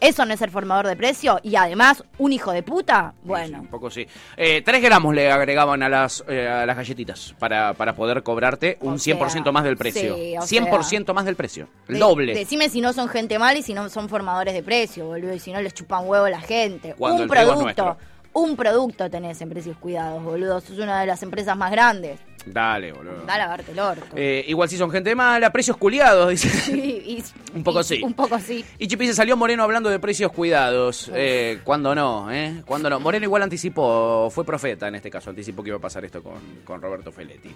Speaker 2: Eso no es ser formador de precio y además un hijo de puta. Bueno,
Speaker 1: Un poco sí. Eh, tres gramos le agregaban a las, eh, a las galletitas para, para poder cobrarte un 100% más del precio.
Speaker 2: sí, o
Speaker 1: 100% más del precio. El
Speaker 2: De-
Speaker 1: doble.
Speaker 2: Decime si no son gente mala y si no son formadores de precio, boludo, y si no les chupan huevo a la gente.
Speaker 1: Cuando
Speaker 2: un
Speaker 1: el trigo es
Speaker 2: producto,
Speaker 1: nuestro.
Speaker 2: un producto tenés en precios cuidados, boludo. Sos una de las empresas más grandes.
Speaker 1: Dale, boludo.
Speaker 2: Da a lavarte el orto.
Speaker 1: Eh, igual si son gente mala, precios culiados, <laughs> dice.
Speaker 2: <laughs> Sí, y-
Speaker 1: Un poco
Speaker 2: y-
Speaker 1: sí.
Speaker 2: Un poco sí.
Speaker 1: Y Chipi se salió Moreno hablando de precios cuidados. Eh, ¿Cuándo no? Eh? ¿Cuándo no? Moreno igual anticipó, fue profeta en este caso, anticipó que iba a pasar esto con, con Roberto Feletti.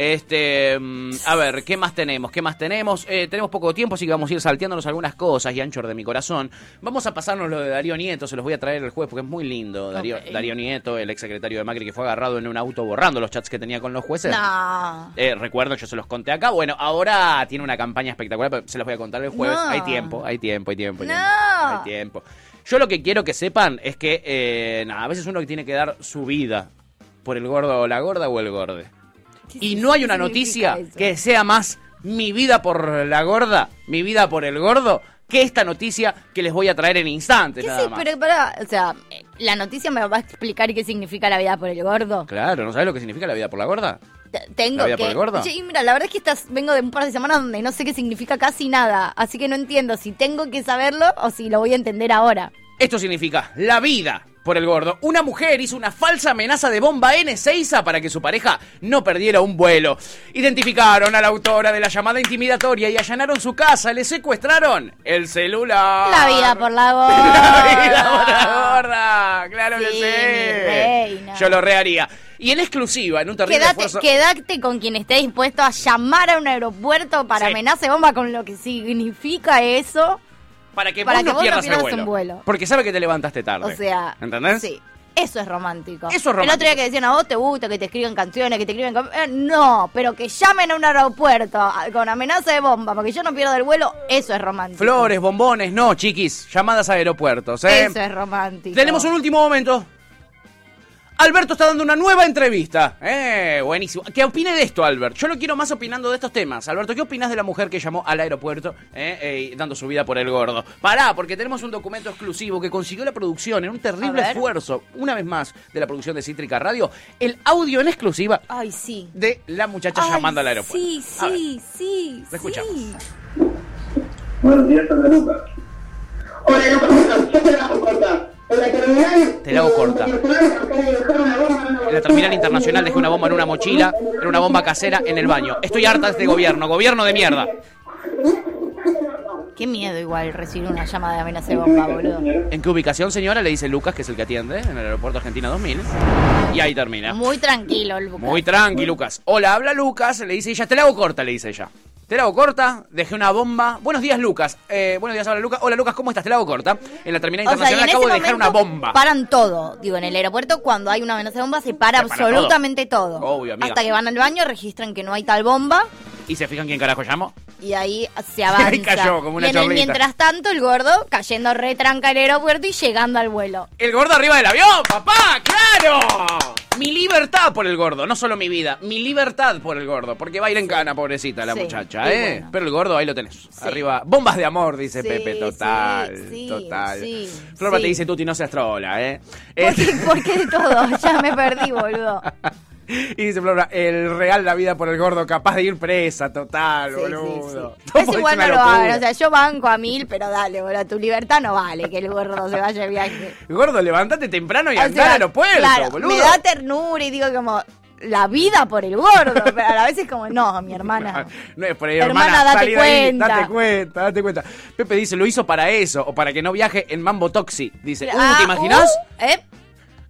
Speaker 1: Este, mm, a ver, ¿qué más tenemos? ¿Qué más tenemos? Eh, tenemos poco tiempo, así que vamos a ir salteándonos algunas cosas y anchor de mi corazón. Vamos a pasarnos lo de Darío Nieto, se los voy a traer el jueves porque es muy lindo. Darío,
Speaker 2: Ok.
Speaker 1: Darío Nieto, el exsecretario de Macri que fue agarrado en un auto borrando los chats que tenía con los jueces.
Speaker 2: No.
Speaker 1: Eh, recuerdo, yo se los conté acá. Bueno, ahora tiene una campaña espectacular, pero se los voy a contar el jueves.
Speaker 2: No.
Speaker 1: Hay tiempo, hay tiempo, hay tiempo. hay
Speaker 2: No.
Speaker 1: tiempo. Hay tiempo. Yo lo que quiero que sepan es que eh, nada, a veces uno que tiene que dar su vida por el gordo o la gorda o el gorde. Y no hay una noticia que sea más mi vida por la gorda, mi vida por el gordo, que esta noticia que les voy a traer en instantes.
Speaker 2: ¿Qué
Speaker 1: nada
Speaker 2: sí?
Speaker 1: más.
Speaker 2: Pero pará, o sea, eh, la noticia me va a explicar qué significa la vida por el gordo.
Speaker 1: Claro, ¿no sabes lo que significa la vida por la gorda?
Speaker 2: T- Tengo
Speaker 1: ¿La vida
Speaker 2: que.
Speaker 1: por el gordo?
Speaker 2: Che, y mira, la verdad es que estas, vengo de un par de semanas donde no sé qué significa casi nada. Así que no entiendo si tengo que saberlo o si lo voy a entender ahora.
Speaker 1: Esto significa la vida por el gordo. Una mujer hizo una falsa amenaza de bomba N6 para que su pareja no perdiera un vuelo. Identificaron a la autora de la llamada intimidatoria y allanaron su casa. Le secuestraron el celular.
Speaker 2: La vida
Speaker 1: <laughs>
Speaker 2: por la
Speaker 1: Ah, La vida
Speaker 2: gorda.
Speaker 1: por la gorda. Claro que
Speaker 2: Sí,
Speaker 1: sí.
Speaker 2: mi reina.
Speaker 1: Yo lo reharía. Y en exclusiva, en un terrible
Speaker 2: Quédate,
Speaker 1: esfuerzo-
Speaker 2: quédate con quien esté dispuesto a llamar a un aeropuerto para
Speaker 1: Sí.
Speaker 2: amenaza de bomba con lo que significa eso.
Speaker 1: para que
Speaker 2: para
Speaker 1: vos
Speaker 2: que
Speaker 1: no
Speaker 2: vos no
Speaker 1: pierdas el
Speaker 2: pierdas
Speaker 1: vuelo.
Speaker 2: un vuelo.
Speaker 1: Porque sabe que te levantaste tarde.
Speaker 2: O sea,
Speaker 1: ¿Entendés?
Speaker 2: Sí. Eso es romántico.
Speaker 1: Eso es
Speaker 2: El otro
Speaker 1: romántico.
Speaker 2: día que decían a vos te gusta que te escriban canciones, que te escriben... com- eh, no, pero que llamen a un aeropuerto a- con amenaza de bomba para que yo no pierda el vuelo, eso es romántico.
Speaker 1: Flores, bombones, no, chiquis. Llamadas a aeropuertos, ¿eh?
Speaker 2: Eso es romántico.
Speaker 1: Tenemos un último momento. Alberto está dando una nueva entrevista. Eh, buenísimo. ¿Qué opine de esto, Albert? Yo lo quiero más opinando de estos temas. Alberto, ¿qué opinas de la mujer que llamó al aeropuerto eh, eh, dando su vida por el gordo? Pará, porque tenemos un documento exclusivo que consiguió la producción en un terrible
Speaker 2: A ver.
Speaker 1: esfuerzo, una vez más, de la producción de Cítrica Radio, el audio en exclusiva
Speaker 2: Ay, sí.
Speaker 1: de la muchacha
Speaker 2: Ay,
Speaker 1: llamando al aeropuerto.
Speaker 2: Sí,
Speaker 1: A ver,
Speaker 2: sí, sí.
Speaker 1: lo escuchamos.
Speaker 2: sí.
Speaker 4: Buenos días, Santa Lucas. Hola, no pasa, yo te la hago corta. En la eh, terminal.
Speaker 1: Te la hago corta. En la terminal internacional dejé una bomba en una mochila, era una bomba casera en el baño. Estoy harta de este gobierno, gobierno de mierda.
Speaker 2: Qué miedo igual recibir una llamada de amenaza de bomba, boludo.
Speaker 1: ¿En qué ubicación, señora? Le dice Lucas, que es el que atiende en el aeropuerto Argentina 2000. Y ahí termina.
Speaker 2: Muy tranquilo el bucal.
Speaker 1: Muy tranqui, Lucas. Hola, habla Lucas. Le dice ella, te la hago corta, le dice ella. Te la hago corta, dejé una bomba. Buenos días, Lucas. Eh, buenos días, habla Lucas. Hola, Lucas, ¿cómo estás? Te la hago corta. En la terminal
Speaker 2: O sea, y en
Speaker 1: internacional
Speaker 2: ese
Speaker 1: acabo de dejar
Speaker 2: momento
Speaker 1: una bomba.
Speaker 2: Paran todo. Digo, en el aeropuerto, cuando hay una amenaza de bomba, se para
Speaker 1: Se para
Speaker 2: absolutamente todo.
Speaker 1: todo. Obvio, amiga.
Speaker 2: Hasta que van al baño, registran que no hay tal bomba
Speaker 1: Y se fijan quién carajo llamó.
Speaker 2: y ahí se
Speaker 1: <laughs>
Speaker 2: avanza.
Speaker 1: ahí cayó como una
Speaker 2: y en el
Speaker 1: chorlita.
Speaker 2: mientras tanto, el gordo cayendo retranca al aeropuerto y llegando al vuelo.
Speaker 1: El gordo arriba del avión, papá, claro. Mi libertad por el gordo, no solo mi vida, mi libertad por el gordo, porque va a ir en cana, pobrecita la
Speaker 2: Sí,
Speaker 1: muchacha,
Speaker 2: y
Speaker 1: ¿eh?
Speaker 2: bueno.
Speaker 1: Pero el gordo ahí lo tenés. Arriba, bombas de amor, dice
Speaker 2: Sí,
Speaker 1: Pepe, total,
Speaker 2: sí, sí,
Speaker 1: total.
Speaker 2: sí,
Speaker 1: Florba
Speaker 2: sí.
Speaker 1: te dice, Tuti, no seas trola, ¿eh?
Speaker 2: <laughs> ¿Por
Speaker 1: Este-
Speaker 2: <laughs> qué, por qué de todo? Ya me perdí, boludo.
Speaker 1: <laughs> Y dice Flora, el real la vida por el gordo, capaz de ir presa, total,
Speaker 2: Sí, sí,
Speaker 1: boludo. <laughs>
Speaker 2: Pero es
Speaker 1: Tomo,
Speaker 2: igual
Speaker 1: una
Speaker 2: no lo
Speaker 1: locura.
Speaker 2: hagan. O sea, yo banco a mil, pero dale, boludo. Tu libertad no vale que el gordo se vaya de viaje.
Speaker 1: Gordo, levántate temprano y
Speaker 2: O
Speaker 1: andá
Speaker 2: sea,
Speaker 1: al aeropuerto,
Speaker 2: claro,
Speaker 1: boludo.
Speaker 2: Me da ternura y digo como la vida por el gordo, <laughs> pero a la vez es como, no, mi hermana.
Speaker 1: <laughs> No es por ahí,
Speaker 2: Hermana,
Speaker 1: hermana,
Speaker 2: date
Speaker 1: salí de ahí,
Speaker 2: cuenta.
Speaker 1: date cuenta, date cuenta. Pepe dice, lo hizo para eso, o para que no viaje en Mambo Toxi. Dice,
Speaker 2: Ah,
Speaker 1: "Uh, ¿te imaginas?
Speaker 2: uh, ¿eh?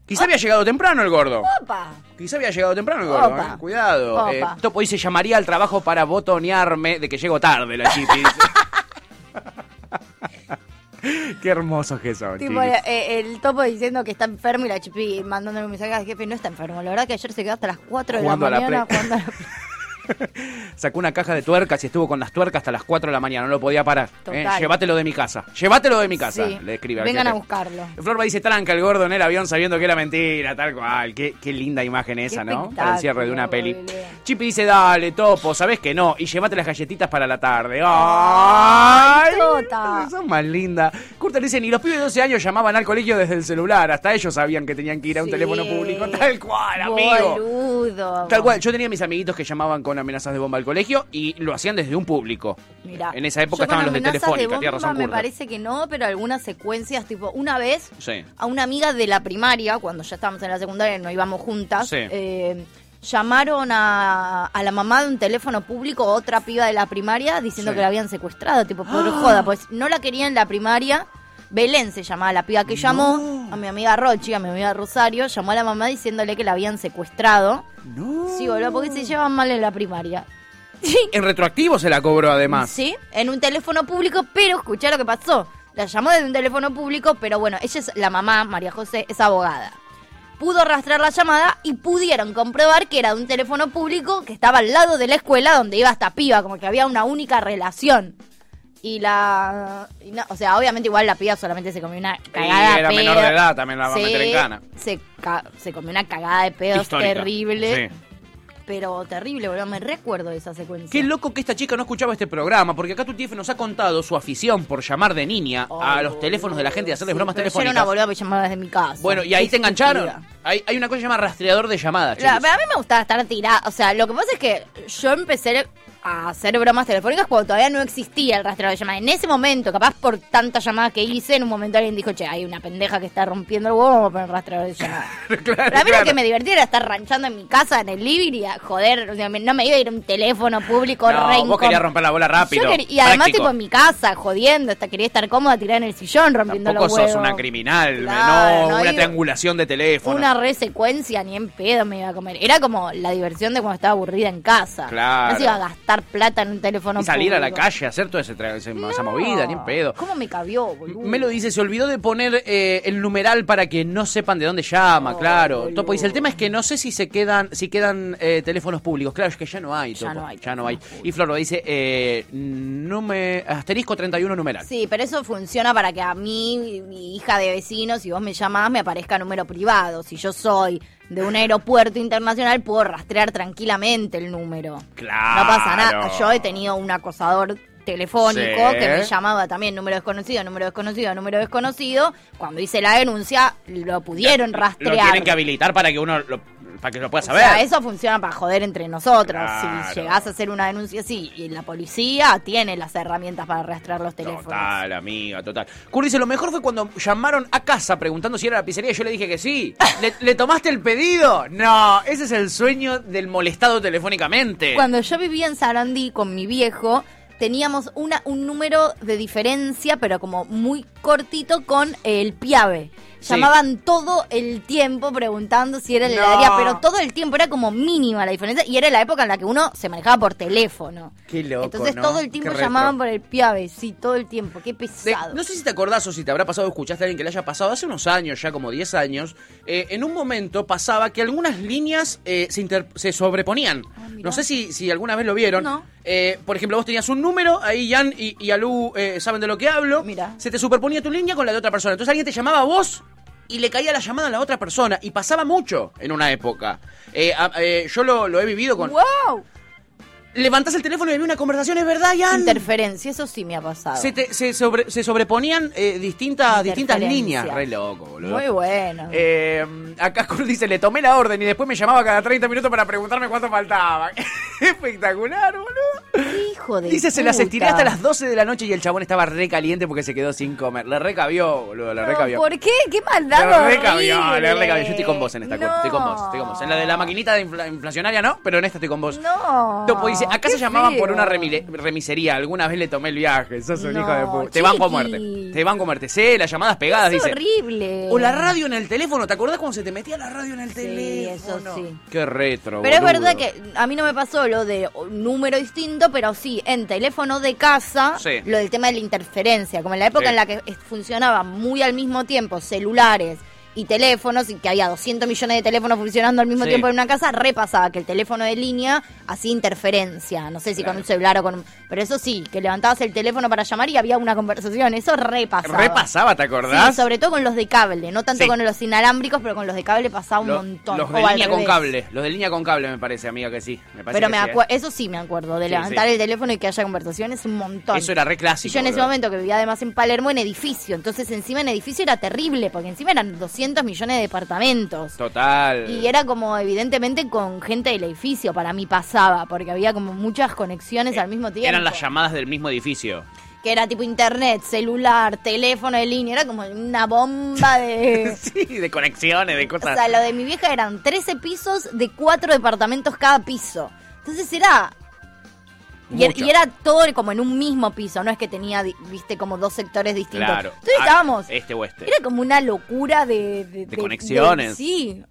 Speaker 1: Quizá había llegado temprano el gordo.
Speaker 2: Opa.
Speaker 1: Quizá había llegado temprano el gordo,
Speaker 2: Opa.
Speaker 1: eh. cuidado.
Speaker 2: Opa.
Speaker 1: Eh, Topo dice, llamaría al trabajo para botonearme de que llego tarde la chipi.
Speaker 2: <laughs>
Speaker 1: dice. Qué hermosos que son,
Speaker 2: Tipo,
Speaker 1: chiquis.
Speaker 2: eh, el topo diciendo que está enfermo y la chipi mandándole un mensaje al jefe, no está enfermo. La verdad que ayer se quedó hasta las 4 de la
Speaker 1: Jugando a la
Speaker 2: mañana
Speaker 1: Play.
Speaker 2: jugando a la-
Speaker 1: <laughs> Sacó una caja de tuercas y estuvo con las tuercas hasta las 4 de la mañana, no lo podía parar. Eh,
Speaker 2: Total.
Speaker 1: llévatelo de mi casa, llévatelo de mi casa,
Speaker 2: Sí.
Speaker 1: le escribe al
Speaker 2: Vengan a
Speaker 1: jefe.
Speaker 2: buscarlo.
Speaker 1: Florba dice tranca el gordo en el avión sabiendo que era mentira, tal cual. Qué, qué linda imagen esa, ¿no? Para el cierre de una peli. Chipi dice, dale, topo, sabes que no. Y llévate las galletitas para la tarde. ¡Ay! Son más lindas. Curta dice, ni los pibes de 12 años llamaban al colegio desde el celular. Hasta ellos sabían que tenían que ir a un teléfono público. Tal cual, amigo.
Speaker 2: Boludo.
Speaker 1: Tal cual, yo tenía mis amiguitos que llamaban con amenazas de bomba al colegio y lo hacían desde un público.
Speaker 2: Mirá.
Speaker 1: En esa época
Speaker 2: Yo con
Speaker 1: estaban los de
Speaker 2: amenazas
Speaker 1: Telefónica,
Speaker 2: bomba
Speaker 1: tía Razón
Speaker 2: Me
Speaker 1: Curta.
Speaker 2: parece que no, pero algunas secuencias, tipo, una vez
Speaker 1: Sí.
Speaker 2: a una amiga de la primaria, cuando ya estábamos en la secundaria y no íbamos juntas,
Speaker 1: Sí.
Speaker 2: eh, llamaron a, a la mamá de un teléfono público, otra piba de la primaria, diciendo
Speaker 11: Sí.
Speaker 2: que la habían secuestrado, tipo, por
Speaker 1: ¡Ah!
Speaker 2: joda, pues no la querían en la primaria. Belén se llamaba la piba que llamó a mi amiga Rochi, a mi amiga Rosario, llamó a la mamá diciéndole que la habían secuestrado.
Speaker 1: No.
Speaker 2: Sí, boludo, porque se llevan mal en la primaria.
Speaker 1: En retroactivo se la cobró además.
Speaker 2: Sí, en un teléfono público, pero escuchá lo que pasó. La llamó desde un teléfono público, pero bueno, ella es la mamá, María José, es abogada. Pudo rastrear la llamada y pudieron comprobar que era de un teléfono público que estaba al lado de la escuela donde iba esta piba, como que había una única relación. Y la. y no, o sea, obviamente igual la piba solamente se comió una cagada
Speaker 1: Y era
Speaker 2: de pedo.
Speaker 1: menor de edad, también la va a
Speaker 2: Sí,
Speaker 1: meter en cana.
Speaker 2: Se, ca- se comió una cagada de pedos
Speaker 1: Histórica.
Speaker 2: terrible.
Speaker 1: Sí.
Speaker 2: Pero terrible, boludo. Me recuerdo de esa secuencia.
Speaker 1: Qué loco que esta chica no escuchaba este programa, porque acá tu TF nos ha contado su afición por llamar de niña a los teléfonos de la gente y hacerles bromas
Speaker 2: Pero yo era
Speaker 1: telefónicas.
Speaker 2: una boluda que llamaba desde mi casa.
Speaker 1: bueno, y ahí te engancharon.
Speaker 2: Estúpida.
Speaker 1: Hay, hay una cosa que se llama rastreador de llamadas.
Speaker 2: La-
Speaker 1: chicos.
Speaker 2: pero a mí me gustaba estar tirada. O sea, lo que pasa es que yo empecé a hacer bromas telefónicas cuando todavía no existía el rastreo de llamadas. En ese momento, capaz por tantas llamadas que hice, en un momento alguien dijo, che, hay una pendeja que está rompiendo el huevo, vamos a poner rastreador
Speaker 1: <laughs>
Speaker 2: de llamadas. Pero a mí lo que me divertía era estar ranchando en mi casa, en el living y a joder, o sea, me- no me iba a ir a un teléfono público
Speaker 1: No,
Speaker 2: re
Speaker 1: vos
Speaker 2: incómodo.
Speaker 1: querías romper la bola rápido.
Speaker 2: Yo quería- y además,
Speaker 1: práctico.
Speaker 2: tipo, en mi casa, jodiendo, hasta quería estar cómoda, tirada en el sillón, rompiendo
Speaker 1: Tampoco
Speaker 2: los huevos.
Speaker 1: sos una criminal,
Speaker 2: Claro,
Speaker 1: no,
Speaker 2: no
Speaker 1: una
Speaker 2: iba-
Speaker 1: triangulación de teléfono.
Speaker 2: Una resecuencia ni en pedo me iba a comer. Era como la diversión de cuando estaba aburrida en casa.
Speaker 1: Claro.
Speaker 2: No se iba a gastar plata en un teléfono
Speaker 1: y salir a la
Speaker 2: público.
Speaker 1: calle, hacer toda ese tra- ese- esa movida, ni en pedo.
Speaker 2: ¿Cómo me cabió, boludo?
Speaker 1: Me lo dice, se olvidó de poner eh, el numeral para que no sepan de dónde llama, claro. Topo dice, el tema es que no sé si se quedan, si quedan eh, teléfonos públicos. Claro, es que ya no hay,
Speaker 2: Ya
Speaker 1: Topo,
Speaker 2: no hay
Speaker 1: Ya no hay. Y Flor lo dice, eh, nume- asterisco 31 numeral.
Speaker 2: Sí, pero eso funciona para que a mí, mi hija de vecino, si vos me llamás, me aparezca número privado. Si yo soy de un aeropuerto internacional, puedo rastrear tranquilamente el número.
Speaker 1: Claro.
Speaker 2: No pasa nada. Yo he tenido un acosador telefónico
Speaker 11: Sí.
Speaker 2: que me llamaba también número desconocido, número desconocido, número desconocido. Cuando hice la denuncia, lo pudieron
Speaker 1: Lo
Speaker 2: rastrear.
Speaker 1: tienen que habilitar para que uno lo, para que lo pueda
Speaker 2: O
Speaker 1: saber.
Speaker 2: sea, eso funciona para joder entre nosotros.
Speaker 1: Claro.
Speaker 2: Si llegás a hacer una denuncia así y la policía tiene las herramientas para rastrear los teléfonos.
Speaker 1: Total, amiga, total. Curry dice, lo mejor fue cuando llamaron a casa preguntando si era la pizzería y yo le dije que
Speaker 2: <laughs>
Speaker 1: sí. ¿Le, le tomaste el pedido? No, ese es el sueño del molestado telefónicamente.
Speaker 2: Cuando yo vivía en Sarandí con mi viejo, teníamos una, un número de diferencia, pero como muy cortito con el piave.
Speaker 11: Sí.
Speaker 2: Llamaban todo el tiempo preguntando si era la
Speaker 11: No.
Speaker 2: heladería, pero todo el tiempo era como mínima la diferencia y era la época en la que uno se manejaba por teléfono.
Speaker 1: Qué loco,
Speaker 2: Entonces
Speaker 1: ¿no?
Speaker 2: todo el
Speaker 1: Qué
Speaker 2: tiempo
Speaker 1: retro.
Speaker 2: llamaban por el piave, sí, todo el tiempo, qué
Speaker 1: De-
Speaker 2: pesado.
Speaker 1: no sé si te acordás o si te habrá pasado, escuchaste a alguien que le haya pasado, hace unos años, ya como 10 años, eh, en un momento pasaba que algunas líneas eh, se, inter- se sobreponían. no sé si, si alguna vez lo vieron. Eh, por ejemplo, vos tenías un número, ahí Jan y, y Alú eh, saben de lo que hablo. Se te superponía tu línea con la de otra persona. Entonces alguien te llamaba a vos. Y le caía la llamada a la otra persona. Y pasaba mucho en una época. Eh, a- eh, yo lo, lo he vivido con...
Speaker 2: ¡Wow!
Speaker 1: levantás el teléfono y había una conversación, ¿es verdad, Ian?
Speaker 2: Interferencia, eso sí me ha pasado.
Speaker 1: Se, te- se sobre- se sobreponían eh, distintas, distintas
Speaker 2: Interferencia.
Speaker 1: líneas. Re loco, boludo.
Speaker 2: Muy bueno.
Speaker 1: Eh, acá Kurt dice, le tomé la orden y después me llamaba cada 30 minutos para preguntarme cuánto faltaba. <laughs> Espectacular, boludo.
Speaker 2: Hijo de
Speaker 1: Dice, se las
Speaker 2: puta.
Speaker 1: estiré hasta las 12 de la noche y el chabón estaba re caliente porque se quedó sin comer. Le recabió, boludo, le recabió.
Speaker 2: ¿Por qué? ¿Qué
Speaker 1: Le
Speaker 2: maldad
Speaker 1: recabió, le
Speaker 2: horrible?
Speaker 1: recabió. Yo estoy con vos en esta, Kurt, estoy con vos, estoy con vos. En la de la maquinita de infla- inflacionaria no, pero en esta estoy con vos.
Speaker 2: No.
Speaker 1: Topo dice, acá se llamaban por una
Speaker 2: remisión.
Speaker 1: remile- remisería, alguna vez le tomé el viaje, sos un
Speaker 2: No,
Speaker 1: hijo de puta. Te banco a
Speaker 2: chiqui.
Speaker 1: muerte, te banco a muerte. Sé, las llamadas pegadas,
Speaker 2: Es
Speaker 1: dice.
Speaker 2: horrible.
Speaker 1: O la radio en el teléfono, ¿te acordás cuando se te metía la radio en el teléfono?
Speaker 2: Eso sí.
Speaker 1: Qué retro,
Speaker 2: Pero es
Speaker 1: Ah, boludo.
Speaker 2: verdad que a mí no me pasó lo de número distinto, pero sí, en teléfono de casa,
Speaker 1: Sí.
Speaker 2: lo del tema de la interferencia, como en la época
Speaker 1: Sí.
Speaker 2: en la que es- funcionaban muy al mismo tiempo celulares y teléfonos, y que había 200 millones de teléfonos funcionando al mismo
Speaker 1: Sí.
Speaker 2: tiempo en una casa, repasaba que el teléfono de línea hacía interferencia, no sé si con un celular o con un... Pero eso sí, que levantabas el teléfono para llamar y había una conversación, eso repasaba.
Speaker 1: Repasaba, ¿te acordás?
Speaker 2: Sí, sobre todo con los de cable, no tanto
Speaker 1: Sí.
Speaker 2: con los inalámbricos, pero con los de cable pasaba un
Speaker 1: Lo-
Speaker 2: montón.
Speaker 1: Los
Speaker 2: o
Speaker 1: de
Speaker 2: al
Speaker 1: línea con
Speaker 2: revés.
Speaker 1: cable, los de línea con cable me parece, amiga, que sí. Me parece
Speaker 2: Pero
Speaker 1: que
Speaker 2: me
Speaker 1: sí, ¿eh?
Speaker 2: acu- eso sí me acuerdo, de
Speaker 1: Sí,
Speaker 2: levantar
Speaker 1: sí.
Speaker 2: el teléfono y que haya conversaciones un montón.
Speaker 1: Eso era re
Speaker 2: Y
Speaker 1: clásico.
Speaker 2: yo en ese
Speaker 1: boludo.
Speaker 2: momento que vivía además en Palermo en edificio, entonces encima en edificio era terrible, porque encima eran 200 millones de departamentos.
Speaker 1: Total.
Speaker 2: Y era como evidentemente con gente del edificio, para mí pasaba, porque había como muchas conexiones al mismo tiempo.
Speaker 1: Eh, Eran las llamadas del mismo edificio. <laughs>
Speaker 2: Que era tipo internet, celular, teléfono de línea, era como una bomba
Speaker 1: <laughs>
Speaker 2: de...
Speaker 1: Sí, de conexiones, de
Speaker 2: O
Speaker 1: cosas.
Speaker 2: sea, lo de mi vieja eran 13 pisos de 4 departamentos cada piso. Entonces era. Y, er-
Speaker 1: Mucho.
Speaker 2: y era todo como en un mismo piso, no es que tenía, di- viste, como dos sectores distintos.
Speaker 1: Claro.
Speaker 2: Entonces
Speaker 1: Ah,
Speaker 2: estábamos.
Speaker 1: Este o este.
Speaker 2: Era como una locura de. De, de-
Speaker 1: conexiones.
Speaker 2: de- sí.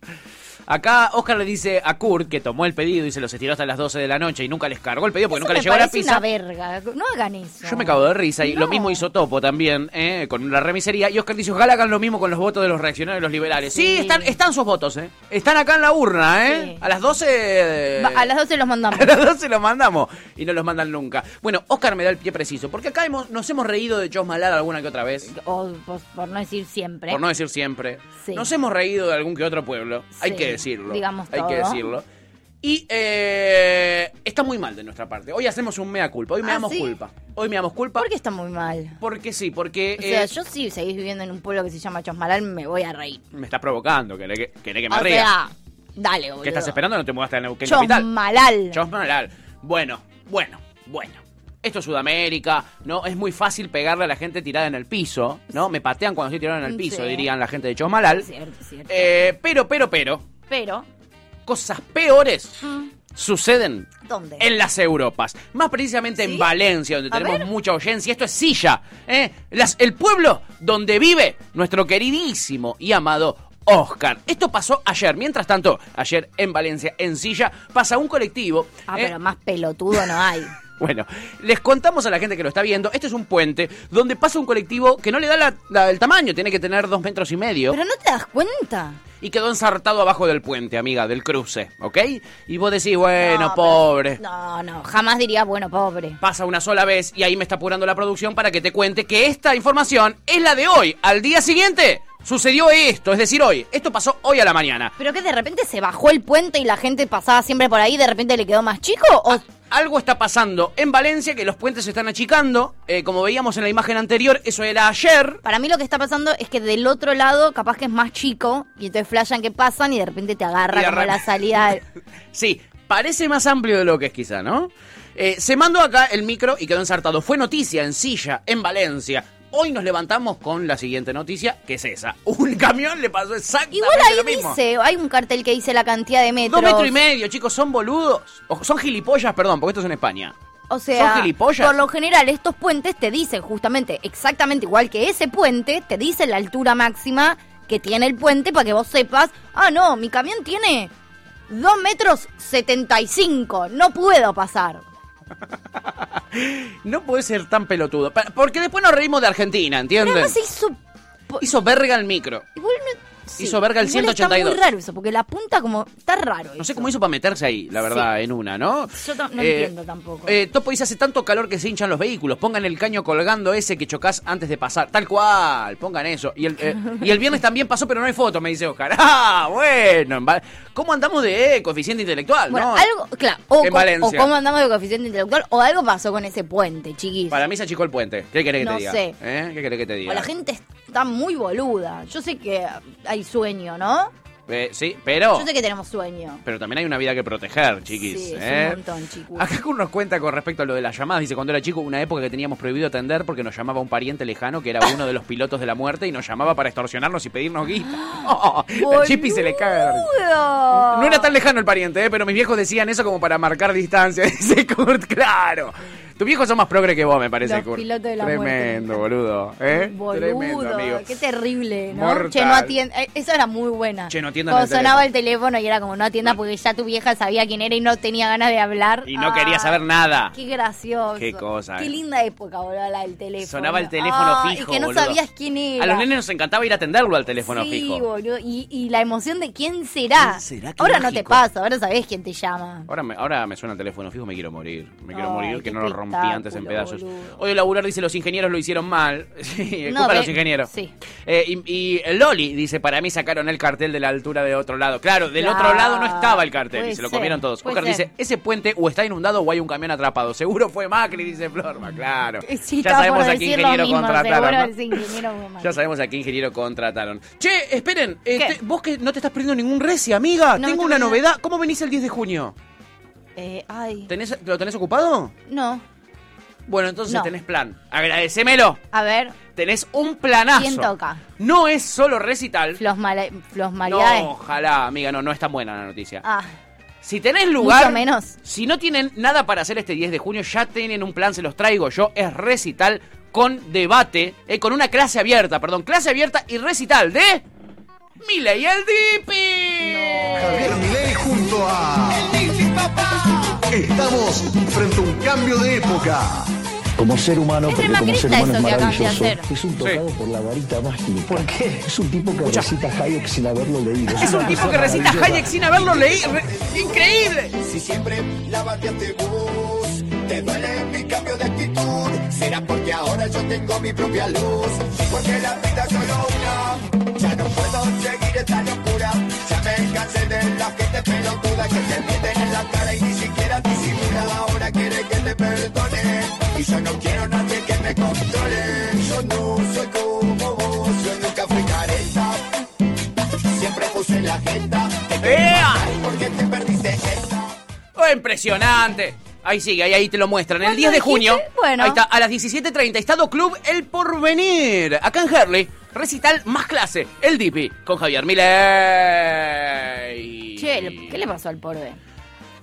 Speaker 1: Acá Oscar le dice a Kurt que tomó el pedido y se los estiró hasta las 12 de la noche y nunca les cargó el pedido porque
Speaker 2: Eso
Speaker 1: nunca
Speaker 2: me
Speaker 1: les llegó la
Speaker 2: parece
Speaker 1: pizza.
Speaker 2: una verga. No hagan eso.
Speaker 1: Yo me cago de risa y lo mismo hizo Topo también eh, con la remisería. Y Oscar dice, ojalá hagan lo mismo con los votos de los reaccionarios y los liberales. Sí,
Speaker 2: Sí.
Speaker 1: están, están sus votos, ¿eh? Están acá en la urna, ¿eh? A las 12... eh,
Speaker 2: Va, A las 12 los
Speaker 1: <laughs>
Speaker 2: mandamos.
Speaker 1: A las 12 los mandamos y no los mandan nunca. Bueno, Oscar me da el pie preciso, porque acá hemos- nos hemos reído de Chos Malal alguna que otra vez.
Speaker 2: O, por, por no decir siempre.
Speaker 1: Por no decir siempre.
Speaker 2: Sí.
Speaker 1: Nos hemos reído de algún que otro pueblo. Hay
Speaker 2: Sí,
Speaker 1: que decirlo.
Speaker 2: digamos
Speaker 1: Hay que
Speaker 2: todo.
Speaker 1: decirlo. Y eh, está muy mal de nuestra parte. Hoy hacemos un mea culpa. Hoy me
Speaker 2: Ah,
Speaker 1: damos
Speaker 2: ¿sí?
Speaker 1: culpa. Hoy me damos culpa.
Speaker 2: Porque está muy mal.
Speaker 1: Porque sí, porque.
Speaker 2: O sea,
Speaker 1: eh,
Speaker 2: yo sí seguís viviendo en un pueblo que se llama Chosmalal, me voy a reír.
Speaker 1: Me estás provocando. Querés que, querés que me
Speaker 2: o
Speaker 1: ría.
Speaker 2: sea, dale, boludo.
Speaker 1: ¿Qué estás esperando? No te mudaste a Neuquén Capital.
Speaker 2: Chosmalal.
Speaker 1: Chosmalal. Bueno, bueno, bueno. Esto es Sudamérica, ¿no? Es muy fácil pegarle a la gente tirada en el piso, ¿no? Me patean cuando estoy tirado en el piso,
Speaker 2: Sí.
Speaker 1: dirían la gente de Chosmalal.
Speaker 2: Cierto, cierto.
Speaker 1: Eh, pero, pero, pero,
Speaker 2: Pero,
Speaker 1: cosas peores
Speaker 2: mm,
Speaker 1: suceden
Speaker 2: ¿dónde?
Speaker 1: en las Europas. Más precisamente en Valencia, donde
Speaker 2: A
Speaker 1: tenemos
Speaker 2: ver.
Speaker 1: mucha oyencia. Esto es Silla, ¿eh? Las- el pueblo donde vive nuestro queridísimo y amado Oscar. Esto pasó ayer. Mientras tanto, ayer en Valencia, en Silla, pasa un colectivo.
Speaker 2: Ah,
Speaker 1: ¿eh?
Speaker 2: pero más pelotudo no hay.
Speaker 1: Bueno, les contamos a la gente que lo está viendo, este es un puente donde pasa un colectivo que no le da la- la- el tamaño, tiene que tener dos metros y medio
Speaker 2: pero no te das cuenta.
Speaker 1: y quedó ensartado abajo del puente, amiga, del cruce, ¿ok? Y vos decís, bueno,
Speaker 2: No, pero-
Speaker 1: pobre.
Speaker 2: No, no, jamás diría, bueno, pobre.
Speaker 1: Pasa una sola vez y ahí me está apurando la producción para que te cuente que esta información es la de hoy. Al día siguiente sucedió esto, es decir, hoy. Esto pasó hoy a la mañana.
Speaker 2: Pero que de repente se bajó el puente y la gente pasaba siempre por ahí y de repente le quedó más chico o
Speaker 1: Ah. Algo está pasando en Valencia, que los puentes se están achicando. eh, como veíamos en la imagen anterior, eso era ayer.
Speaker 2: Para mí lo que está pasando es que del otro lado capaz que es más chico y entonces flashan que pasan y de repente te agarra
Speaker 1: Y de
Speaker 2: como
Speaker 1: rep- <laughs>
Speaker 2: la salida. del-
Speaker 1: Sí, parece más amplio de lo que es quizá, ¿no? Eh, se mandó acá el micro y quedó ensartado. Fue noticia en silla, en Valencia. Hoy nos levantamos con la siguiente noticia, que es esa. <laughs> Un camión le pasó exactamente
Speaker 2: Igual
Speaker 1: lo
Speaker 2: ahí
Speaker 1: mismo.
Speaker 2: dice, hay un cartel que dice la cantidad de metros.
Speaker 1: Dos metros y medio, chicos, son boludos. O- son gilipollas, perdón, porque esto es en España.
Speaker 2: O sea,
Speaker 1: ¿Son gilipollas?
Speaker 2: por lo general estos puentes te dicen justamente exactamente igual que ese puente, te dice la altura máxima que tiene el puente para que vos sepas, ah, no, mi camión tiene 2 metros 75, no puedo pasar.
Speaker 1: No puede ser tan pelotudo. Pa- Porque después nos reímos de Argentina,
Speaker 2: Pero
Speaker 1: ¿entienden?
Speaker 2: además se hizo... po-
Speaker 1: Hizo verga el micro.
Speaker 2: Igual no-
Speaker 1: Hizo verga el
Speaker 2: Igual
Speaker 1: 182.
Speaker 2: Está muy raro eso, porque la punta como está raro.
Speaker 1: No sé cómo hizo para meterse ahí, la verdad, en una, ¿no?
Speaker 2: Yo ta- no
Speaker 1: Eh,
Speaker 2: entiendo tampoco.
Speaker 1: Eh, Topo dice, hace tanto calor que se hinchan los vehículos. Pongan el caño colgando ese que chocás antes de pasar. Tal cual, pongan eso. Y el, eh, y el viernes también pasó, pero no hay foto, me dice Oscar. <laughs> ¡Ah, bueno! en Val- ¿Cómo andamos de eh, coeficiente intelectual?
Speaker 2: bueno,
Speaker 1: no?
Speaker 2: algo, claro, o,
Speaker 1: En
Speaker 2: co-
Speaker 1: Valencia.
Speaker 2: o cómo andamos de coeficiente intelectual, o algo pasó con ese puente, chiquis.
Speaker 1: Para mí se achicó el puente. ¿Qué querés que
Speaker 2: No
Speaker 1: te diga?
Speaker 2: sé.
Speaker 1: ¿Eh? ¿Qué querés que te
Speaker 2: O
Speaker 1: diga?
Speaker 2: la gente está muy boluda. Yo sé que hay sueño, ¿no?
Speaker 1: Eh, sí, pero...
Speaker 2: Yo sé que
Speaker 1: <laughs>
Speaker 2: tenemos sueño.
Speaker 1: Pero también hay una vida que proteger, chiquis.
Speaker 2: Sí, es
Speaker 1: ¿eh?
Speaker 2: un montón, chicos.
Speaker 1: Acá Kun nos cuenta con respecto a lo de las llamadas. Dice, cuando era chico, una época que teníamos prohibido atender porque nos llamaba un pariente lejano que era uno de los pilotos de la muerte y nos llamaba para extorsionarnos y pedirnos guita. <laughs> Oh, la chipi se le cae. de risa. No era tan lejano el pariente, ¿eh? pero mis viejos decían eso como para marcar distancia. <laughs> Dice Kurt, claro. Tus viejos son más progre que vos, me parece,
Speaker 2: Los
Speaker 1: Kurt.
Speaker 2: pilotos de la
Speaker 1: Tremendo, boludo. ¿eh?
Speaker 2: Boludo,
Speaker 1: Tremendo, amigo.
Speaker 2: qué terrible, ¿no?
Speaker 1: Mortal.
Speaker 2: Che, no atienda. eh, Eso era muy buena.
Speaker 1: Che, no atiendan
Speaker 2: Cuando
Speaker 1: el teléfono.
Speaker 2: sonaba el teléfono y era como no atienda porque ya tu vieja sabía quién era y no tenía ganas de hablar.
Speaker 1: Y no
Speaker 2: Ah,
Speaker 1: quería saber nada.
Speaker 2: Qué gracioso.
Speaker 1: Qué cosa,
Speaker 2: Qué
Speaker 1: eh.
Speaker 2: linda época, boludo, la del teléfono.
Speaker 1: Sonaba el teléfono
Speaker 2: Ah,
Speaker 1: fijo,
Speaker 2: Y que no
Speaker 1: boludo.
Speaker 2: sabías quién era.
Speaker 1: A los nenes nos encantaba ir a atenderlo al teléfono
Speaker 2: sí,
Speaker 1: fijo.
Speaker 2: boludo. Y, y la emoción de quién será.
Speaker 1: ¿Quién será? Qué
Speaker 2: ahora no te
Speaker 1: mágico.
Speaker 2: pasa, ahora sabés quién te llama.
Speaker 1: Ahora me, ahora me suena el teléfono fijo, me quiero morir. Me quiero
Speaker 2: Ay,
Speaker 1: morir,
Speaker 2: qué
Speaker 1: que no lo rompí antes en pedazos. Hoy el laburar dice, los ingenieros lo hicieron mal. <laughs> Sí, es
Speaker 2: No,
Speaker 1: Eh, culpa de
Speaker 2: ve-
Speaker 1: los ingenieros.
Speaker 2: sí.
Speaker 1: Eh, y, y Loli dice, para mí sacaron el cartel de la altura de otro lado. Claro, del
Speaker 12: Claro,
Speaker 1: otro lado no estaba el cartel
Speaker 12: puede
Speaker 1: y se lo
Speaker 12: ser,
Speaker 1: comieron todos.
Speaker 12: puede
Speaker 1: Oscar
Speaker 12: ser.
Speaker 1: dice, ese puente o está inundado o hay un camión atrapado. Seguro fue Macri, dice Florma. Claro.
Speaker 2: Eh, Sí,
Speaker 1: ya
Speaker 2: estaba por
Speaker 1: sabemos a qué
Speaker 2: decir lo
Speaker 1: ingeniero
Speaker 2: mismo,
Speaker 1: contrataron.
Speaker 2: seguro
Speaker 1: ¿no?
Speaker 2: ese ingeniero fue mal.
Speaker 1: Ya sabemos a qué ingeniero contrataron. Che, esperen, este, vos que no te estás perdiendo ningún reci, amiga,
Speaker 2: No me
Speaker 1: tengo
Speaker 2: estoy
Speaker 1: una
Speaker 2: perdiendo-
Speaker 1: novedad. ¿Cómo venís el 10 de junio?
Speaker 2: Eh, ay,
Speaker 1: ¿Tenés, ¿Lo tenés ocupado?
Speaker 2: no.
Speaker 1: Bueno, entonces
Speaker 2: No.
Speaker 1: tenés plan. Agradecemelo.
Speaker 2: A ver.
Speaker 1: Tenés un planazo.
Speaker 2: ¿Quién toca?
Speaker 1: No es solo recital.
Speaker 2: Los, mala- los
Speaker 1: No,
Speaker 2: Mariae.
Speaker 1: ojalá, amiga, no, no es tan buena la noticia.
Speaker 2: Ah,
Speaker 1: Si tenés lugar.
Speaker 2: Mucho menos.
Speaker 1: Si no tienen nada para hacer este 10 de junio, ya tienen un plan, se los traigo yo. Es recital con debate, eh, con una clase abierta, perdón, clase abierta y recital de. Mila y el Dipi.
Speaker 7: Javier Milei junto a. Estamos frente a un cambio de época.
Speaker 13: Como ser humano, Ah, porque como ser
Speaker 7: macrista
Speaker 13: humano es
Speaker 7: eso que acaban de
Speaker 13: maravilloso,
Speaker 7: hacer.
Speaker 13: es un tocado por la varita mágica. ¿Por qué? Es un tipo que recita Hayek sin haberlo leído.
Speaker 1: Es un
Speaker 13: una
Speaker 1: tipo
Speaker 13: persona
Speaker 1: que recita
Speaker 13: maravillosa.
Speaker 1: Hayek sin haberlo leído. Re- ¡Increíble!
Speaker 7: Si siempre la bateaste vos, te duele mi cambio de actitud. Será porque ahora yo tengo mi propia luz. Porque la vida es solo una. Ya no puedo seguir esta locura. Ya me cansé de la gente pelotuda que te mienten en la cara y ni siquiera disimula. Ahora quiere que te perdone. Y yo no quiero a nadie que me controle. Yo no soy como vos. Yo nunca fui careta. Siempre puse la agenda. Te quería
Speaker 1: ¡Ea!
Speaker 7: matar porque te perdiste esta.
Speaker 1: ¡Oh, impresionante! Ahí sigue, ahí, ahí te lo muestran. El 10 de junio.
Speaker 2: Bueno.
Speaker 1: Ahí está, a las 17.30, Estado Club El Porvenir. Acá en Herley, recital más clase. El Dipi con Javier Milei.
Speaker 2: che, ¿lo- ¿qué le pasó al porbe?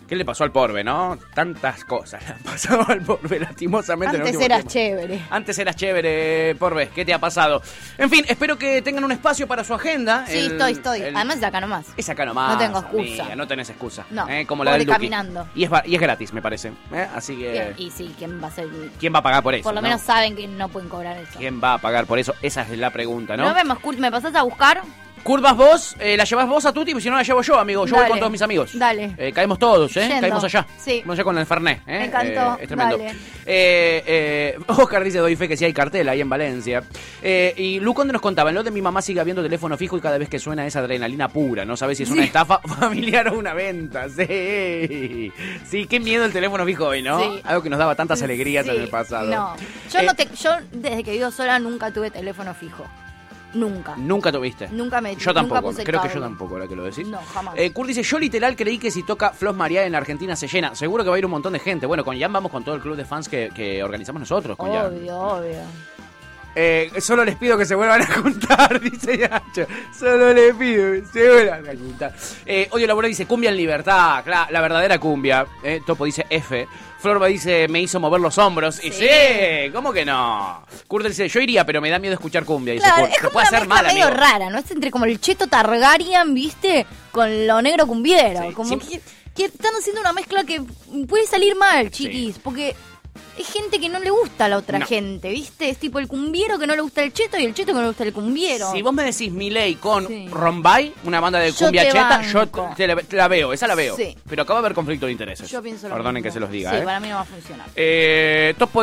Speaker 1: ¿Qué le pasó al Porve, no? Tantas cosas le han <laughs> pasado al Porve, lastimosamente. en el
Speaker 2: Antes
Speaker 1: último
Speaker 2: eras
Speaker 1: tiempo.
Speaker 2: chévere.
Speaker 1: Antes eras chévere, Porve. ¿Qué te ha pasado? En fin, espero que tengan un espacio para su agenda.
Speaker 2: Sí,
Speaker 1: El-
Speaker 2: estoy, estoy.
Speaker 1: el-
Speaker 2: Además, acá nomás.
Speaker 1: Es acá nomás.
Speaker 2: No tengo excusa.
Speaker 1: amiga, no tenés excusa.
Speaker 2: No,
Speaker 1: ¿eh? Como la
Speaker 2: pobre
Speaker 1: del Duki.
Speaker 2: caminando.
Speaker 1: Y es, ba- y es gratis, me parece. ¿eh? Así que.
Speaker 2: Bien, Y sí, ¿quién va a ser?
Speaker 1: ¿Quién va a pagar por eso?
Speaker 2: Por lo
Speaker 1: no?
Speaker 2: menos saben que no pueden cobrar eso.
Speaker 1: ¿Quién va a pagar por eso? Esa es la pregunta, ¿no?
Speaker 2: No vemos, Kurt, ¿me pasás a buscar?
Speaker 1: Curvas vos, eh, la llevas vos a Tuti, pero si no la llevo yo, amigo. Yo voy
Speaker 2: Dale.
Speaker 1: con todos mis amigos.
Speaker 2: Dale.
Speaker 1: Eh, caemos todos, ¿eh?
Speaker 2: Yendo.
Speaker 1: Caemos allá.
Speaker 2: Sí.
Speaker 1: Vamos allá con el Fernet, ¿eh?
Speaker 2: Me encantó.
Speaker 1: Eh, es tremendo.
Speaker 2: Dale.
Speaker 1: Eh, eh, Oscar dice, doy fe que sí hay cartel ahí en Valencia. Eh, y Luconde nos contaba, en lo de mi mamá sigue habiendo teléfono fijo y cada vez que suena es adrenalina pura. No sabes si es una estafa <laughs> familiar o una venta. Sí. Sí, qué miedo el teléfono fijo hoy, ¿no?
Speaker 2: Sí.
Speaker 1: Algo que nos daba tantas alegrías
Speaker 2: Sí,
Speaker 1: en el pasado.
Speaker 2: No. Yo,
Speaker 1: Eh,
Speaker 2: no te, yo, desde que vivo sola, nunca tuve teléfono fijo. Nunca.
Speaker 1: Nunca tuviste.
Speaker 2: Nunca me
Speaker 1: Yo
Speaker 2: nunca
Speaker 1: tampoco,
Speaker 2: puse el
Speaker 1: creo que
Speaker 2: cable.
Speaker 1: yo tampoco, ahora que lo decís.
Speaker 2: No, jamás.
Speaker 1: Eh, Kurt dice, yo literal creí que si toca Flos María en Argentina se llena. Seguro que va a ir un montón de gente. Bueno, con Jan vamos con todo el club de fans que, que organizamos nosotros con Jan.
Speaker 2: obvio, obvio.
Speaker 1: Eh, solo les pido que se vuelvan a juntar, <laughs> dice Nacho. Solo les pido que se vuelvan a juntar. Eh, Odio Laboral dice cumbia en libertad, la, la verdadera cumbia. Eh, Topo dice F. Florba dice me hizo mover los hombros. Y sí, ¿cómo que no? Kurt dice yo iría, pero me da miedo escuchar cumbia. Dice
Speaker 2: Claro,
Speaker 1: Kurt.
Speaker 2: es
Speaker 1: Se
Speaker 2: como
Speaker 1: puede
Speaker 2: una
Speaker 1: hacer
Speaker 2: mezcla
Speaker 1: mal,
Speaker 2: medio
Speaker 1: amigo.
Speaker 2: rara, ¿no? Es entre como el cheto Targaryen, ¿viste? Con lo negro cumbiero.
Speaker 1: sí.
Speaker 2: como Que, que están haciendo una mezcla que puede salir mal, chiquis. Porque es gente que no le gusta a la otra
Speaker 1: No.
Speaker 2: gente, ¿viste? Es tipo el cumbiero que no le gusta el cheto y el cheto que no le gusta el cumbiero.
Speaker 1: Si vos me decís Miley con Rombay, una banda de
Speaker 2: Yo
Speaker 1: cumbia
Speaker 2: te
Speaker 1: cheta, yo
Speaker 2: banco.
Speaker 1: te la, te la veo, esa la veo.
Speaker 2: Sí.
Speaker 1: Pero acaba de haber conflicto de intereses.
Speaker 2: Yo pienso lo
Speaker 1: Perdonen
Speaker 2: mismo.
Speaker 1: que se los diga.
Speaker 2: Sí,
Speaker 1: ¿eh?
Speaker 2: para mí no va a funcionar.
Speaker 1: Eh, Topo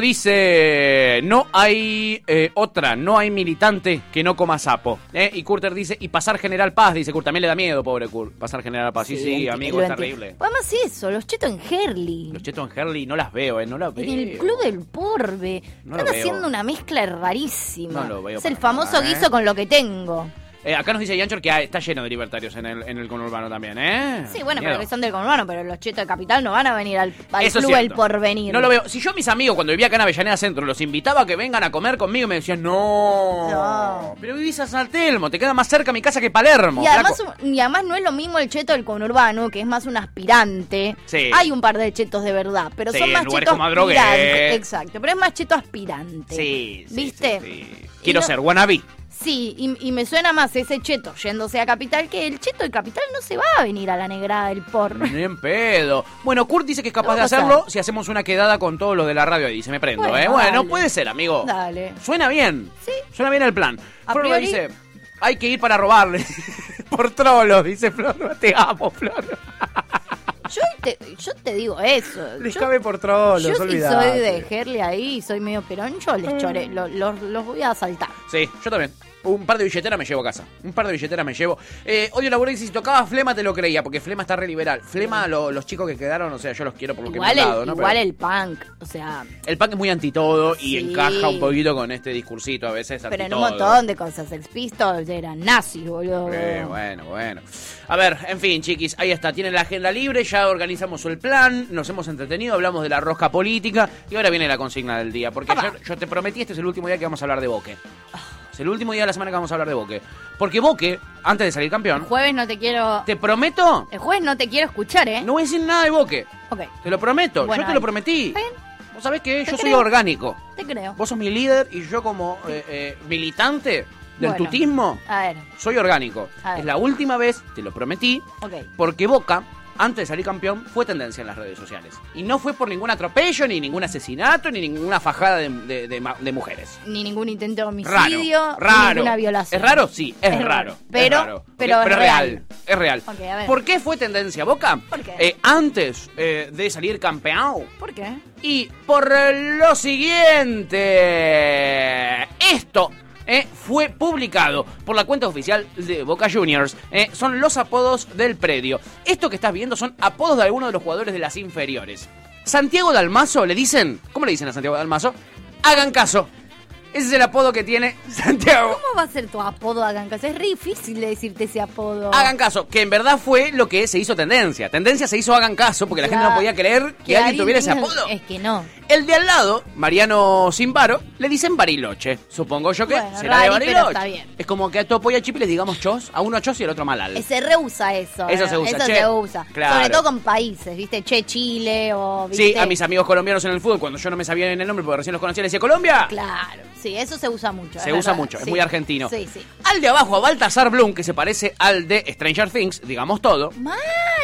Speaker 1: dice, no hay eh, otra, no hay militante que no coma sapo. ¿eh? Y Curter dice, y pasar General Paz, dice Kurt, también le da miedo, pobre Kurt, pasar General Paz. Sí, sí,
Speaker 2: enti-
Speaker 1: amigo,
Speaker 2: lo
Speaker 1: es
Speaker 2: enti-
Speaker 1: terrible.
Speaker 2: Además eso, los chetos en Herli.
Speaker 1: Los Cheto en Herley no las veo, ¿eh? no las veo.
Speaker 2: En el Club del Porbe.
Speaker 1: No lo
Speaker 2: Están
Speaker 1: veo.
Speaker 2: haciendo una mezcla rarísima.
Speaker 1: No lo veo
Speaker 2: es el
Speaker 1: para
Speaker 2: famoso
Speaker 1: nada, ¿eh?
Speaker 2: guiso con lo que tengo.
Speaker 1: Eh, acá nos dice Yanchor que ah, está lleno de libertarios en el, en el conurbano también, ¿eh?
Speaker 2: Sí, bueno,
Speaker 1: Miedo.
Speaker 2: pero que son del conurbano, pero los chetos de capital no van a venir al, al
Speaker 1: Eso es
Speaker 2: Club del
Speaker 1: cierto.
Speaker 2: Porvenir.
Speaker 1: No lo veo. Si yo a mis amigos cuando vivía acá en Avellaneda Centro los invitaba a que vengan a comer conmigo y me decían, no, pero vivís a San Telmo, te queda más cerca mi casa que Palermo.
Speaker 2: Y además,
Speaker 1: flaco".
Speaker 2: un- y además no es lo mismo el cheto del conurbano, que es más un aspirante.
Speaker 1: Sí.
Speaker 2: Hay un par de chetos de verdad, pero
Speaker 1: Sí,
Speaker 2: son
Speaker 1: en
Speaker 2: más
Speaker 1: lugares
Speaker 2: chetos
Speaker 1: como Adrogué.
Speaker 2: aspirantes. Exacto, pero es más cheto aspirante.
Speaker 1: Sí, sí,
Speaker 2: ¿Viste?
Speaker 1: quiero
Speaker 2: no-
Speaker 1: ser wannabe.
Speaker 2: Sí, y, y me suena más ese cheto yéndose a Capital que el cheto de Capital no se va a venir a la negrada del
Speaker 1: <laughs>
Speaker 2: porno.
Speaker 1: Ni en pedo. Bueno, Kurt dice que es capaz
Speaker 2: No
Speaker 1: de
Speaker 2: va a pasar.
Speaker 1: hacerlo si hacemos una quedada con todos los de la radio. Dice, me prendo,
Speaker 2: Bueno,
Speaker 1: ¿eh? Bueno,
Speaker 2: dale.
Speaker 1: puede ser, amigo.
Speaker 2: Dale.
Speaker 1: Suena bien. Suena bien el plan.
Speaker 2: A
Speaker 1: Flor
Speaker 2: priori-
Speaker 1: dice, hay que ir para robarle. <laughs> Por trolos, dice Flor. Te amo, Flor.
Speaker 2: Yo te, yo te digo eso.
Speaker 1: Les
Speaker 2: yo,
Speaker 1: cabe por trolos,
Speaker 2: Yo si
Speaker 1: olvidate.
Speaker 2: soy de Herley ahí, soy medio perón, yo les choré, lo- los, los voy a asaltar.
Speaker 1: Sí, yo también. Un par de billeteras me llevo a casa. Un par de billeteras me llevo. Eh, odio la y si tocaba Flema te lo creía, porque Flema está re liberal. Flema, lo- los chicos que quedaron, o sea, yo los quiero por lo que me han
Speaker 2: Igual, el,
Speaker 1: dado, ¿no?
Speaker 2: igual
Speaker 1: Pero-
Speaker 2: el punk, o sea,
Speaker 1: El punk es muy anti todo y
Speaker 2: Sí.
Speaker 1: encaja un poquito con este discursito a veces.
Speaker 2: pero en un
Speaker 1: antitodo.
Speaker 2: montón de cosas. Sex Pistols eran nazis, boludo.
Speaker 1: Eh, bueno, bueno. A ver, en fin, chiquis, ahí está. Tienen la agenda libre, ya organizamos el plan, nos hemos entretenido, hablamos de la rosca política y ahora viene la consigna del día. Porque ayer yo te prometí, este es el último día que vamos a hablar de Boque. Es el último día de la semana que vamos a hablar de Boque. Porque Boque, antes de salir campeón,
Speaker 2: Jueves no te quiero.
Speaker 1: te prometo,
Speaker 2: El jueves no te quiero escuchar, ¿eh?
Speaker 1: no voy a decir nada de Boque.
Speaker 2: Ok,
Speaker 1: Te lo prometo,
Speaker 2: Bueno,
Speaker 1: yo te lo
Speaker 2: ahí.
Speaker 1: prometí.
Speaker 2: Está bien.
Speaker 1: Vos sabés que
Speaker 2: Te
Speaker 1: yo soy
Speaker 2: creo.
Speaker 1: orgánico.
Speaker 2: te creo.
Speaker 1: Vos sos mi líder y yo como eh, eh, militante del
Speaker 2: Bueno.
Speaker 1: tutismo
Speaker 2: A ver,
Speaker 1: soy orgánico.
Speaker 2: A ver.
Speaker 1: Es la última vez, te lo prometí,
Speaker 2: ok.
Speaker 1: porque Boca, antes de salir campeón, fue tendencia en las redes sociales. Y no fue por ningún atropello, ni ningún asesinato, ni ninguna fajada de, de- de ma- de mujeres.
Speaker 2: Ni ningún intento de
Speaker 1: Raro.
Speaker 2: homicidio, ni
Speaker 1: raro.
Speaker 2: ninguna violación.
Speaker 1: ¿Es raro? Sí, es,
Speaker 2: Es
Speaker 1: raro.
Speaker 2: raro.
Speaker 1: es
Speaker 2: Pero-
Speaker 1: raro.
Speaker 2: pero
Speaker 1: Ok,
Speaker 2: es real.
Speaker 1: Es real.
Speaker 2: Ok, a ver.
Speaker 1: ¿Por qué fue tendencia Boca?
Speaker 2: qué?
Speaker 1: Eh, antes eh, de salir campeón,
Speaker 2: ¿Por qué?
Speaker 1: y por lo siguiente, esto eh, fue publicado por la cuenta oficial de Boca Juniors. eh, son los apodos del predio. Esto que estás viendo son apodos de algunos de los jugadores de las inferiores. Santiago Dalmazo le dicen, ¿cómo le dicen a Santiago Dalmazo? Hagan caso. Ese es el apodo que tiene Santiago.
Speaker 2: ¿Cómo va a ser tu apodo, Hagan Caso? Es re difícil de decirte ese apodo.
Speaker 1: Hagan caso, que en verdad fue lo que se hizo tendencia. Tendencia se hizo hagan caso porque la
Speaker 2: Claro.
Speaker 1: gente no podía creer que, alguien tuviera ese
Speaker 2: tenga-
Speaker 1: apodo.
Speaker 2: Es que no.
Speaker 1: El de al lado, Mariano Simbaro, le dicen Bariloche. Supongo yo que
Speaker 2: Bueno,
Speaker 1: será de
Speaker 2: rari, pero
Speaker 1: Bariloche.
Speaker 2: está bien.
Speaker 1: Es como que a Topo y a Chipi les digamos chos, a uno chos y al otro malal.
Speaker 2: Eh, Se rehúsa eso.
Speaker 1: Eso
Speaker 2: eh,
Speaker 1: se usa,
Speaker 2: Eso
Speaker 1: che.
Speaker 2: se usa.
Speaker 1: Claro.
Speaker 2: Sobre todo con países, ¿viste? Che, Chile o. ¿viste?
Speaker 1: Sí, a mis amigos colombianos en el fútbol, cuando yo no me sabía bien el nombre porque recién los conocía, les decía Colombia.
Speaker 2: Claro. Sí, eso se usa mucho.
Speaker 1: Se
Speaker 2: es
Speaker 1: usa
Speaker 2: verdad.
Speaker 1: mucho, es
Speaker 2: Sí.
Speaker 1: muy argentino.
Speaker 2: Sí, sí.
Speaker 1: Al de abajo, a Baltasar Bloom, que se parece al de Stranger Things, digamos todo.
Speaker 2: Mal.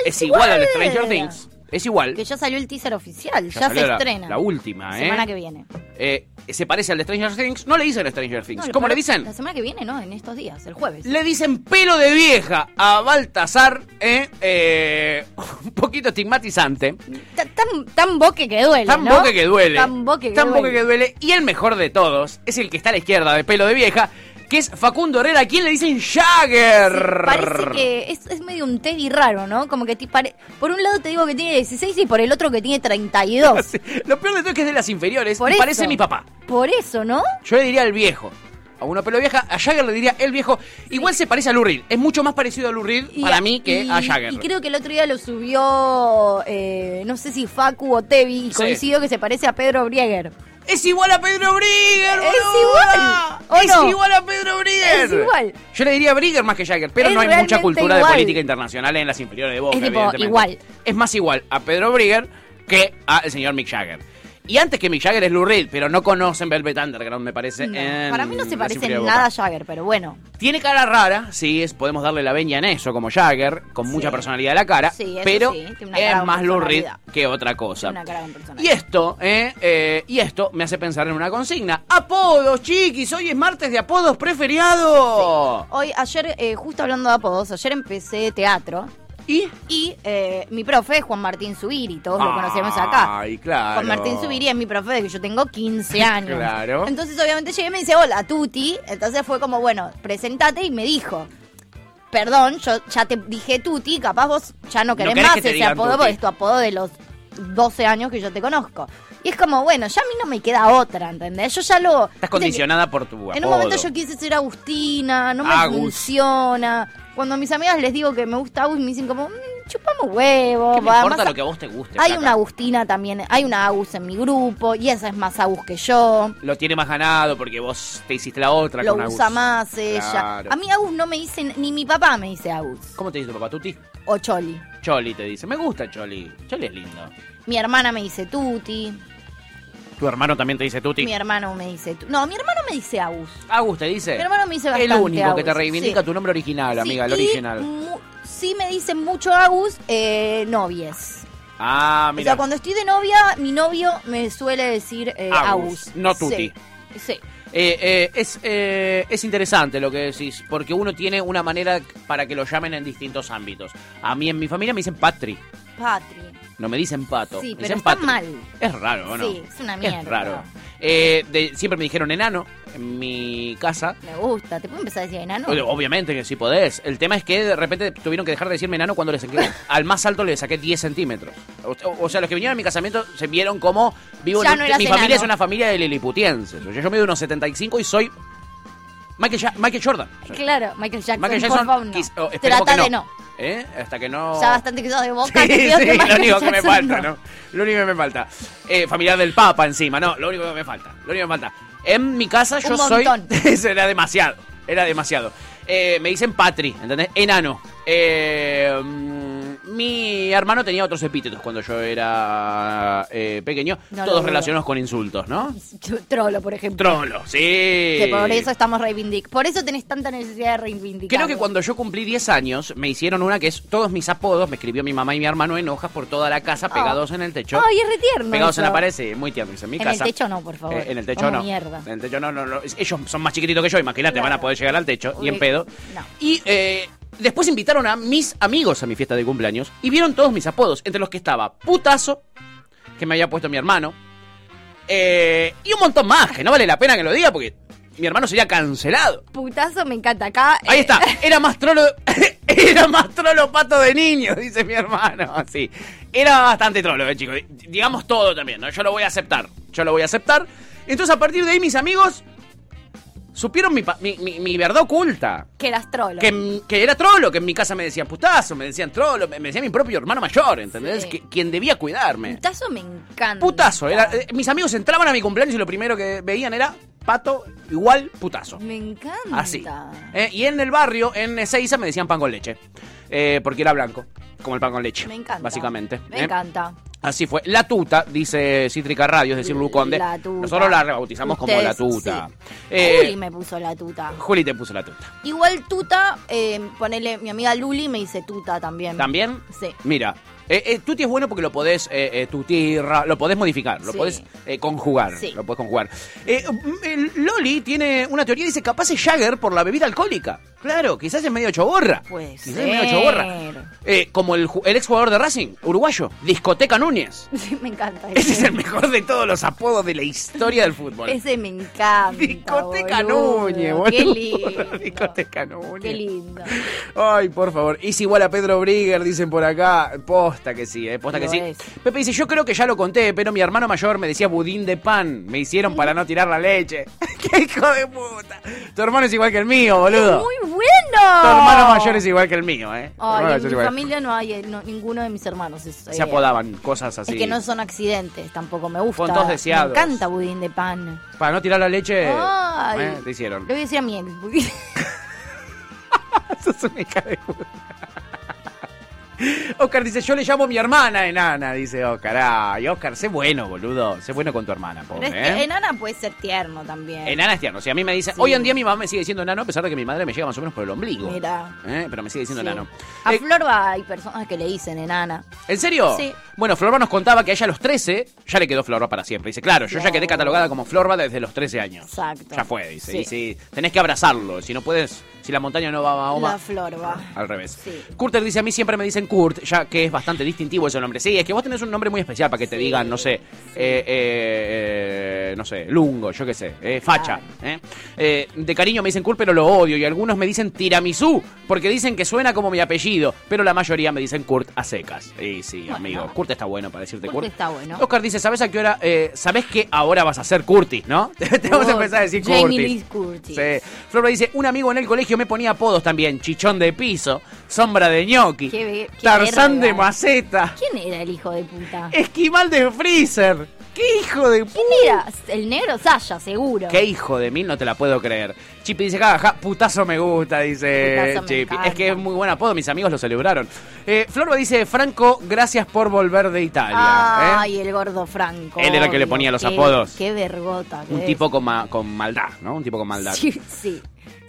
Speaker 1: es igual al de Stranger Things. Es igual.
Speaker 2: Que ya salió el teaser oficial, ya,
Speaker 1: salió
Speaker 2: se
Speaker 1: la-
Speaker 2: estrena.
Speaker 1: La última, ¿eh?
Speaker 2: Semana que viene.
Speaker 1: Eh, se parece al de Stranger Things. No le dicen Stranger
Speaker 2: No,
Speaker 1: Things.
Speaker 2: la-
Speaker 1: ¿Cómo le
Speaker 2: la-
Speaker 1: dicen?
Speaker 2: La semana que viene, no, en estos días, el jueves.
Speaker 1: Le dicen pelo de vieja a Baltasar, ¿eh? Eh, <laughs> un poquito estigmatizante.
Speaker 2: Ta- Tan, tan boque que duele.
Speaker 1: Tan
Speaker 2: ¿no?
Speaker 1: boca que duele.
Speaker 2: Tan boque que
Speaker 1: Tan boca
Speaker 2: duele.
Speaker 1: que duele. Y el mejor de todos es el que está a la izquierda de pelo de vieja, que es Facundo Herrera, a quien le dicen Jagger.
Speaker 2: Parece que es, es medio un Teddy raro, ¿no? Como que ti- pare- por un lado te digo que tiene 16 y por el otro que
Speaker 1: <laughs>
Speaker 2: tiene 32.
Speaker 1: Lo peor de todo es que es de las inferiores
Speaker 2: Por
Speaker 1: y
Speaker 2: eso.
Speaker 1: parece mi papá.
Speaker 2: Por eso, ¿no?
Speaker 1: Yo le diría el viejo. A uno pelo de vieja, a Jagger le diría el viejo. Igual se parece a Lou Reed. Es mucho más parecido a Lou Reed
Speaker 2: Y-
Speaker 1: para mí que
Speaker 2: y-
Speaker 1: a Jagger.
Speaker 2: Y creo que el otro día lo subió, eh, no sé si Facu o Tevi,
Speaker 1: Sí.
Speaker 2: y coincido que se parece a Pedro Brieger.
Speaker 1: Es igual a Pedro Brigger,
Speaker 2: Es
Speaker 1: boluda.
Speaker 2: igual, ¿o
Speaker 1: Es
Speaker 2: no?
Speaker 1: igual a Pedro Brigger.
Speaker 2: Es igual.
Speaker 1: Yo le diría Brigger más que Jagger, pero
Speaker 2: Es
Speaker 1: no hay mucha
Speaker 2: realmente
Speaker 1: cultura de
Speaker 2: igual.
Speaker 1: política internacional en las inferiores de Boca,
Speaker 2: Es tipo
Speaker 1: evidentemente.
Speaker 2: igual.
Speaker 1: Es más igual a Pedro Brigger que al señor Mick Jagger. Y antes que Mick Jagger es Lou Reed, pero no conocen Velvet Underground, me parece. en
Speaker 2: Para mí no se
Speaker 1: la
Speaker 2: parece
Speaker 1: Sinfonía de
Speaker 2: en
Speaker 1: Boca.
Speaker 2: nada a Jagger, pero bueno.
Speaker 1: Tiene cara rara, sí, es- podemos darle la veña en eso, como Jagger, con mucha personalidad a la cara,
Speaker 2: Sí, eso
Speaker 1: pero
Speaker 2: sí, tiene una cara
Speaker 1: es
Speaker 2: con
Speaker 1: más Lou Reed
Speaker 2: personalidad.
Speaker 1: que otra cosa.
Speaker 2: Tiene una cara con personalidad.
Speaker 1: Y esto, eh, eh, y esto me hace pensar en una consigna. Apodos, chiquis, hoy es martes de apodos preferiado.
Speaker 2: Hoy, ayer, eh, justo hablando de apodos, ayer empecé teatro.
Speaker 1: ¿Y? Ah,
Speaker 2: Y eh, mi profe, Juan Martín Subiri, todos lo conocemos acá.
Speaker 1: Ay, claro.
Speaker 2: Juan Martín Subiri es mi profe, que yo
Speaker 1: <laughs>
Speaker 2: tengo 15 años.
Speaker 1: Claro.
Speaker 2: Entonces, obviamente, llegué y me dice, hola, Tuti. Entonces fue como, bueno, presentate y me dijo, perdón, yo ya te dije Tuti, capaz vos ya no querés,
Speaker 5: querés
Speaker 2: más
Speaker 5: que te
Speaker 2: ese
Speaker 5: digan
Speaker 2: apodo,
Speaker 5: Tuti.
Speaker 2: porque es tu apodo de los 12 años que yo te conozco. Y es como, bueno, ya a mí no me queda otra, ¿entendés? Yo ya lo...
Speaker 1: Estás condicionada por tu apodo.
Speaker 2: En un momento yo quise ser Agustina, no me
Speaker 1: Agus.
Speaker 2: funciona. Cuando a mis amigas les digo que me gusta Agus, me dicen como, "Mm, chupamos huevo.
Speaker 1: ¿Qué me
Speaker 2: va,
Speaker 1: importa
Speaker 2: más a-
Speaker 1: lo que a vos te guste?
Speaker 2: Hay
Speaker 1: flaca?
Speaker 2: una Agustina también, hay una Agus en mi grupo y esa es más Agus que yo.
Speaker 1: Lo tiene más ganado porque vos te hiciste la otra
Speaker 2: Lo
Speaker 1: con Agus.
Speaker 2: usa más ella.
Speaker 1: Claro.
Speaker 2: A mí Agus no me dicen, ni mi papá me dice Agus
Speaker 1: ¿Cómo te dice tu papá? ¿Tuti?
Speaker 2: o Choli.
Speaker 1: Choli te dice. Me gusta Choli. Choli es lindo.
Speaker 2: Mi hermana me dice Tuti,
Speaker 1: Tu hermano también te dice Tuti.
Speaker 2: mi hermano me dice... Tu- No, mi hermano me dice Agus.
Speaker 1: Agus te dice.
Speaker 2: Mi hermano me dice
Speaker 1: Eh, El
Speaker 2: bastante
Speaker 1: único que te
Speaker 2: Agus,
Speaker 1: reivindica
Speaker 2: sí.
Speaker 1: tu nombre original, amiga, el
Speaker 2: Y
Speaker 1: original.
Speaker 2: mu- sí me dicen mucho Agus, eh, novies.
Speaker 1: Ah,
Speaker 2: O
Speaker 1: mira.
Speaker 2: sea, cuando estoy de novia, mi novio me suele decir eh,
Speaker 1: Agus,
Speaker 2: Agus.
Speaker 1: no
Speaker 2: Sí.
Speaker 1: Tuti.
Speaker 2: Sí.
Speaker 1: Eh, eh, es, eh, es interesante lo que decís, porque uno tiene una manera para que lo llamen en distintos ámbitos. A mí en mi familia me dicen Patri,
Speaker 2: Patri.
Speaker 1: no me dicen Pato.
Speaker 2: Sí,
Speaker 1: me
Speaker 2: pero
Speaker 1: dicen
Speaker 2: está
Speaker 1: Patri.
Speaker 2: mal.
Speaker 1: Es raro, ¿o ¿no?
Speaker 2: Sí, es una mierda.
Speaker 1: Es raro. Eh, de- siempre me dijeron enano en mi casa.
Speaker 2: Me gusta. ¿Te puedo empezar a decir enano?
Speaker 1: Ob- Obviamente que sí podés. El tema es que de repente tuvieron que dejar de decirme enano cuando le
Speaker 2: <laughs>
Speaker 1: saqué. al más alto le saqué 10 centímetros. O, o sea, los que vinieron a mi casamiento se vieron como vivo
Speaker 11: Ya
Speaker 1: en un-
Speaker 11: no eras
Speaker 1: Mi familia
Speaker 11: enano.
Speaker 1: es una familia de liliputienses. O sea, yo mido unos 75 y soy Michael, Ja- Michael Jordan. Soy.
Speaker 2: Claro, Michael Jackson.
Speaker 1: Michael
Speaker 2: por
Speaker 1: Jackson,
Speaker 2: favor, no.
Speaker 1: quis- oh, esperemos
Speaker 2: Trata
Speaker 1: que
Speaker 2: de
Speaker 1: no.
Speaker 2: no.
Speaker 1: ¿Eh? Hasta que no.
Speaker 2: Ya bastante que sos de
Speaker 1: <laughs>
Speaker 2: boca.
Speaker 1: Sí,
Speaker 2: te pido
Speaker 1: sí,
Speaker 2: que
Speaker 1: lo
Speaker 2: Michael
Speaker 1: único que me
Speaker 2: Jackson
Speaker 1: falta,
Speaker 2: no.
Speaker 1: ¿no? Lo único que me falta. Eh, familiar del Papa encima, no, lo único que me falta. Lo único que me falta. En mi casa yo
Speaker 2: Un
Speaker 1: soy.
Speaker 2: montón.
Speaker 1: <laughs> Eso era demasiado. Era demasiado. Eh, me dicen Patri, ¿entendés? Enano. Eh, mm, mi hermano tenía otros epítetos cuando yo era eh, pequeño,
Speaker 2: No lo
Speaker 1: todos
Speaker 2: dudo.
Speaker 1: relacionados con insultos, ¿no?
Speaker 2: Trolo, por ejemplo.
Speaker 1: Trolo, sí.
Speaker 2: Que por eso estamos reivindic. Por eso tenés tanta necesidad de reivindicar.
Speaker 1: Creo que cuando yo cumplí 10 años me hicieron una que es todos mis apodos, me escribió mi mamá y mi hermano en hojas por toda la casa pegados en el techo.
Speaker 2: Oh. Ay, es retierno.
Speaker 1: Pegados en la
Speaker 2: eso.
Speaker 1: pared, sí, muy tierno. En mi
Speaker 2: En el
Speaker 1: casa.
Speaker 2: techo no, por favor.
Speaker 1: Eh, en el techo
Speaker 2: Como
Speaker 1: no.
Speaker 2: mierda.
Speaker 1: En el techo no, no, no. Ellos son más chiquititos que yo, imagínate, van a poder llegar al techo, y en
Speaker 2: Uy,
Speaker 1: pedo.
Speaker 2: No.
Speaker 1: Y eh, después invitaron a mis amigos a mi fiesta de cumpleaños y vieron todos mis apodos, entre los que estaba Putazo, que me había puesto mi hermano, eh, y un montón más, que no vale la pena que lo diga porque mi hermano sería cancelado.
Speaker 2: Putazo, me encanta. Acá.
Speaker 1: Ahí está, era más trolo. <coughs> Era más trolo pato de niño, dice mi hermano. Sí. Era bastante trolo, eh, chicos. Digamos todo también, ¿no? Yo lo voy a aceptar. Yo lo voy a aceptar. Entonces, a partir de ahí, mis amigos supieron mi, pa- mi, mi- mi verdad oculta.
Speaker 2: Que eras trolo.
Speaker 1: Que, m- que era trolo, que en mi casa me decían putazo, me decían trolo, me me decía mi propio hermano mayor, ¿entendés?
Speaker 2: Sí.
Speaker 1: Que- quien debía cuidarme.
Speaker 2: Putazo me encanta.
Speaker 1: Putazo. Era, eh, mis amigos entraban a mi cumpleaños y lo primero que veían era pato igual putazo.
Speaker 2: Me encanta.
Speaker 1: Así. Eh, y en el barrio, en Ezeiza, me decían pan con leche. Eh, porque era blanco, como el pan con leche.
Speaker 2: Me encanta.
Speaker 1: Básicamente.
Speaker 2: Me
Speaker 1: ¿eh?
Speaker 2: encanta.
Speaker 1: Así fue. La tuta, dice Cítrica Radio, es decir, Luconde.
Speaker 2: La tuta.
Speaker 1: Nosotros la rebautizamos como la
Speaker 2: Ustedes,
Speaker 1: tuta. Eh,
Speaker 2: Juli me puso la tuta.
Speaker 1: Juli te puso la tuta.
Speaker 2: Igual tuta, eh, ponele, mi amiga Luli me dice tuta también.
Speaker 1: ¿También?
Speaker 2: Sí. <laughs>
Speaker 1: Mira. Eh, eh, tuti es bueno porque lo podés eh, eh, tutirra, lo podés modificar, lo
Speaker 2: Sí.
Speaker 1: podés eh, conjugar.
Speaker 2: Sí.
Speaker 1: Lo podés conjugar. Eh, mm, el Loli tiene una teoría, dice capaz es Jagger por la bebida alcohólica. Claro, quizás es medio choborra.
Speaker 2: Pues.
Speaker 1: Quizás es medio choborra. Eh, como el, ju- el exjugador de Racing, uruguayo, Discoteca
Speaker 2: <laughs>
Speaker 1: Núñez.
Speaker 2: Sí, me encanta.
Speaker 1: Ese es el mejor de todos los apodos de la historia del fútbol.
Speaker 2: Ese me encanta.
Speaker 1: Discoteca
Speaker 2: boludo.
Speaker 1: Núñez,
Speaker 2: Qué
Speaker 1: boludo. <laughs>
Speaker 2: lindo.
Speaker 1: Discoteca Núñez.
Speaker 2: Qué lindo.
Speaker 1: Ay, por favor. Es igual a Pedro Brigger, dicen por acá. Posta que sí, eh, posta que
Speaker 2: Lo
Speaker 1: sí.
Speaker 2: es.
Speaker 1: Pepe dice, yo creo que ya lo conté, pero mi hermano mayor me decía budín de pan. Me hicieron para no tirar la leche. <laughs> ¡Qué hijo de puta! Tu hermano es igual que el mío, boludo.
Speaker 2: Muy bueno.
Speaker 1: Tu hermano mayor es igual que el mío, eh. Tu hermano
Speaker 2: Ay,
Speaker 1: mayor
Speaker 2: en
Speaker 1: es
Speaker 2: mi
Speaker 1: igual.
Speaker 2: familia no hay eh, no, ninguno de mis hermanos. Es,
Speaker 1: Se
Speaker 2: eh,
Speaker 1: apodaban cosas así.
Speaker 2: Es que no son accidentes, tampoco me gusta.
Speaker 1: Fueron todos deseados.
Speaker 2: Me encanta budín de pan.
Speaker 1: Para no tirar la leche,
Speaker 2: Ay.
Speaker 1: eh, te hicieron.
Speaker 2: Lo voy a decir a mi ex. budín-
Speaker 1: Sos una hija de puta. Oscar dice, yo le llamo a mi hermana enana, dice Oscar. Ay, Oscar, sé bueno, boludo. Sé bueno con tu hermana, pobre.
Speaker 2: <laughs> Pero es
Speaker 1: ¿eh?
Speaker 2: que enana puede ser tierno también.
Speaker 1: Enana es tierno. O sea, a mí me dice, hoy en día mi mamá me sigue diciendo enano, a pesar de que mi madre me llega más o menos por el ombligo.
Speaker 2: Mira.
Speaker 1: ¿Eh? Pero me sigue diciendo
Speaker 2: Sí.
Speaker 1: enano. Eh,
Speaker 2: A Florba hay personas que le dicen enana.
Speaker 1: ¿En serio?
Speaker 2: Sí.
Speaker 1: Bueno, Florba nos contaba que a ella a los 13 ya le quedó Florba para siempre. Dice, claro, yo ya
Speaker 2: No.
Speaker 1: quedé catalogada como Florba desde los 13 años.
Speaker 2: Exacto.
Speaker 1: Ya fue, dice.
Speaker 2: Sí.
Speaker 1: Y si tenés que abrazarlo, si no puedes, si la montaña no va a
Speaker 2: La
Speaker 1: Mahoma,
Speaker 2: Florba.
Speaker 1: al revés.
Speaker 2: Sí.
Speaker 1: Kurter dice, a mí siempre me dicen Kurt, ya que es bastante distintivo ese nombre. Sí, es que vos tenés un nombre muy especial para que te digan, no sé, eh, eh, eh, no sé, Lungo, yo qué sé, eh, Facha. ¿eh? Eh, de cariño me dicen Kurt, pero lo odio. Y algunos me dicen Tiramisú, porque dicen que suena como mi apellido. Pero la mayoría me dicen Kurt a secas. Y sí, amigo, Kurt está bueno para decirte Kurt.
Speaker 2: Porque está bueno.
Speaker 1: Oscar dice, ¿sabes a qué hora? eh, ¿Sabes que ahora vas a ser Curtis, no? <laughs> Te <laughs> vamos a empezar a decir
Speaker 2: Jamie
Speaker 1: Curtis.
Speaker 2: Lee Curtis.
Speaker 1: Sí. Florba dice, un amigo en el colegio me ponía apodos también. Chichón de piso, sombra de ñoqui,
Speaker 2: Qué ve- qué
Speaker 1: tarzán
Speaker 2: verga.
Speaker 1: de maceta,
Speaker 2: ¿Quién era el hijo de puta?
Speaker 1: esquimal de freezer. ¡Qué hijo de puta!
Speaker 2: ¿Quién era? El negro Saya, seguro.
Speaker 1: ¡Qué hijo de mil! No te la puedo creer. Chipi dice, jaja, putazo me gusta, dice
Speaker 2: Putazo me
Speaker 1: Chipi.
Speaker 2: encanta.
Speaker 1: Es que es muy buen apodo, mis amigos lo celebraron. Eh, Florba dice, Franco, gracias por volver de Italia. ¿eh?
Speaker 2: Ay, el gordo Franco.
Speaker 1: Él era el que le
Speaker 2: obvio.
Speaker 1: ponía los
Speaker 2: Qué-
Speaker 1: apodos.
Speaker 2: Qué vergota. que
Speaker 1: Un
Speaker 2: es. <laughs>
Speaker 1: tipo con, ma- con maldad, ¿no? Un tipo con maldad.
Speaker 2: Sí, sí,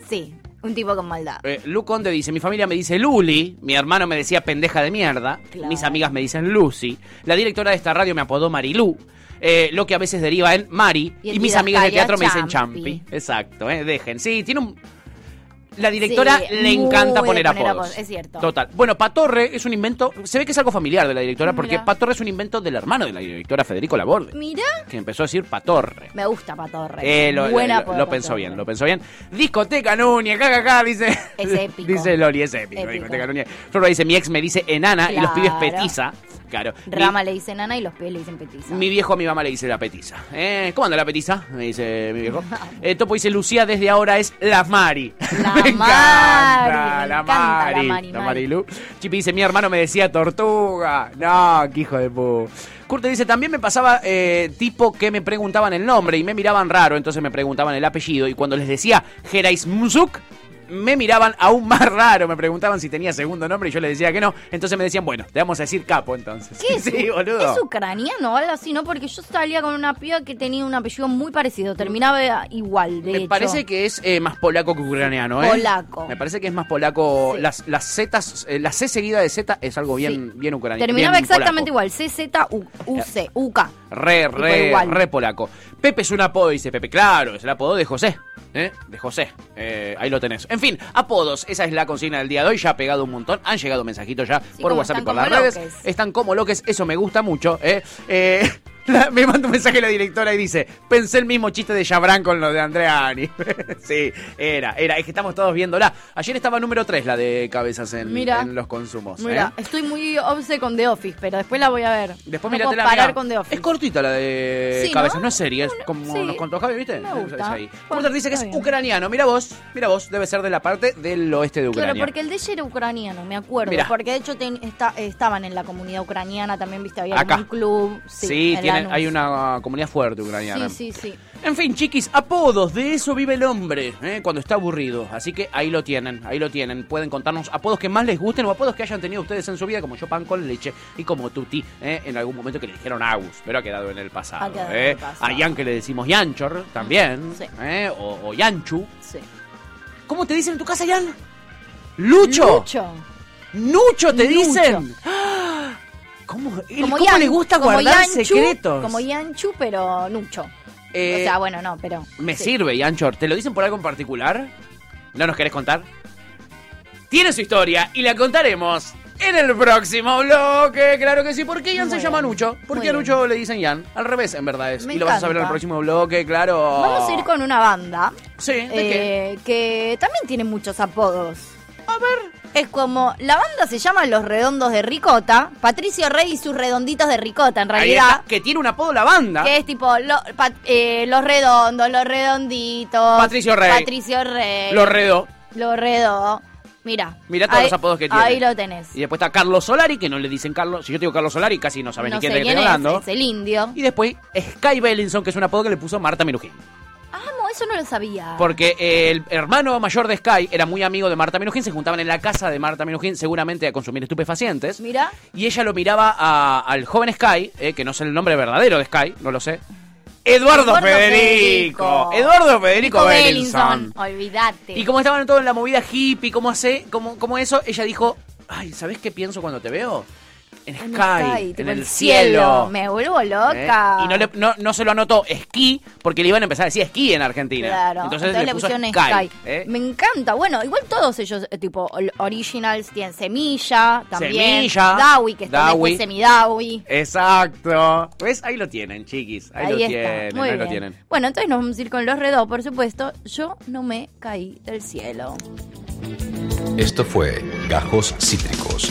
Speaker 2: sí. Un tipo con maldad.
Speaker 1: Eh, Lu Conde dice, mi familia me dice Luli, mi hermano me decía pendeja de mierda,
Speaker 2: Claro.
Speaker 1: mis amigas me dicen Lucy, la directora de esta radio me apodó Marilú, eh, lo que a veces deriva en Mari,
Speaker 11: Y
Speaker 1: y,
Speaker 11: en
Speaker 1: mis
Speaker 11: Tira
Speaker 1: amigas de
Speaker 11: Caria,
Speaker 1: teatro me dicen
Speaker 11: Champi.
Speaker 1: Champi. Exacto, eh, dejen. Sí, tiene un... La directora le encanta
Speaker 2: muy de
Speaker 1: poner, apodos.
Speaker 2: apodos, es cierto.
Speaker 1: Total. Bueno, Patorre es un invento, se ve que es algo familiar de la directora, porque
Speaker 2: Mirá.
Speaker 1: Patorre es un invento del hermano de la directora, Federico Laborde,
Speaker 2: Mira,
Speaker 1: que empezó a decir Patorre.
Speaker 2: me gusta Patorre.
Speaker 1: Eh, lo,
Speaker 2: Buen
Speaker 1: lo-
Speaker 2: apodo,
Speaker 1: lo pensó
Speaker 2: Patorre.
Speaker 1: bien, lo pensó bien. Discoteca Núñez, caca, caca, dice. <laughs>
Speaker 2: Es épico.
Speaker 1: Dice Loli, es épico.
Speaker 2: Épico.
Speaker 1: Discoteca Núñez. Florba dice: Mi ex me dice enana y los pibes
Speaker 2: Claro.
Speaker 1: petiza. Claro. Mi-
Speaker 2: Rama le dice nana y los pies le dicen petiza.
Speaker 1: mi viejo a mi mamá le dice la petiza. Eh, ¿Cómo anda la petiza? Me dice mi viejo. Eh, Topo dice, Lucía desde ahora es la Mari. La <laughs> me encanta,
Speaker 2: Mari, me
Speaker 1: la
Speaker 2: encanta la
Speaker 1: Mari.
Speaker 2: Mari,
Speaker 1: La
Speaker 2: Mari.
Speaker 1: Marilu. Chipi dice, mi hermano me decía tortuga. No, qué hijo de pu. Curte dice, también me pasaba eh, tipo que me preguntaban el nombre y me miraban raro, entonces me preguntaban el apellido y cuando les decía Gerais Mzuk, me miraban aún más <laughs> raro, me preguntaban si tenía segundo nombre y yo les decía que no, entonces me decían, bueno, te vamos a decir capo entonces.
Speaker 2: ¿Qué
Speaker 1: <laughs>
Speaker 2: es?
Speaker 1: sí, boludo.
Speaker 2: ¿Es ucraniano o algo así? No, porque yo salía con una piba que tenía un apellido muy parecido. Terminaba igual, de
Speaker 1: Me
Speaker 2: hecho.
Speaker 1: parece que es eh, más polaco que ucraniano, ¿eh?
Speaker 2: Polaco.
Speaker 1: Me parece que es más polaco. Las, las zetas, eh, la C seguida de Z es algo bien, bien ucraniano.
Speaker 2: Terminaba
Speaker 1: bien
Speaker 2: exactamente igual. CZ, UK.
Speaker 1: polaco. Re, re,
Speaker 2: igual.
Speaker 1: re polaco. Pepe es un apodo, dice Pepe. Claro, es el apodo de José. ¿eh? De José. Eh, ahí lo tenés. En fin, apodos. Esa es la consigna del día de hoy. Ya ha pegado un montón. Han llegado mensajitos ya por
Speaker 11: como
Speaker 1: WhatsApp y
Speaker 11: están
Speaker 1: por las
Speaker 11: como
Speaker 1: redes.
Speaker 11: loques.
Speaker 1: Están como loques. Eso me gusta mucho. ¿eh? Eh, <laughs> la- me manda un mensaje la directora y dice, pensé el mismo chiste de Jabrán con lo de Andreani. <laughs> sí, era, era. Es que estamos todos viéndola. Ayer estaba número 3 la de cabezas en,
Speaker 2: Mira.
Speaker 1: en los consumos.
Speaker 2: Mira,
Speaker 1: ¿eh?
Speaker 2: estoy muy obse con The Office, pero después la voy a ver.
Speaker 1: Después
Speaker 2: no
Speaker 1: mirate
Speaker 2: puedo
Speaker 1: la
Speaker 2: parar
Speaker 1: mirá.
Speaker 2: con The Office.
Speaker 1: Es cortita la de
Speaker 2: Sí, ¿no?
Speaker 1: cabezas, ¿no? es serie, es como
Speaker 2: sí.
Speaker 1: nos contó Javi, ¿viste?
Speaker 2: Me gusta.
Speaker 1: Es ahí.
Speaker 2: Bueno,
Speaker 1: Porter dice que es
Speaker 2: está bien.
Speaker 1: ucraniano, mira vos, mira vos, debe ser de la parte del oeste de Ucrania.
Speaker 2: Claro, porque el de ella era ucraniano, me acuerdo.
Speaker 1: Mirá.
Speaker 2: Porque de hecho ten- esta- estaban en la comunidad ucraniana también, viste, había
Speaker 1: Acá.
Speaker 2: un club. Sí,
Speaker 1: Sí,
Speaker 2: en
Speaker 1: tienen-
Speaker 2: Lanús.
Speaker 1: hay una comunidad fuerte ucraniana.
Speaker 2: Sí, sí, sí.
Speaker 1: En fin, chiquis, apodos, de eso vive el hombre, ¿eh? cuando está aburrido. Así que ahí lo tienen, ahí lo tienen. Pueden contarnos apodos que más les gusten o apodos que hayan tenido ustedes en su vida, como yo pan con leche y como Tuti, ¿eh? en algún momento que le dijeron Agus, pero ha quedado en el pasado.
Speaker 2: Ha quedado en
Speaker 1: ¿eh?
Speaker 2: el pasado.
Speaker 1: A Ian que le decimos Yanchor también,
Speaker 2: Sí.
Speaker 1: ¿eh? o, o Yanchu.
Speaker 2: Sí.
Speaker 1: ¿Cómo te dicen en tu casa, Ian? Lucho.
Speaker 2: Lucho.
Speaker 1: Nucho te
Speaker 2: Lucho.
Speaker 1: dicen. <gasps> ¡Ah! ¿Cómo, él-
Speaker 2: Como
Speaker 1: cómo le
Speaker 2: Yanchu-
Speaker 1: gusta
Speaker 2: como
Speaker 1: guardar
Speaker 2: Yanchu-
Speaker 1: secretos?
Speaker 2: Como Yanchu, pero Nucho.
Speaker 1: Eh,
Speaker 2: o sea, bueno, no, pero.
Speaker 1: Me
Speaker 2: sí.
Speaker 1: sirve, Yanchor. ¿Te lo dicen por algo en particular? ¿No nos querés contar? Tiene su historia y la contaremos en el próximo bloque. Claro que sí. ¿Por qué Yan se llama Nucho? ¿Por
Speaker 2: Muy
Speaker 1: qué a
Speaker 2: bien.
Speaker 1: Nucho le dicen Yan? Al revés, en verdad es.
Speaker 2: Me
Speaker 1: y lo vas a saber en el
Speaker 2: encanta.
Speaker 1: próximo bloque, claro.
Speaker 2: Vamos a ir con una banda.
Speaker 1: Sí, ¿de
Speaker 2: eh, Que también tiene muchos apodos. A ver. Es como. La banda se llama Los Redondos de Ricota. Patricio Rey y sus Redonditos de Ricota, en
Speaker 1: Ahí
Speaker 2: realidad.
Speaker 1: está, que tiene un apodo la banda.
Speaker 2: Que es tipo lo- pa- eh, Los Redondos, Los Redonditos.
Speaker 1: Patricio Rey.
Speaker 2: Patricio Rey.
Speaker 1: Lo redó.
Speaker 2: Lo Redo. Mira.
Speaker 1: Mirá todos
Speaker 2: Ahí-
Speaker 1: los apodos que tiene.
Speaker 2: Ahí lo tenés.
Speaker 1: Y después está Carlos Solari, que no le dicen Carlos. Si yo te digo Carlos Solari, casi no sabes
Speaker 2: No
Speaker 1: ni quién
Speaker 2: sé
Speaker 1: te estoy
Speaker 2: quién es,
Speaker 1: hablando.
Speaker 2: es el indio.
Speaker 1: Y después Sky Bellinson, que es un apodo que le puso Marta Minujín.
Speaker 2: Amo eso no lo sabía.
Speaker 1: Porque eh, el hermano mayor de Sky era muy amigo de Marta Minujín, se juntaban en la casa de Marta Minujín seguramente a consumir estupefacientes.
Speaker 2: Mira.
Speaker 1: Y ella lo miraba a- al joven Sky, eh, que no sé el nombre verdadero de Sky, no lo sé. Eduardo,
Speaker 2: Eduardo
Speaker 1: Federico.
Speaker 2: Federico.
Speaker 1: Eduardo Federico
Speaker 2: Nico
Speaker 1: Bellinson.
Speaker 2: Bellinson, Olvídate.
Speaker 1: Y como estaban todos en la movida hippie, cómo hace, cómo, cómo eso, ella dijo, ay, ¿sabés qué pienso cuando te veo? En Sky,
Speaker 2: En
Speaker 1: en,
Speaker 2: Sky, tipo
Speaker 1: el cielo.
Speaker 2: Me vuelvo
Speaker 1: ¿Eh?
Speaker 2: loca.
Speaker 1: Y no, le- no- no se lo anotó esquí, porque le iban a empezar a decir esquí en Argentina.
Speaker 2: Claro.
Speaker 1: Entonces, le puso
Speaker 2: pusieron
Speaker 1: Sky.
Speaker 2: Sky.
Speaker 1: ¿eh?
Speaker 2: Me encanta. Bueno, igual todos ellos, eh, tipo ol- Originals, tienen Semilla también.
Speaker 1: Semilla.
Speaker 2: Dawi, que está
Speaker 1: Dawi.
Speaker 2: después Semidawi.
Speaker 1: Exacto. ¿Ves? Ahí lo tienen, chiquis. Ahí, lo
Speaker 2: está.
Speaker 1: tienen,
Speaker 2: Muy
Speaker 1: ahí lo
Speaker 2: bien.
Speaker 1: tienen.
Speaker 2: Bueno, entonces nos vamos a ir con los redos, por supuesto. Yo no me caí del cielo.
Speaker 13: Esto fue Gajos Cítricos.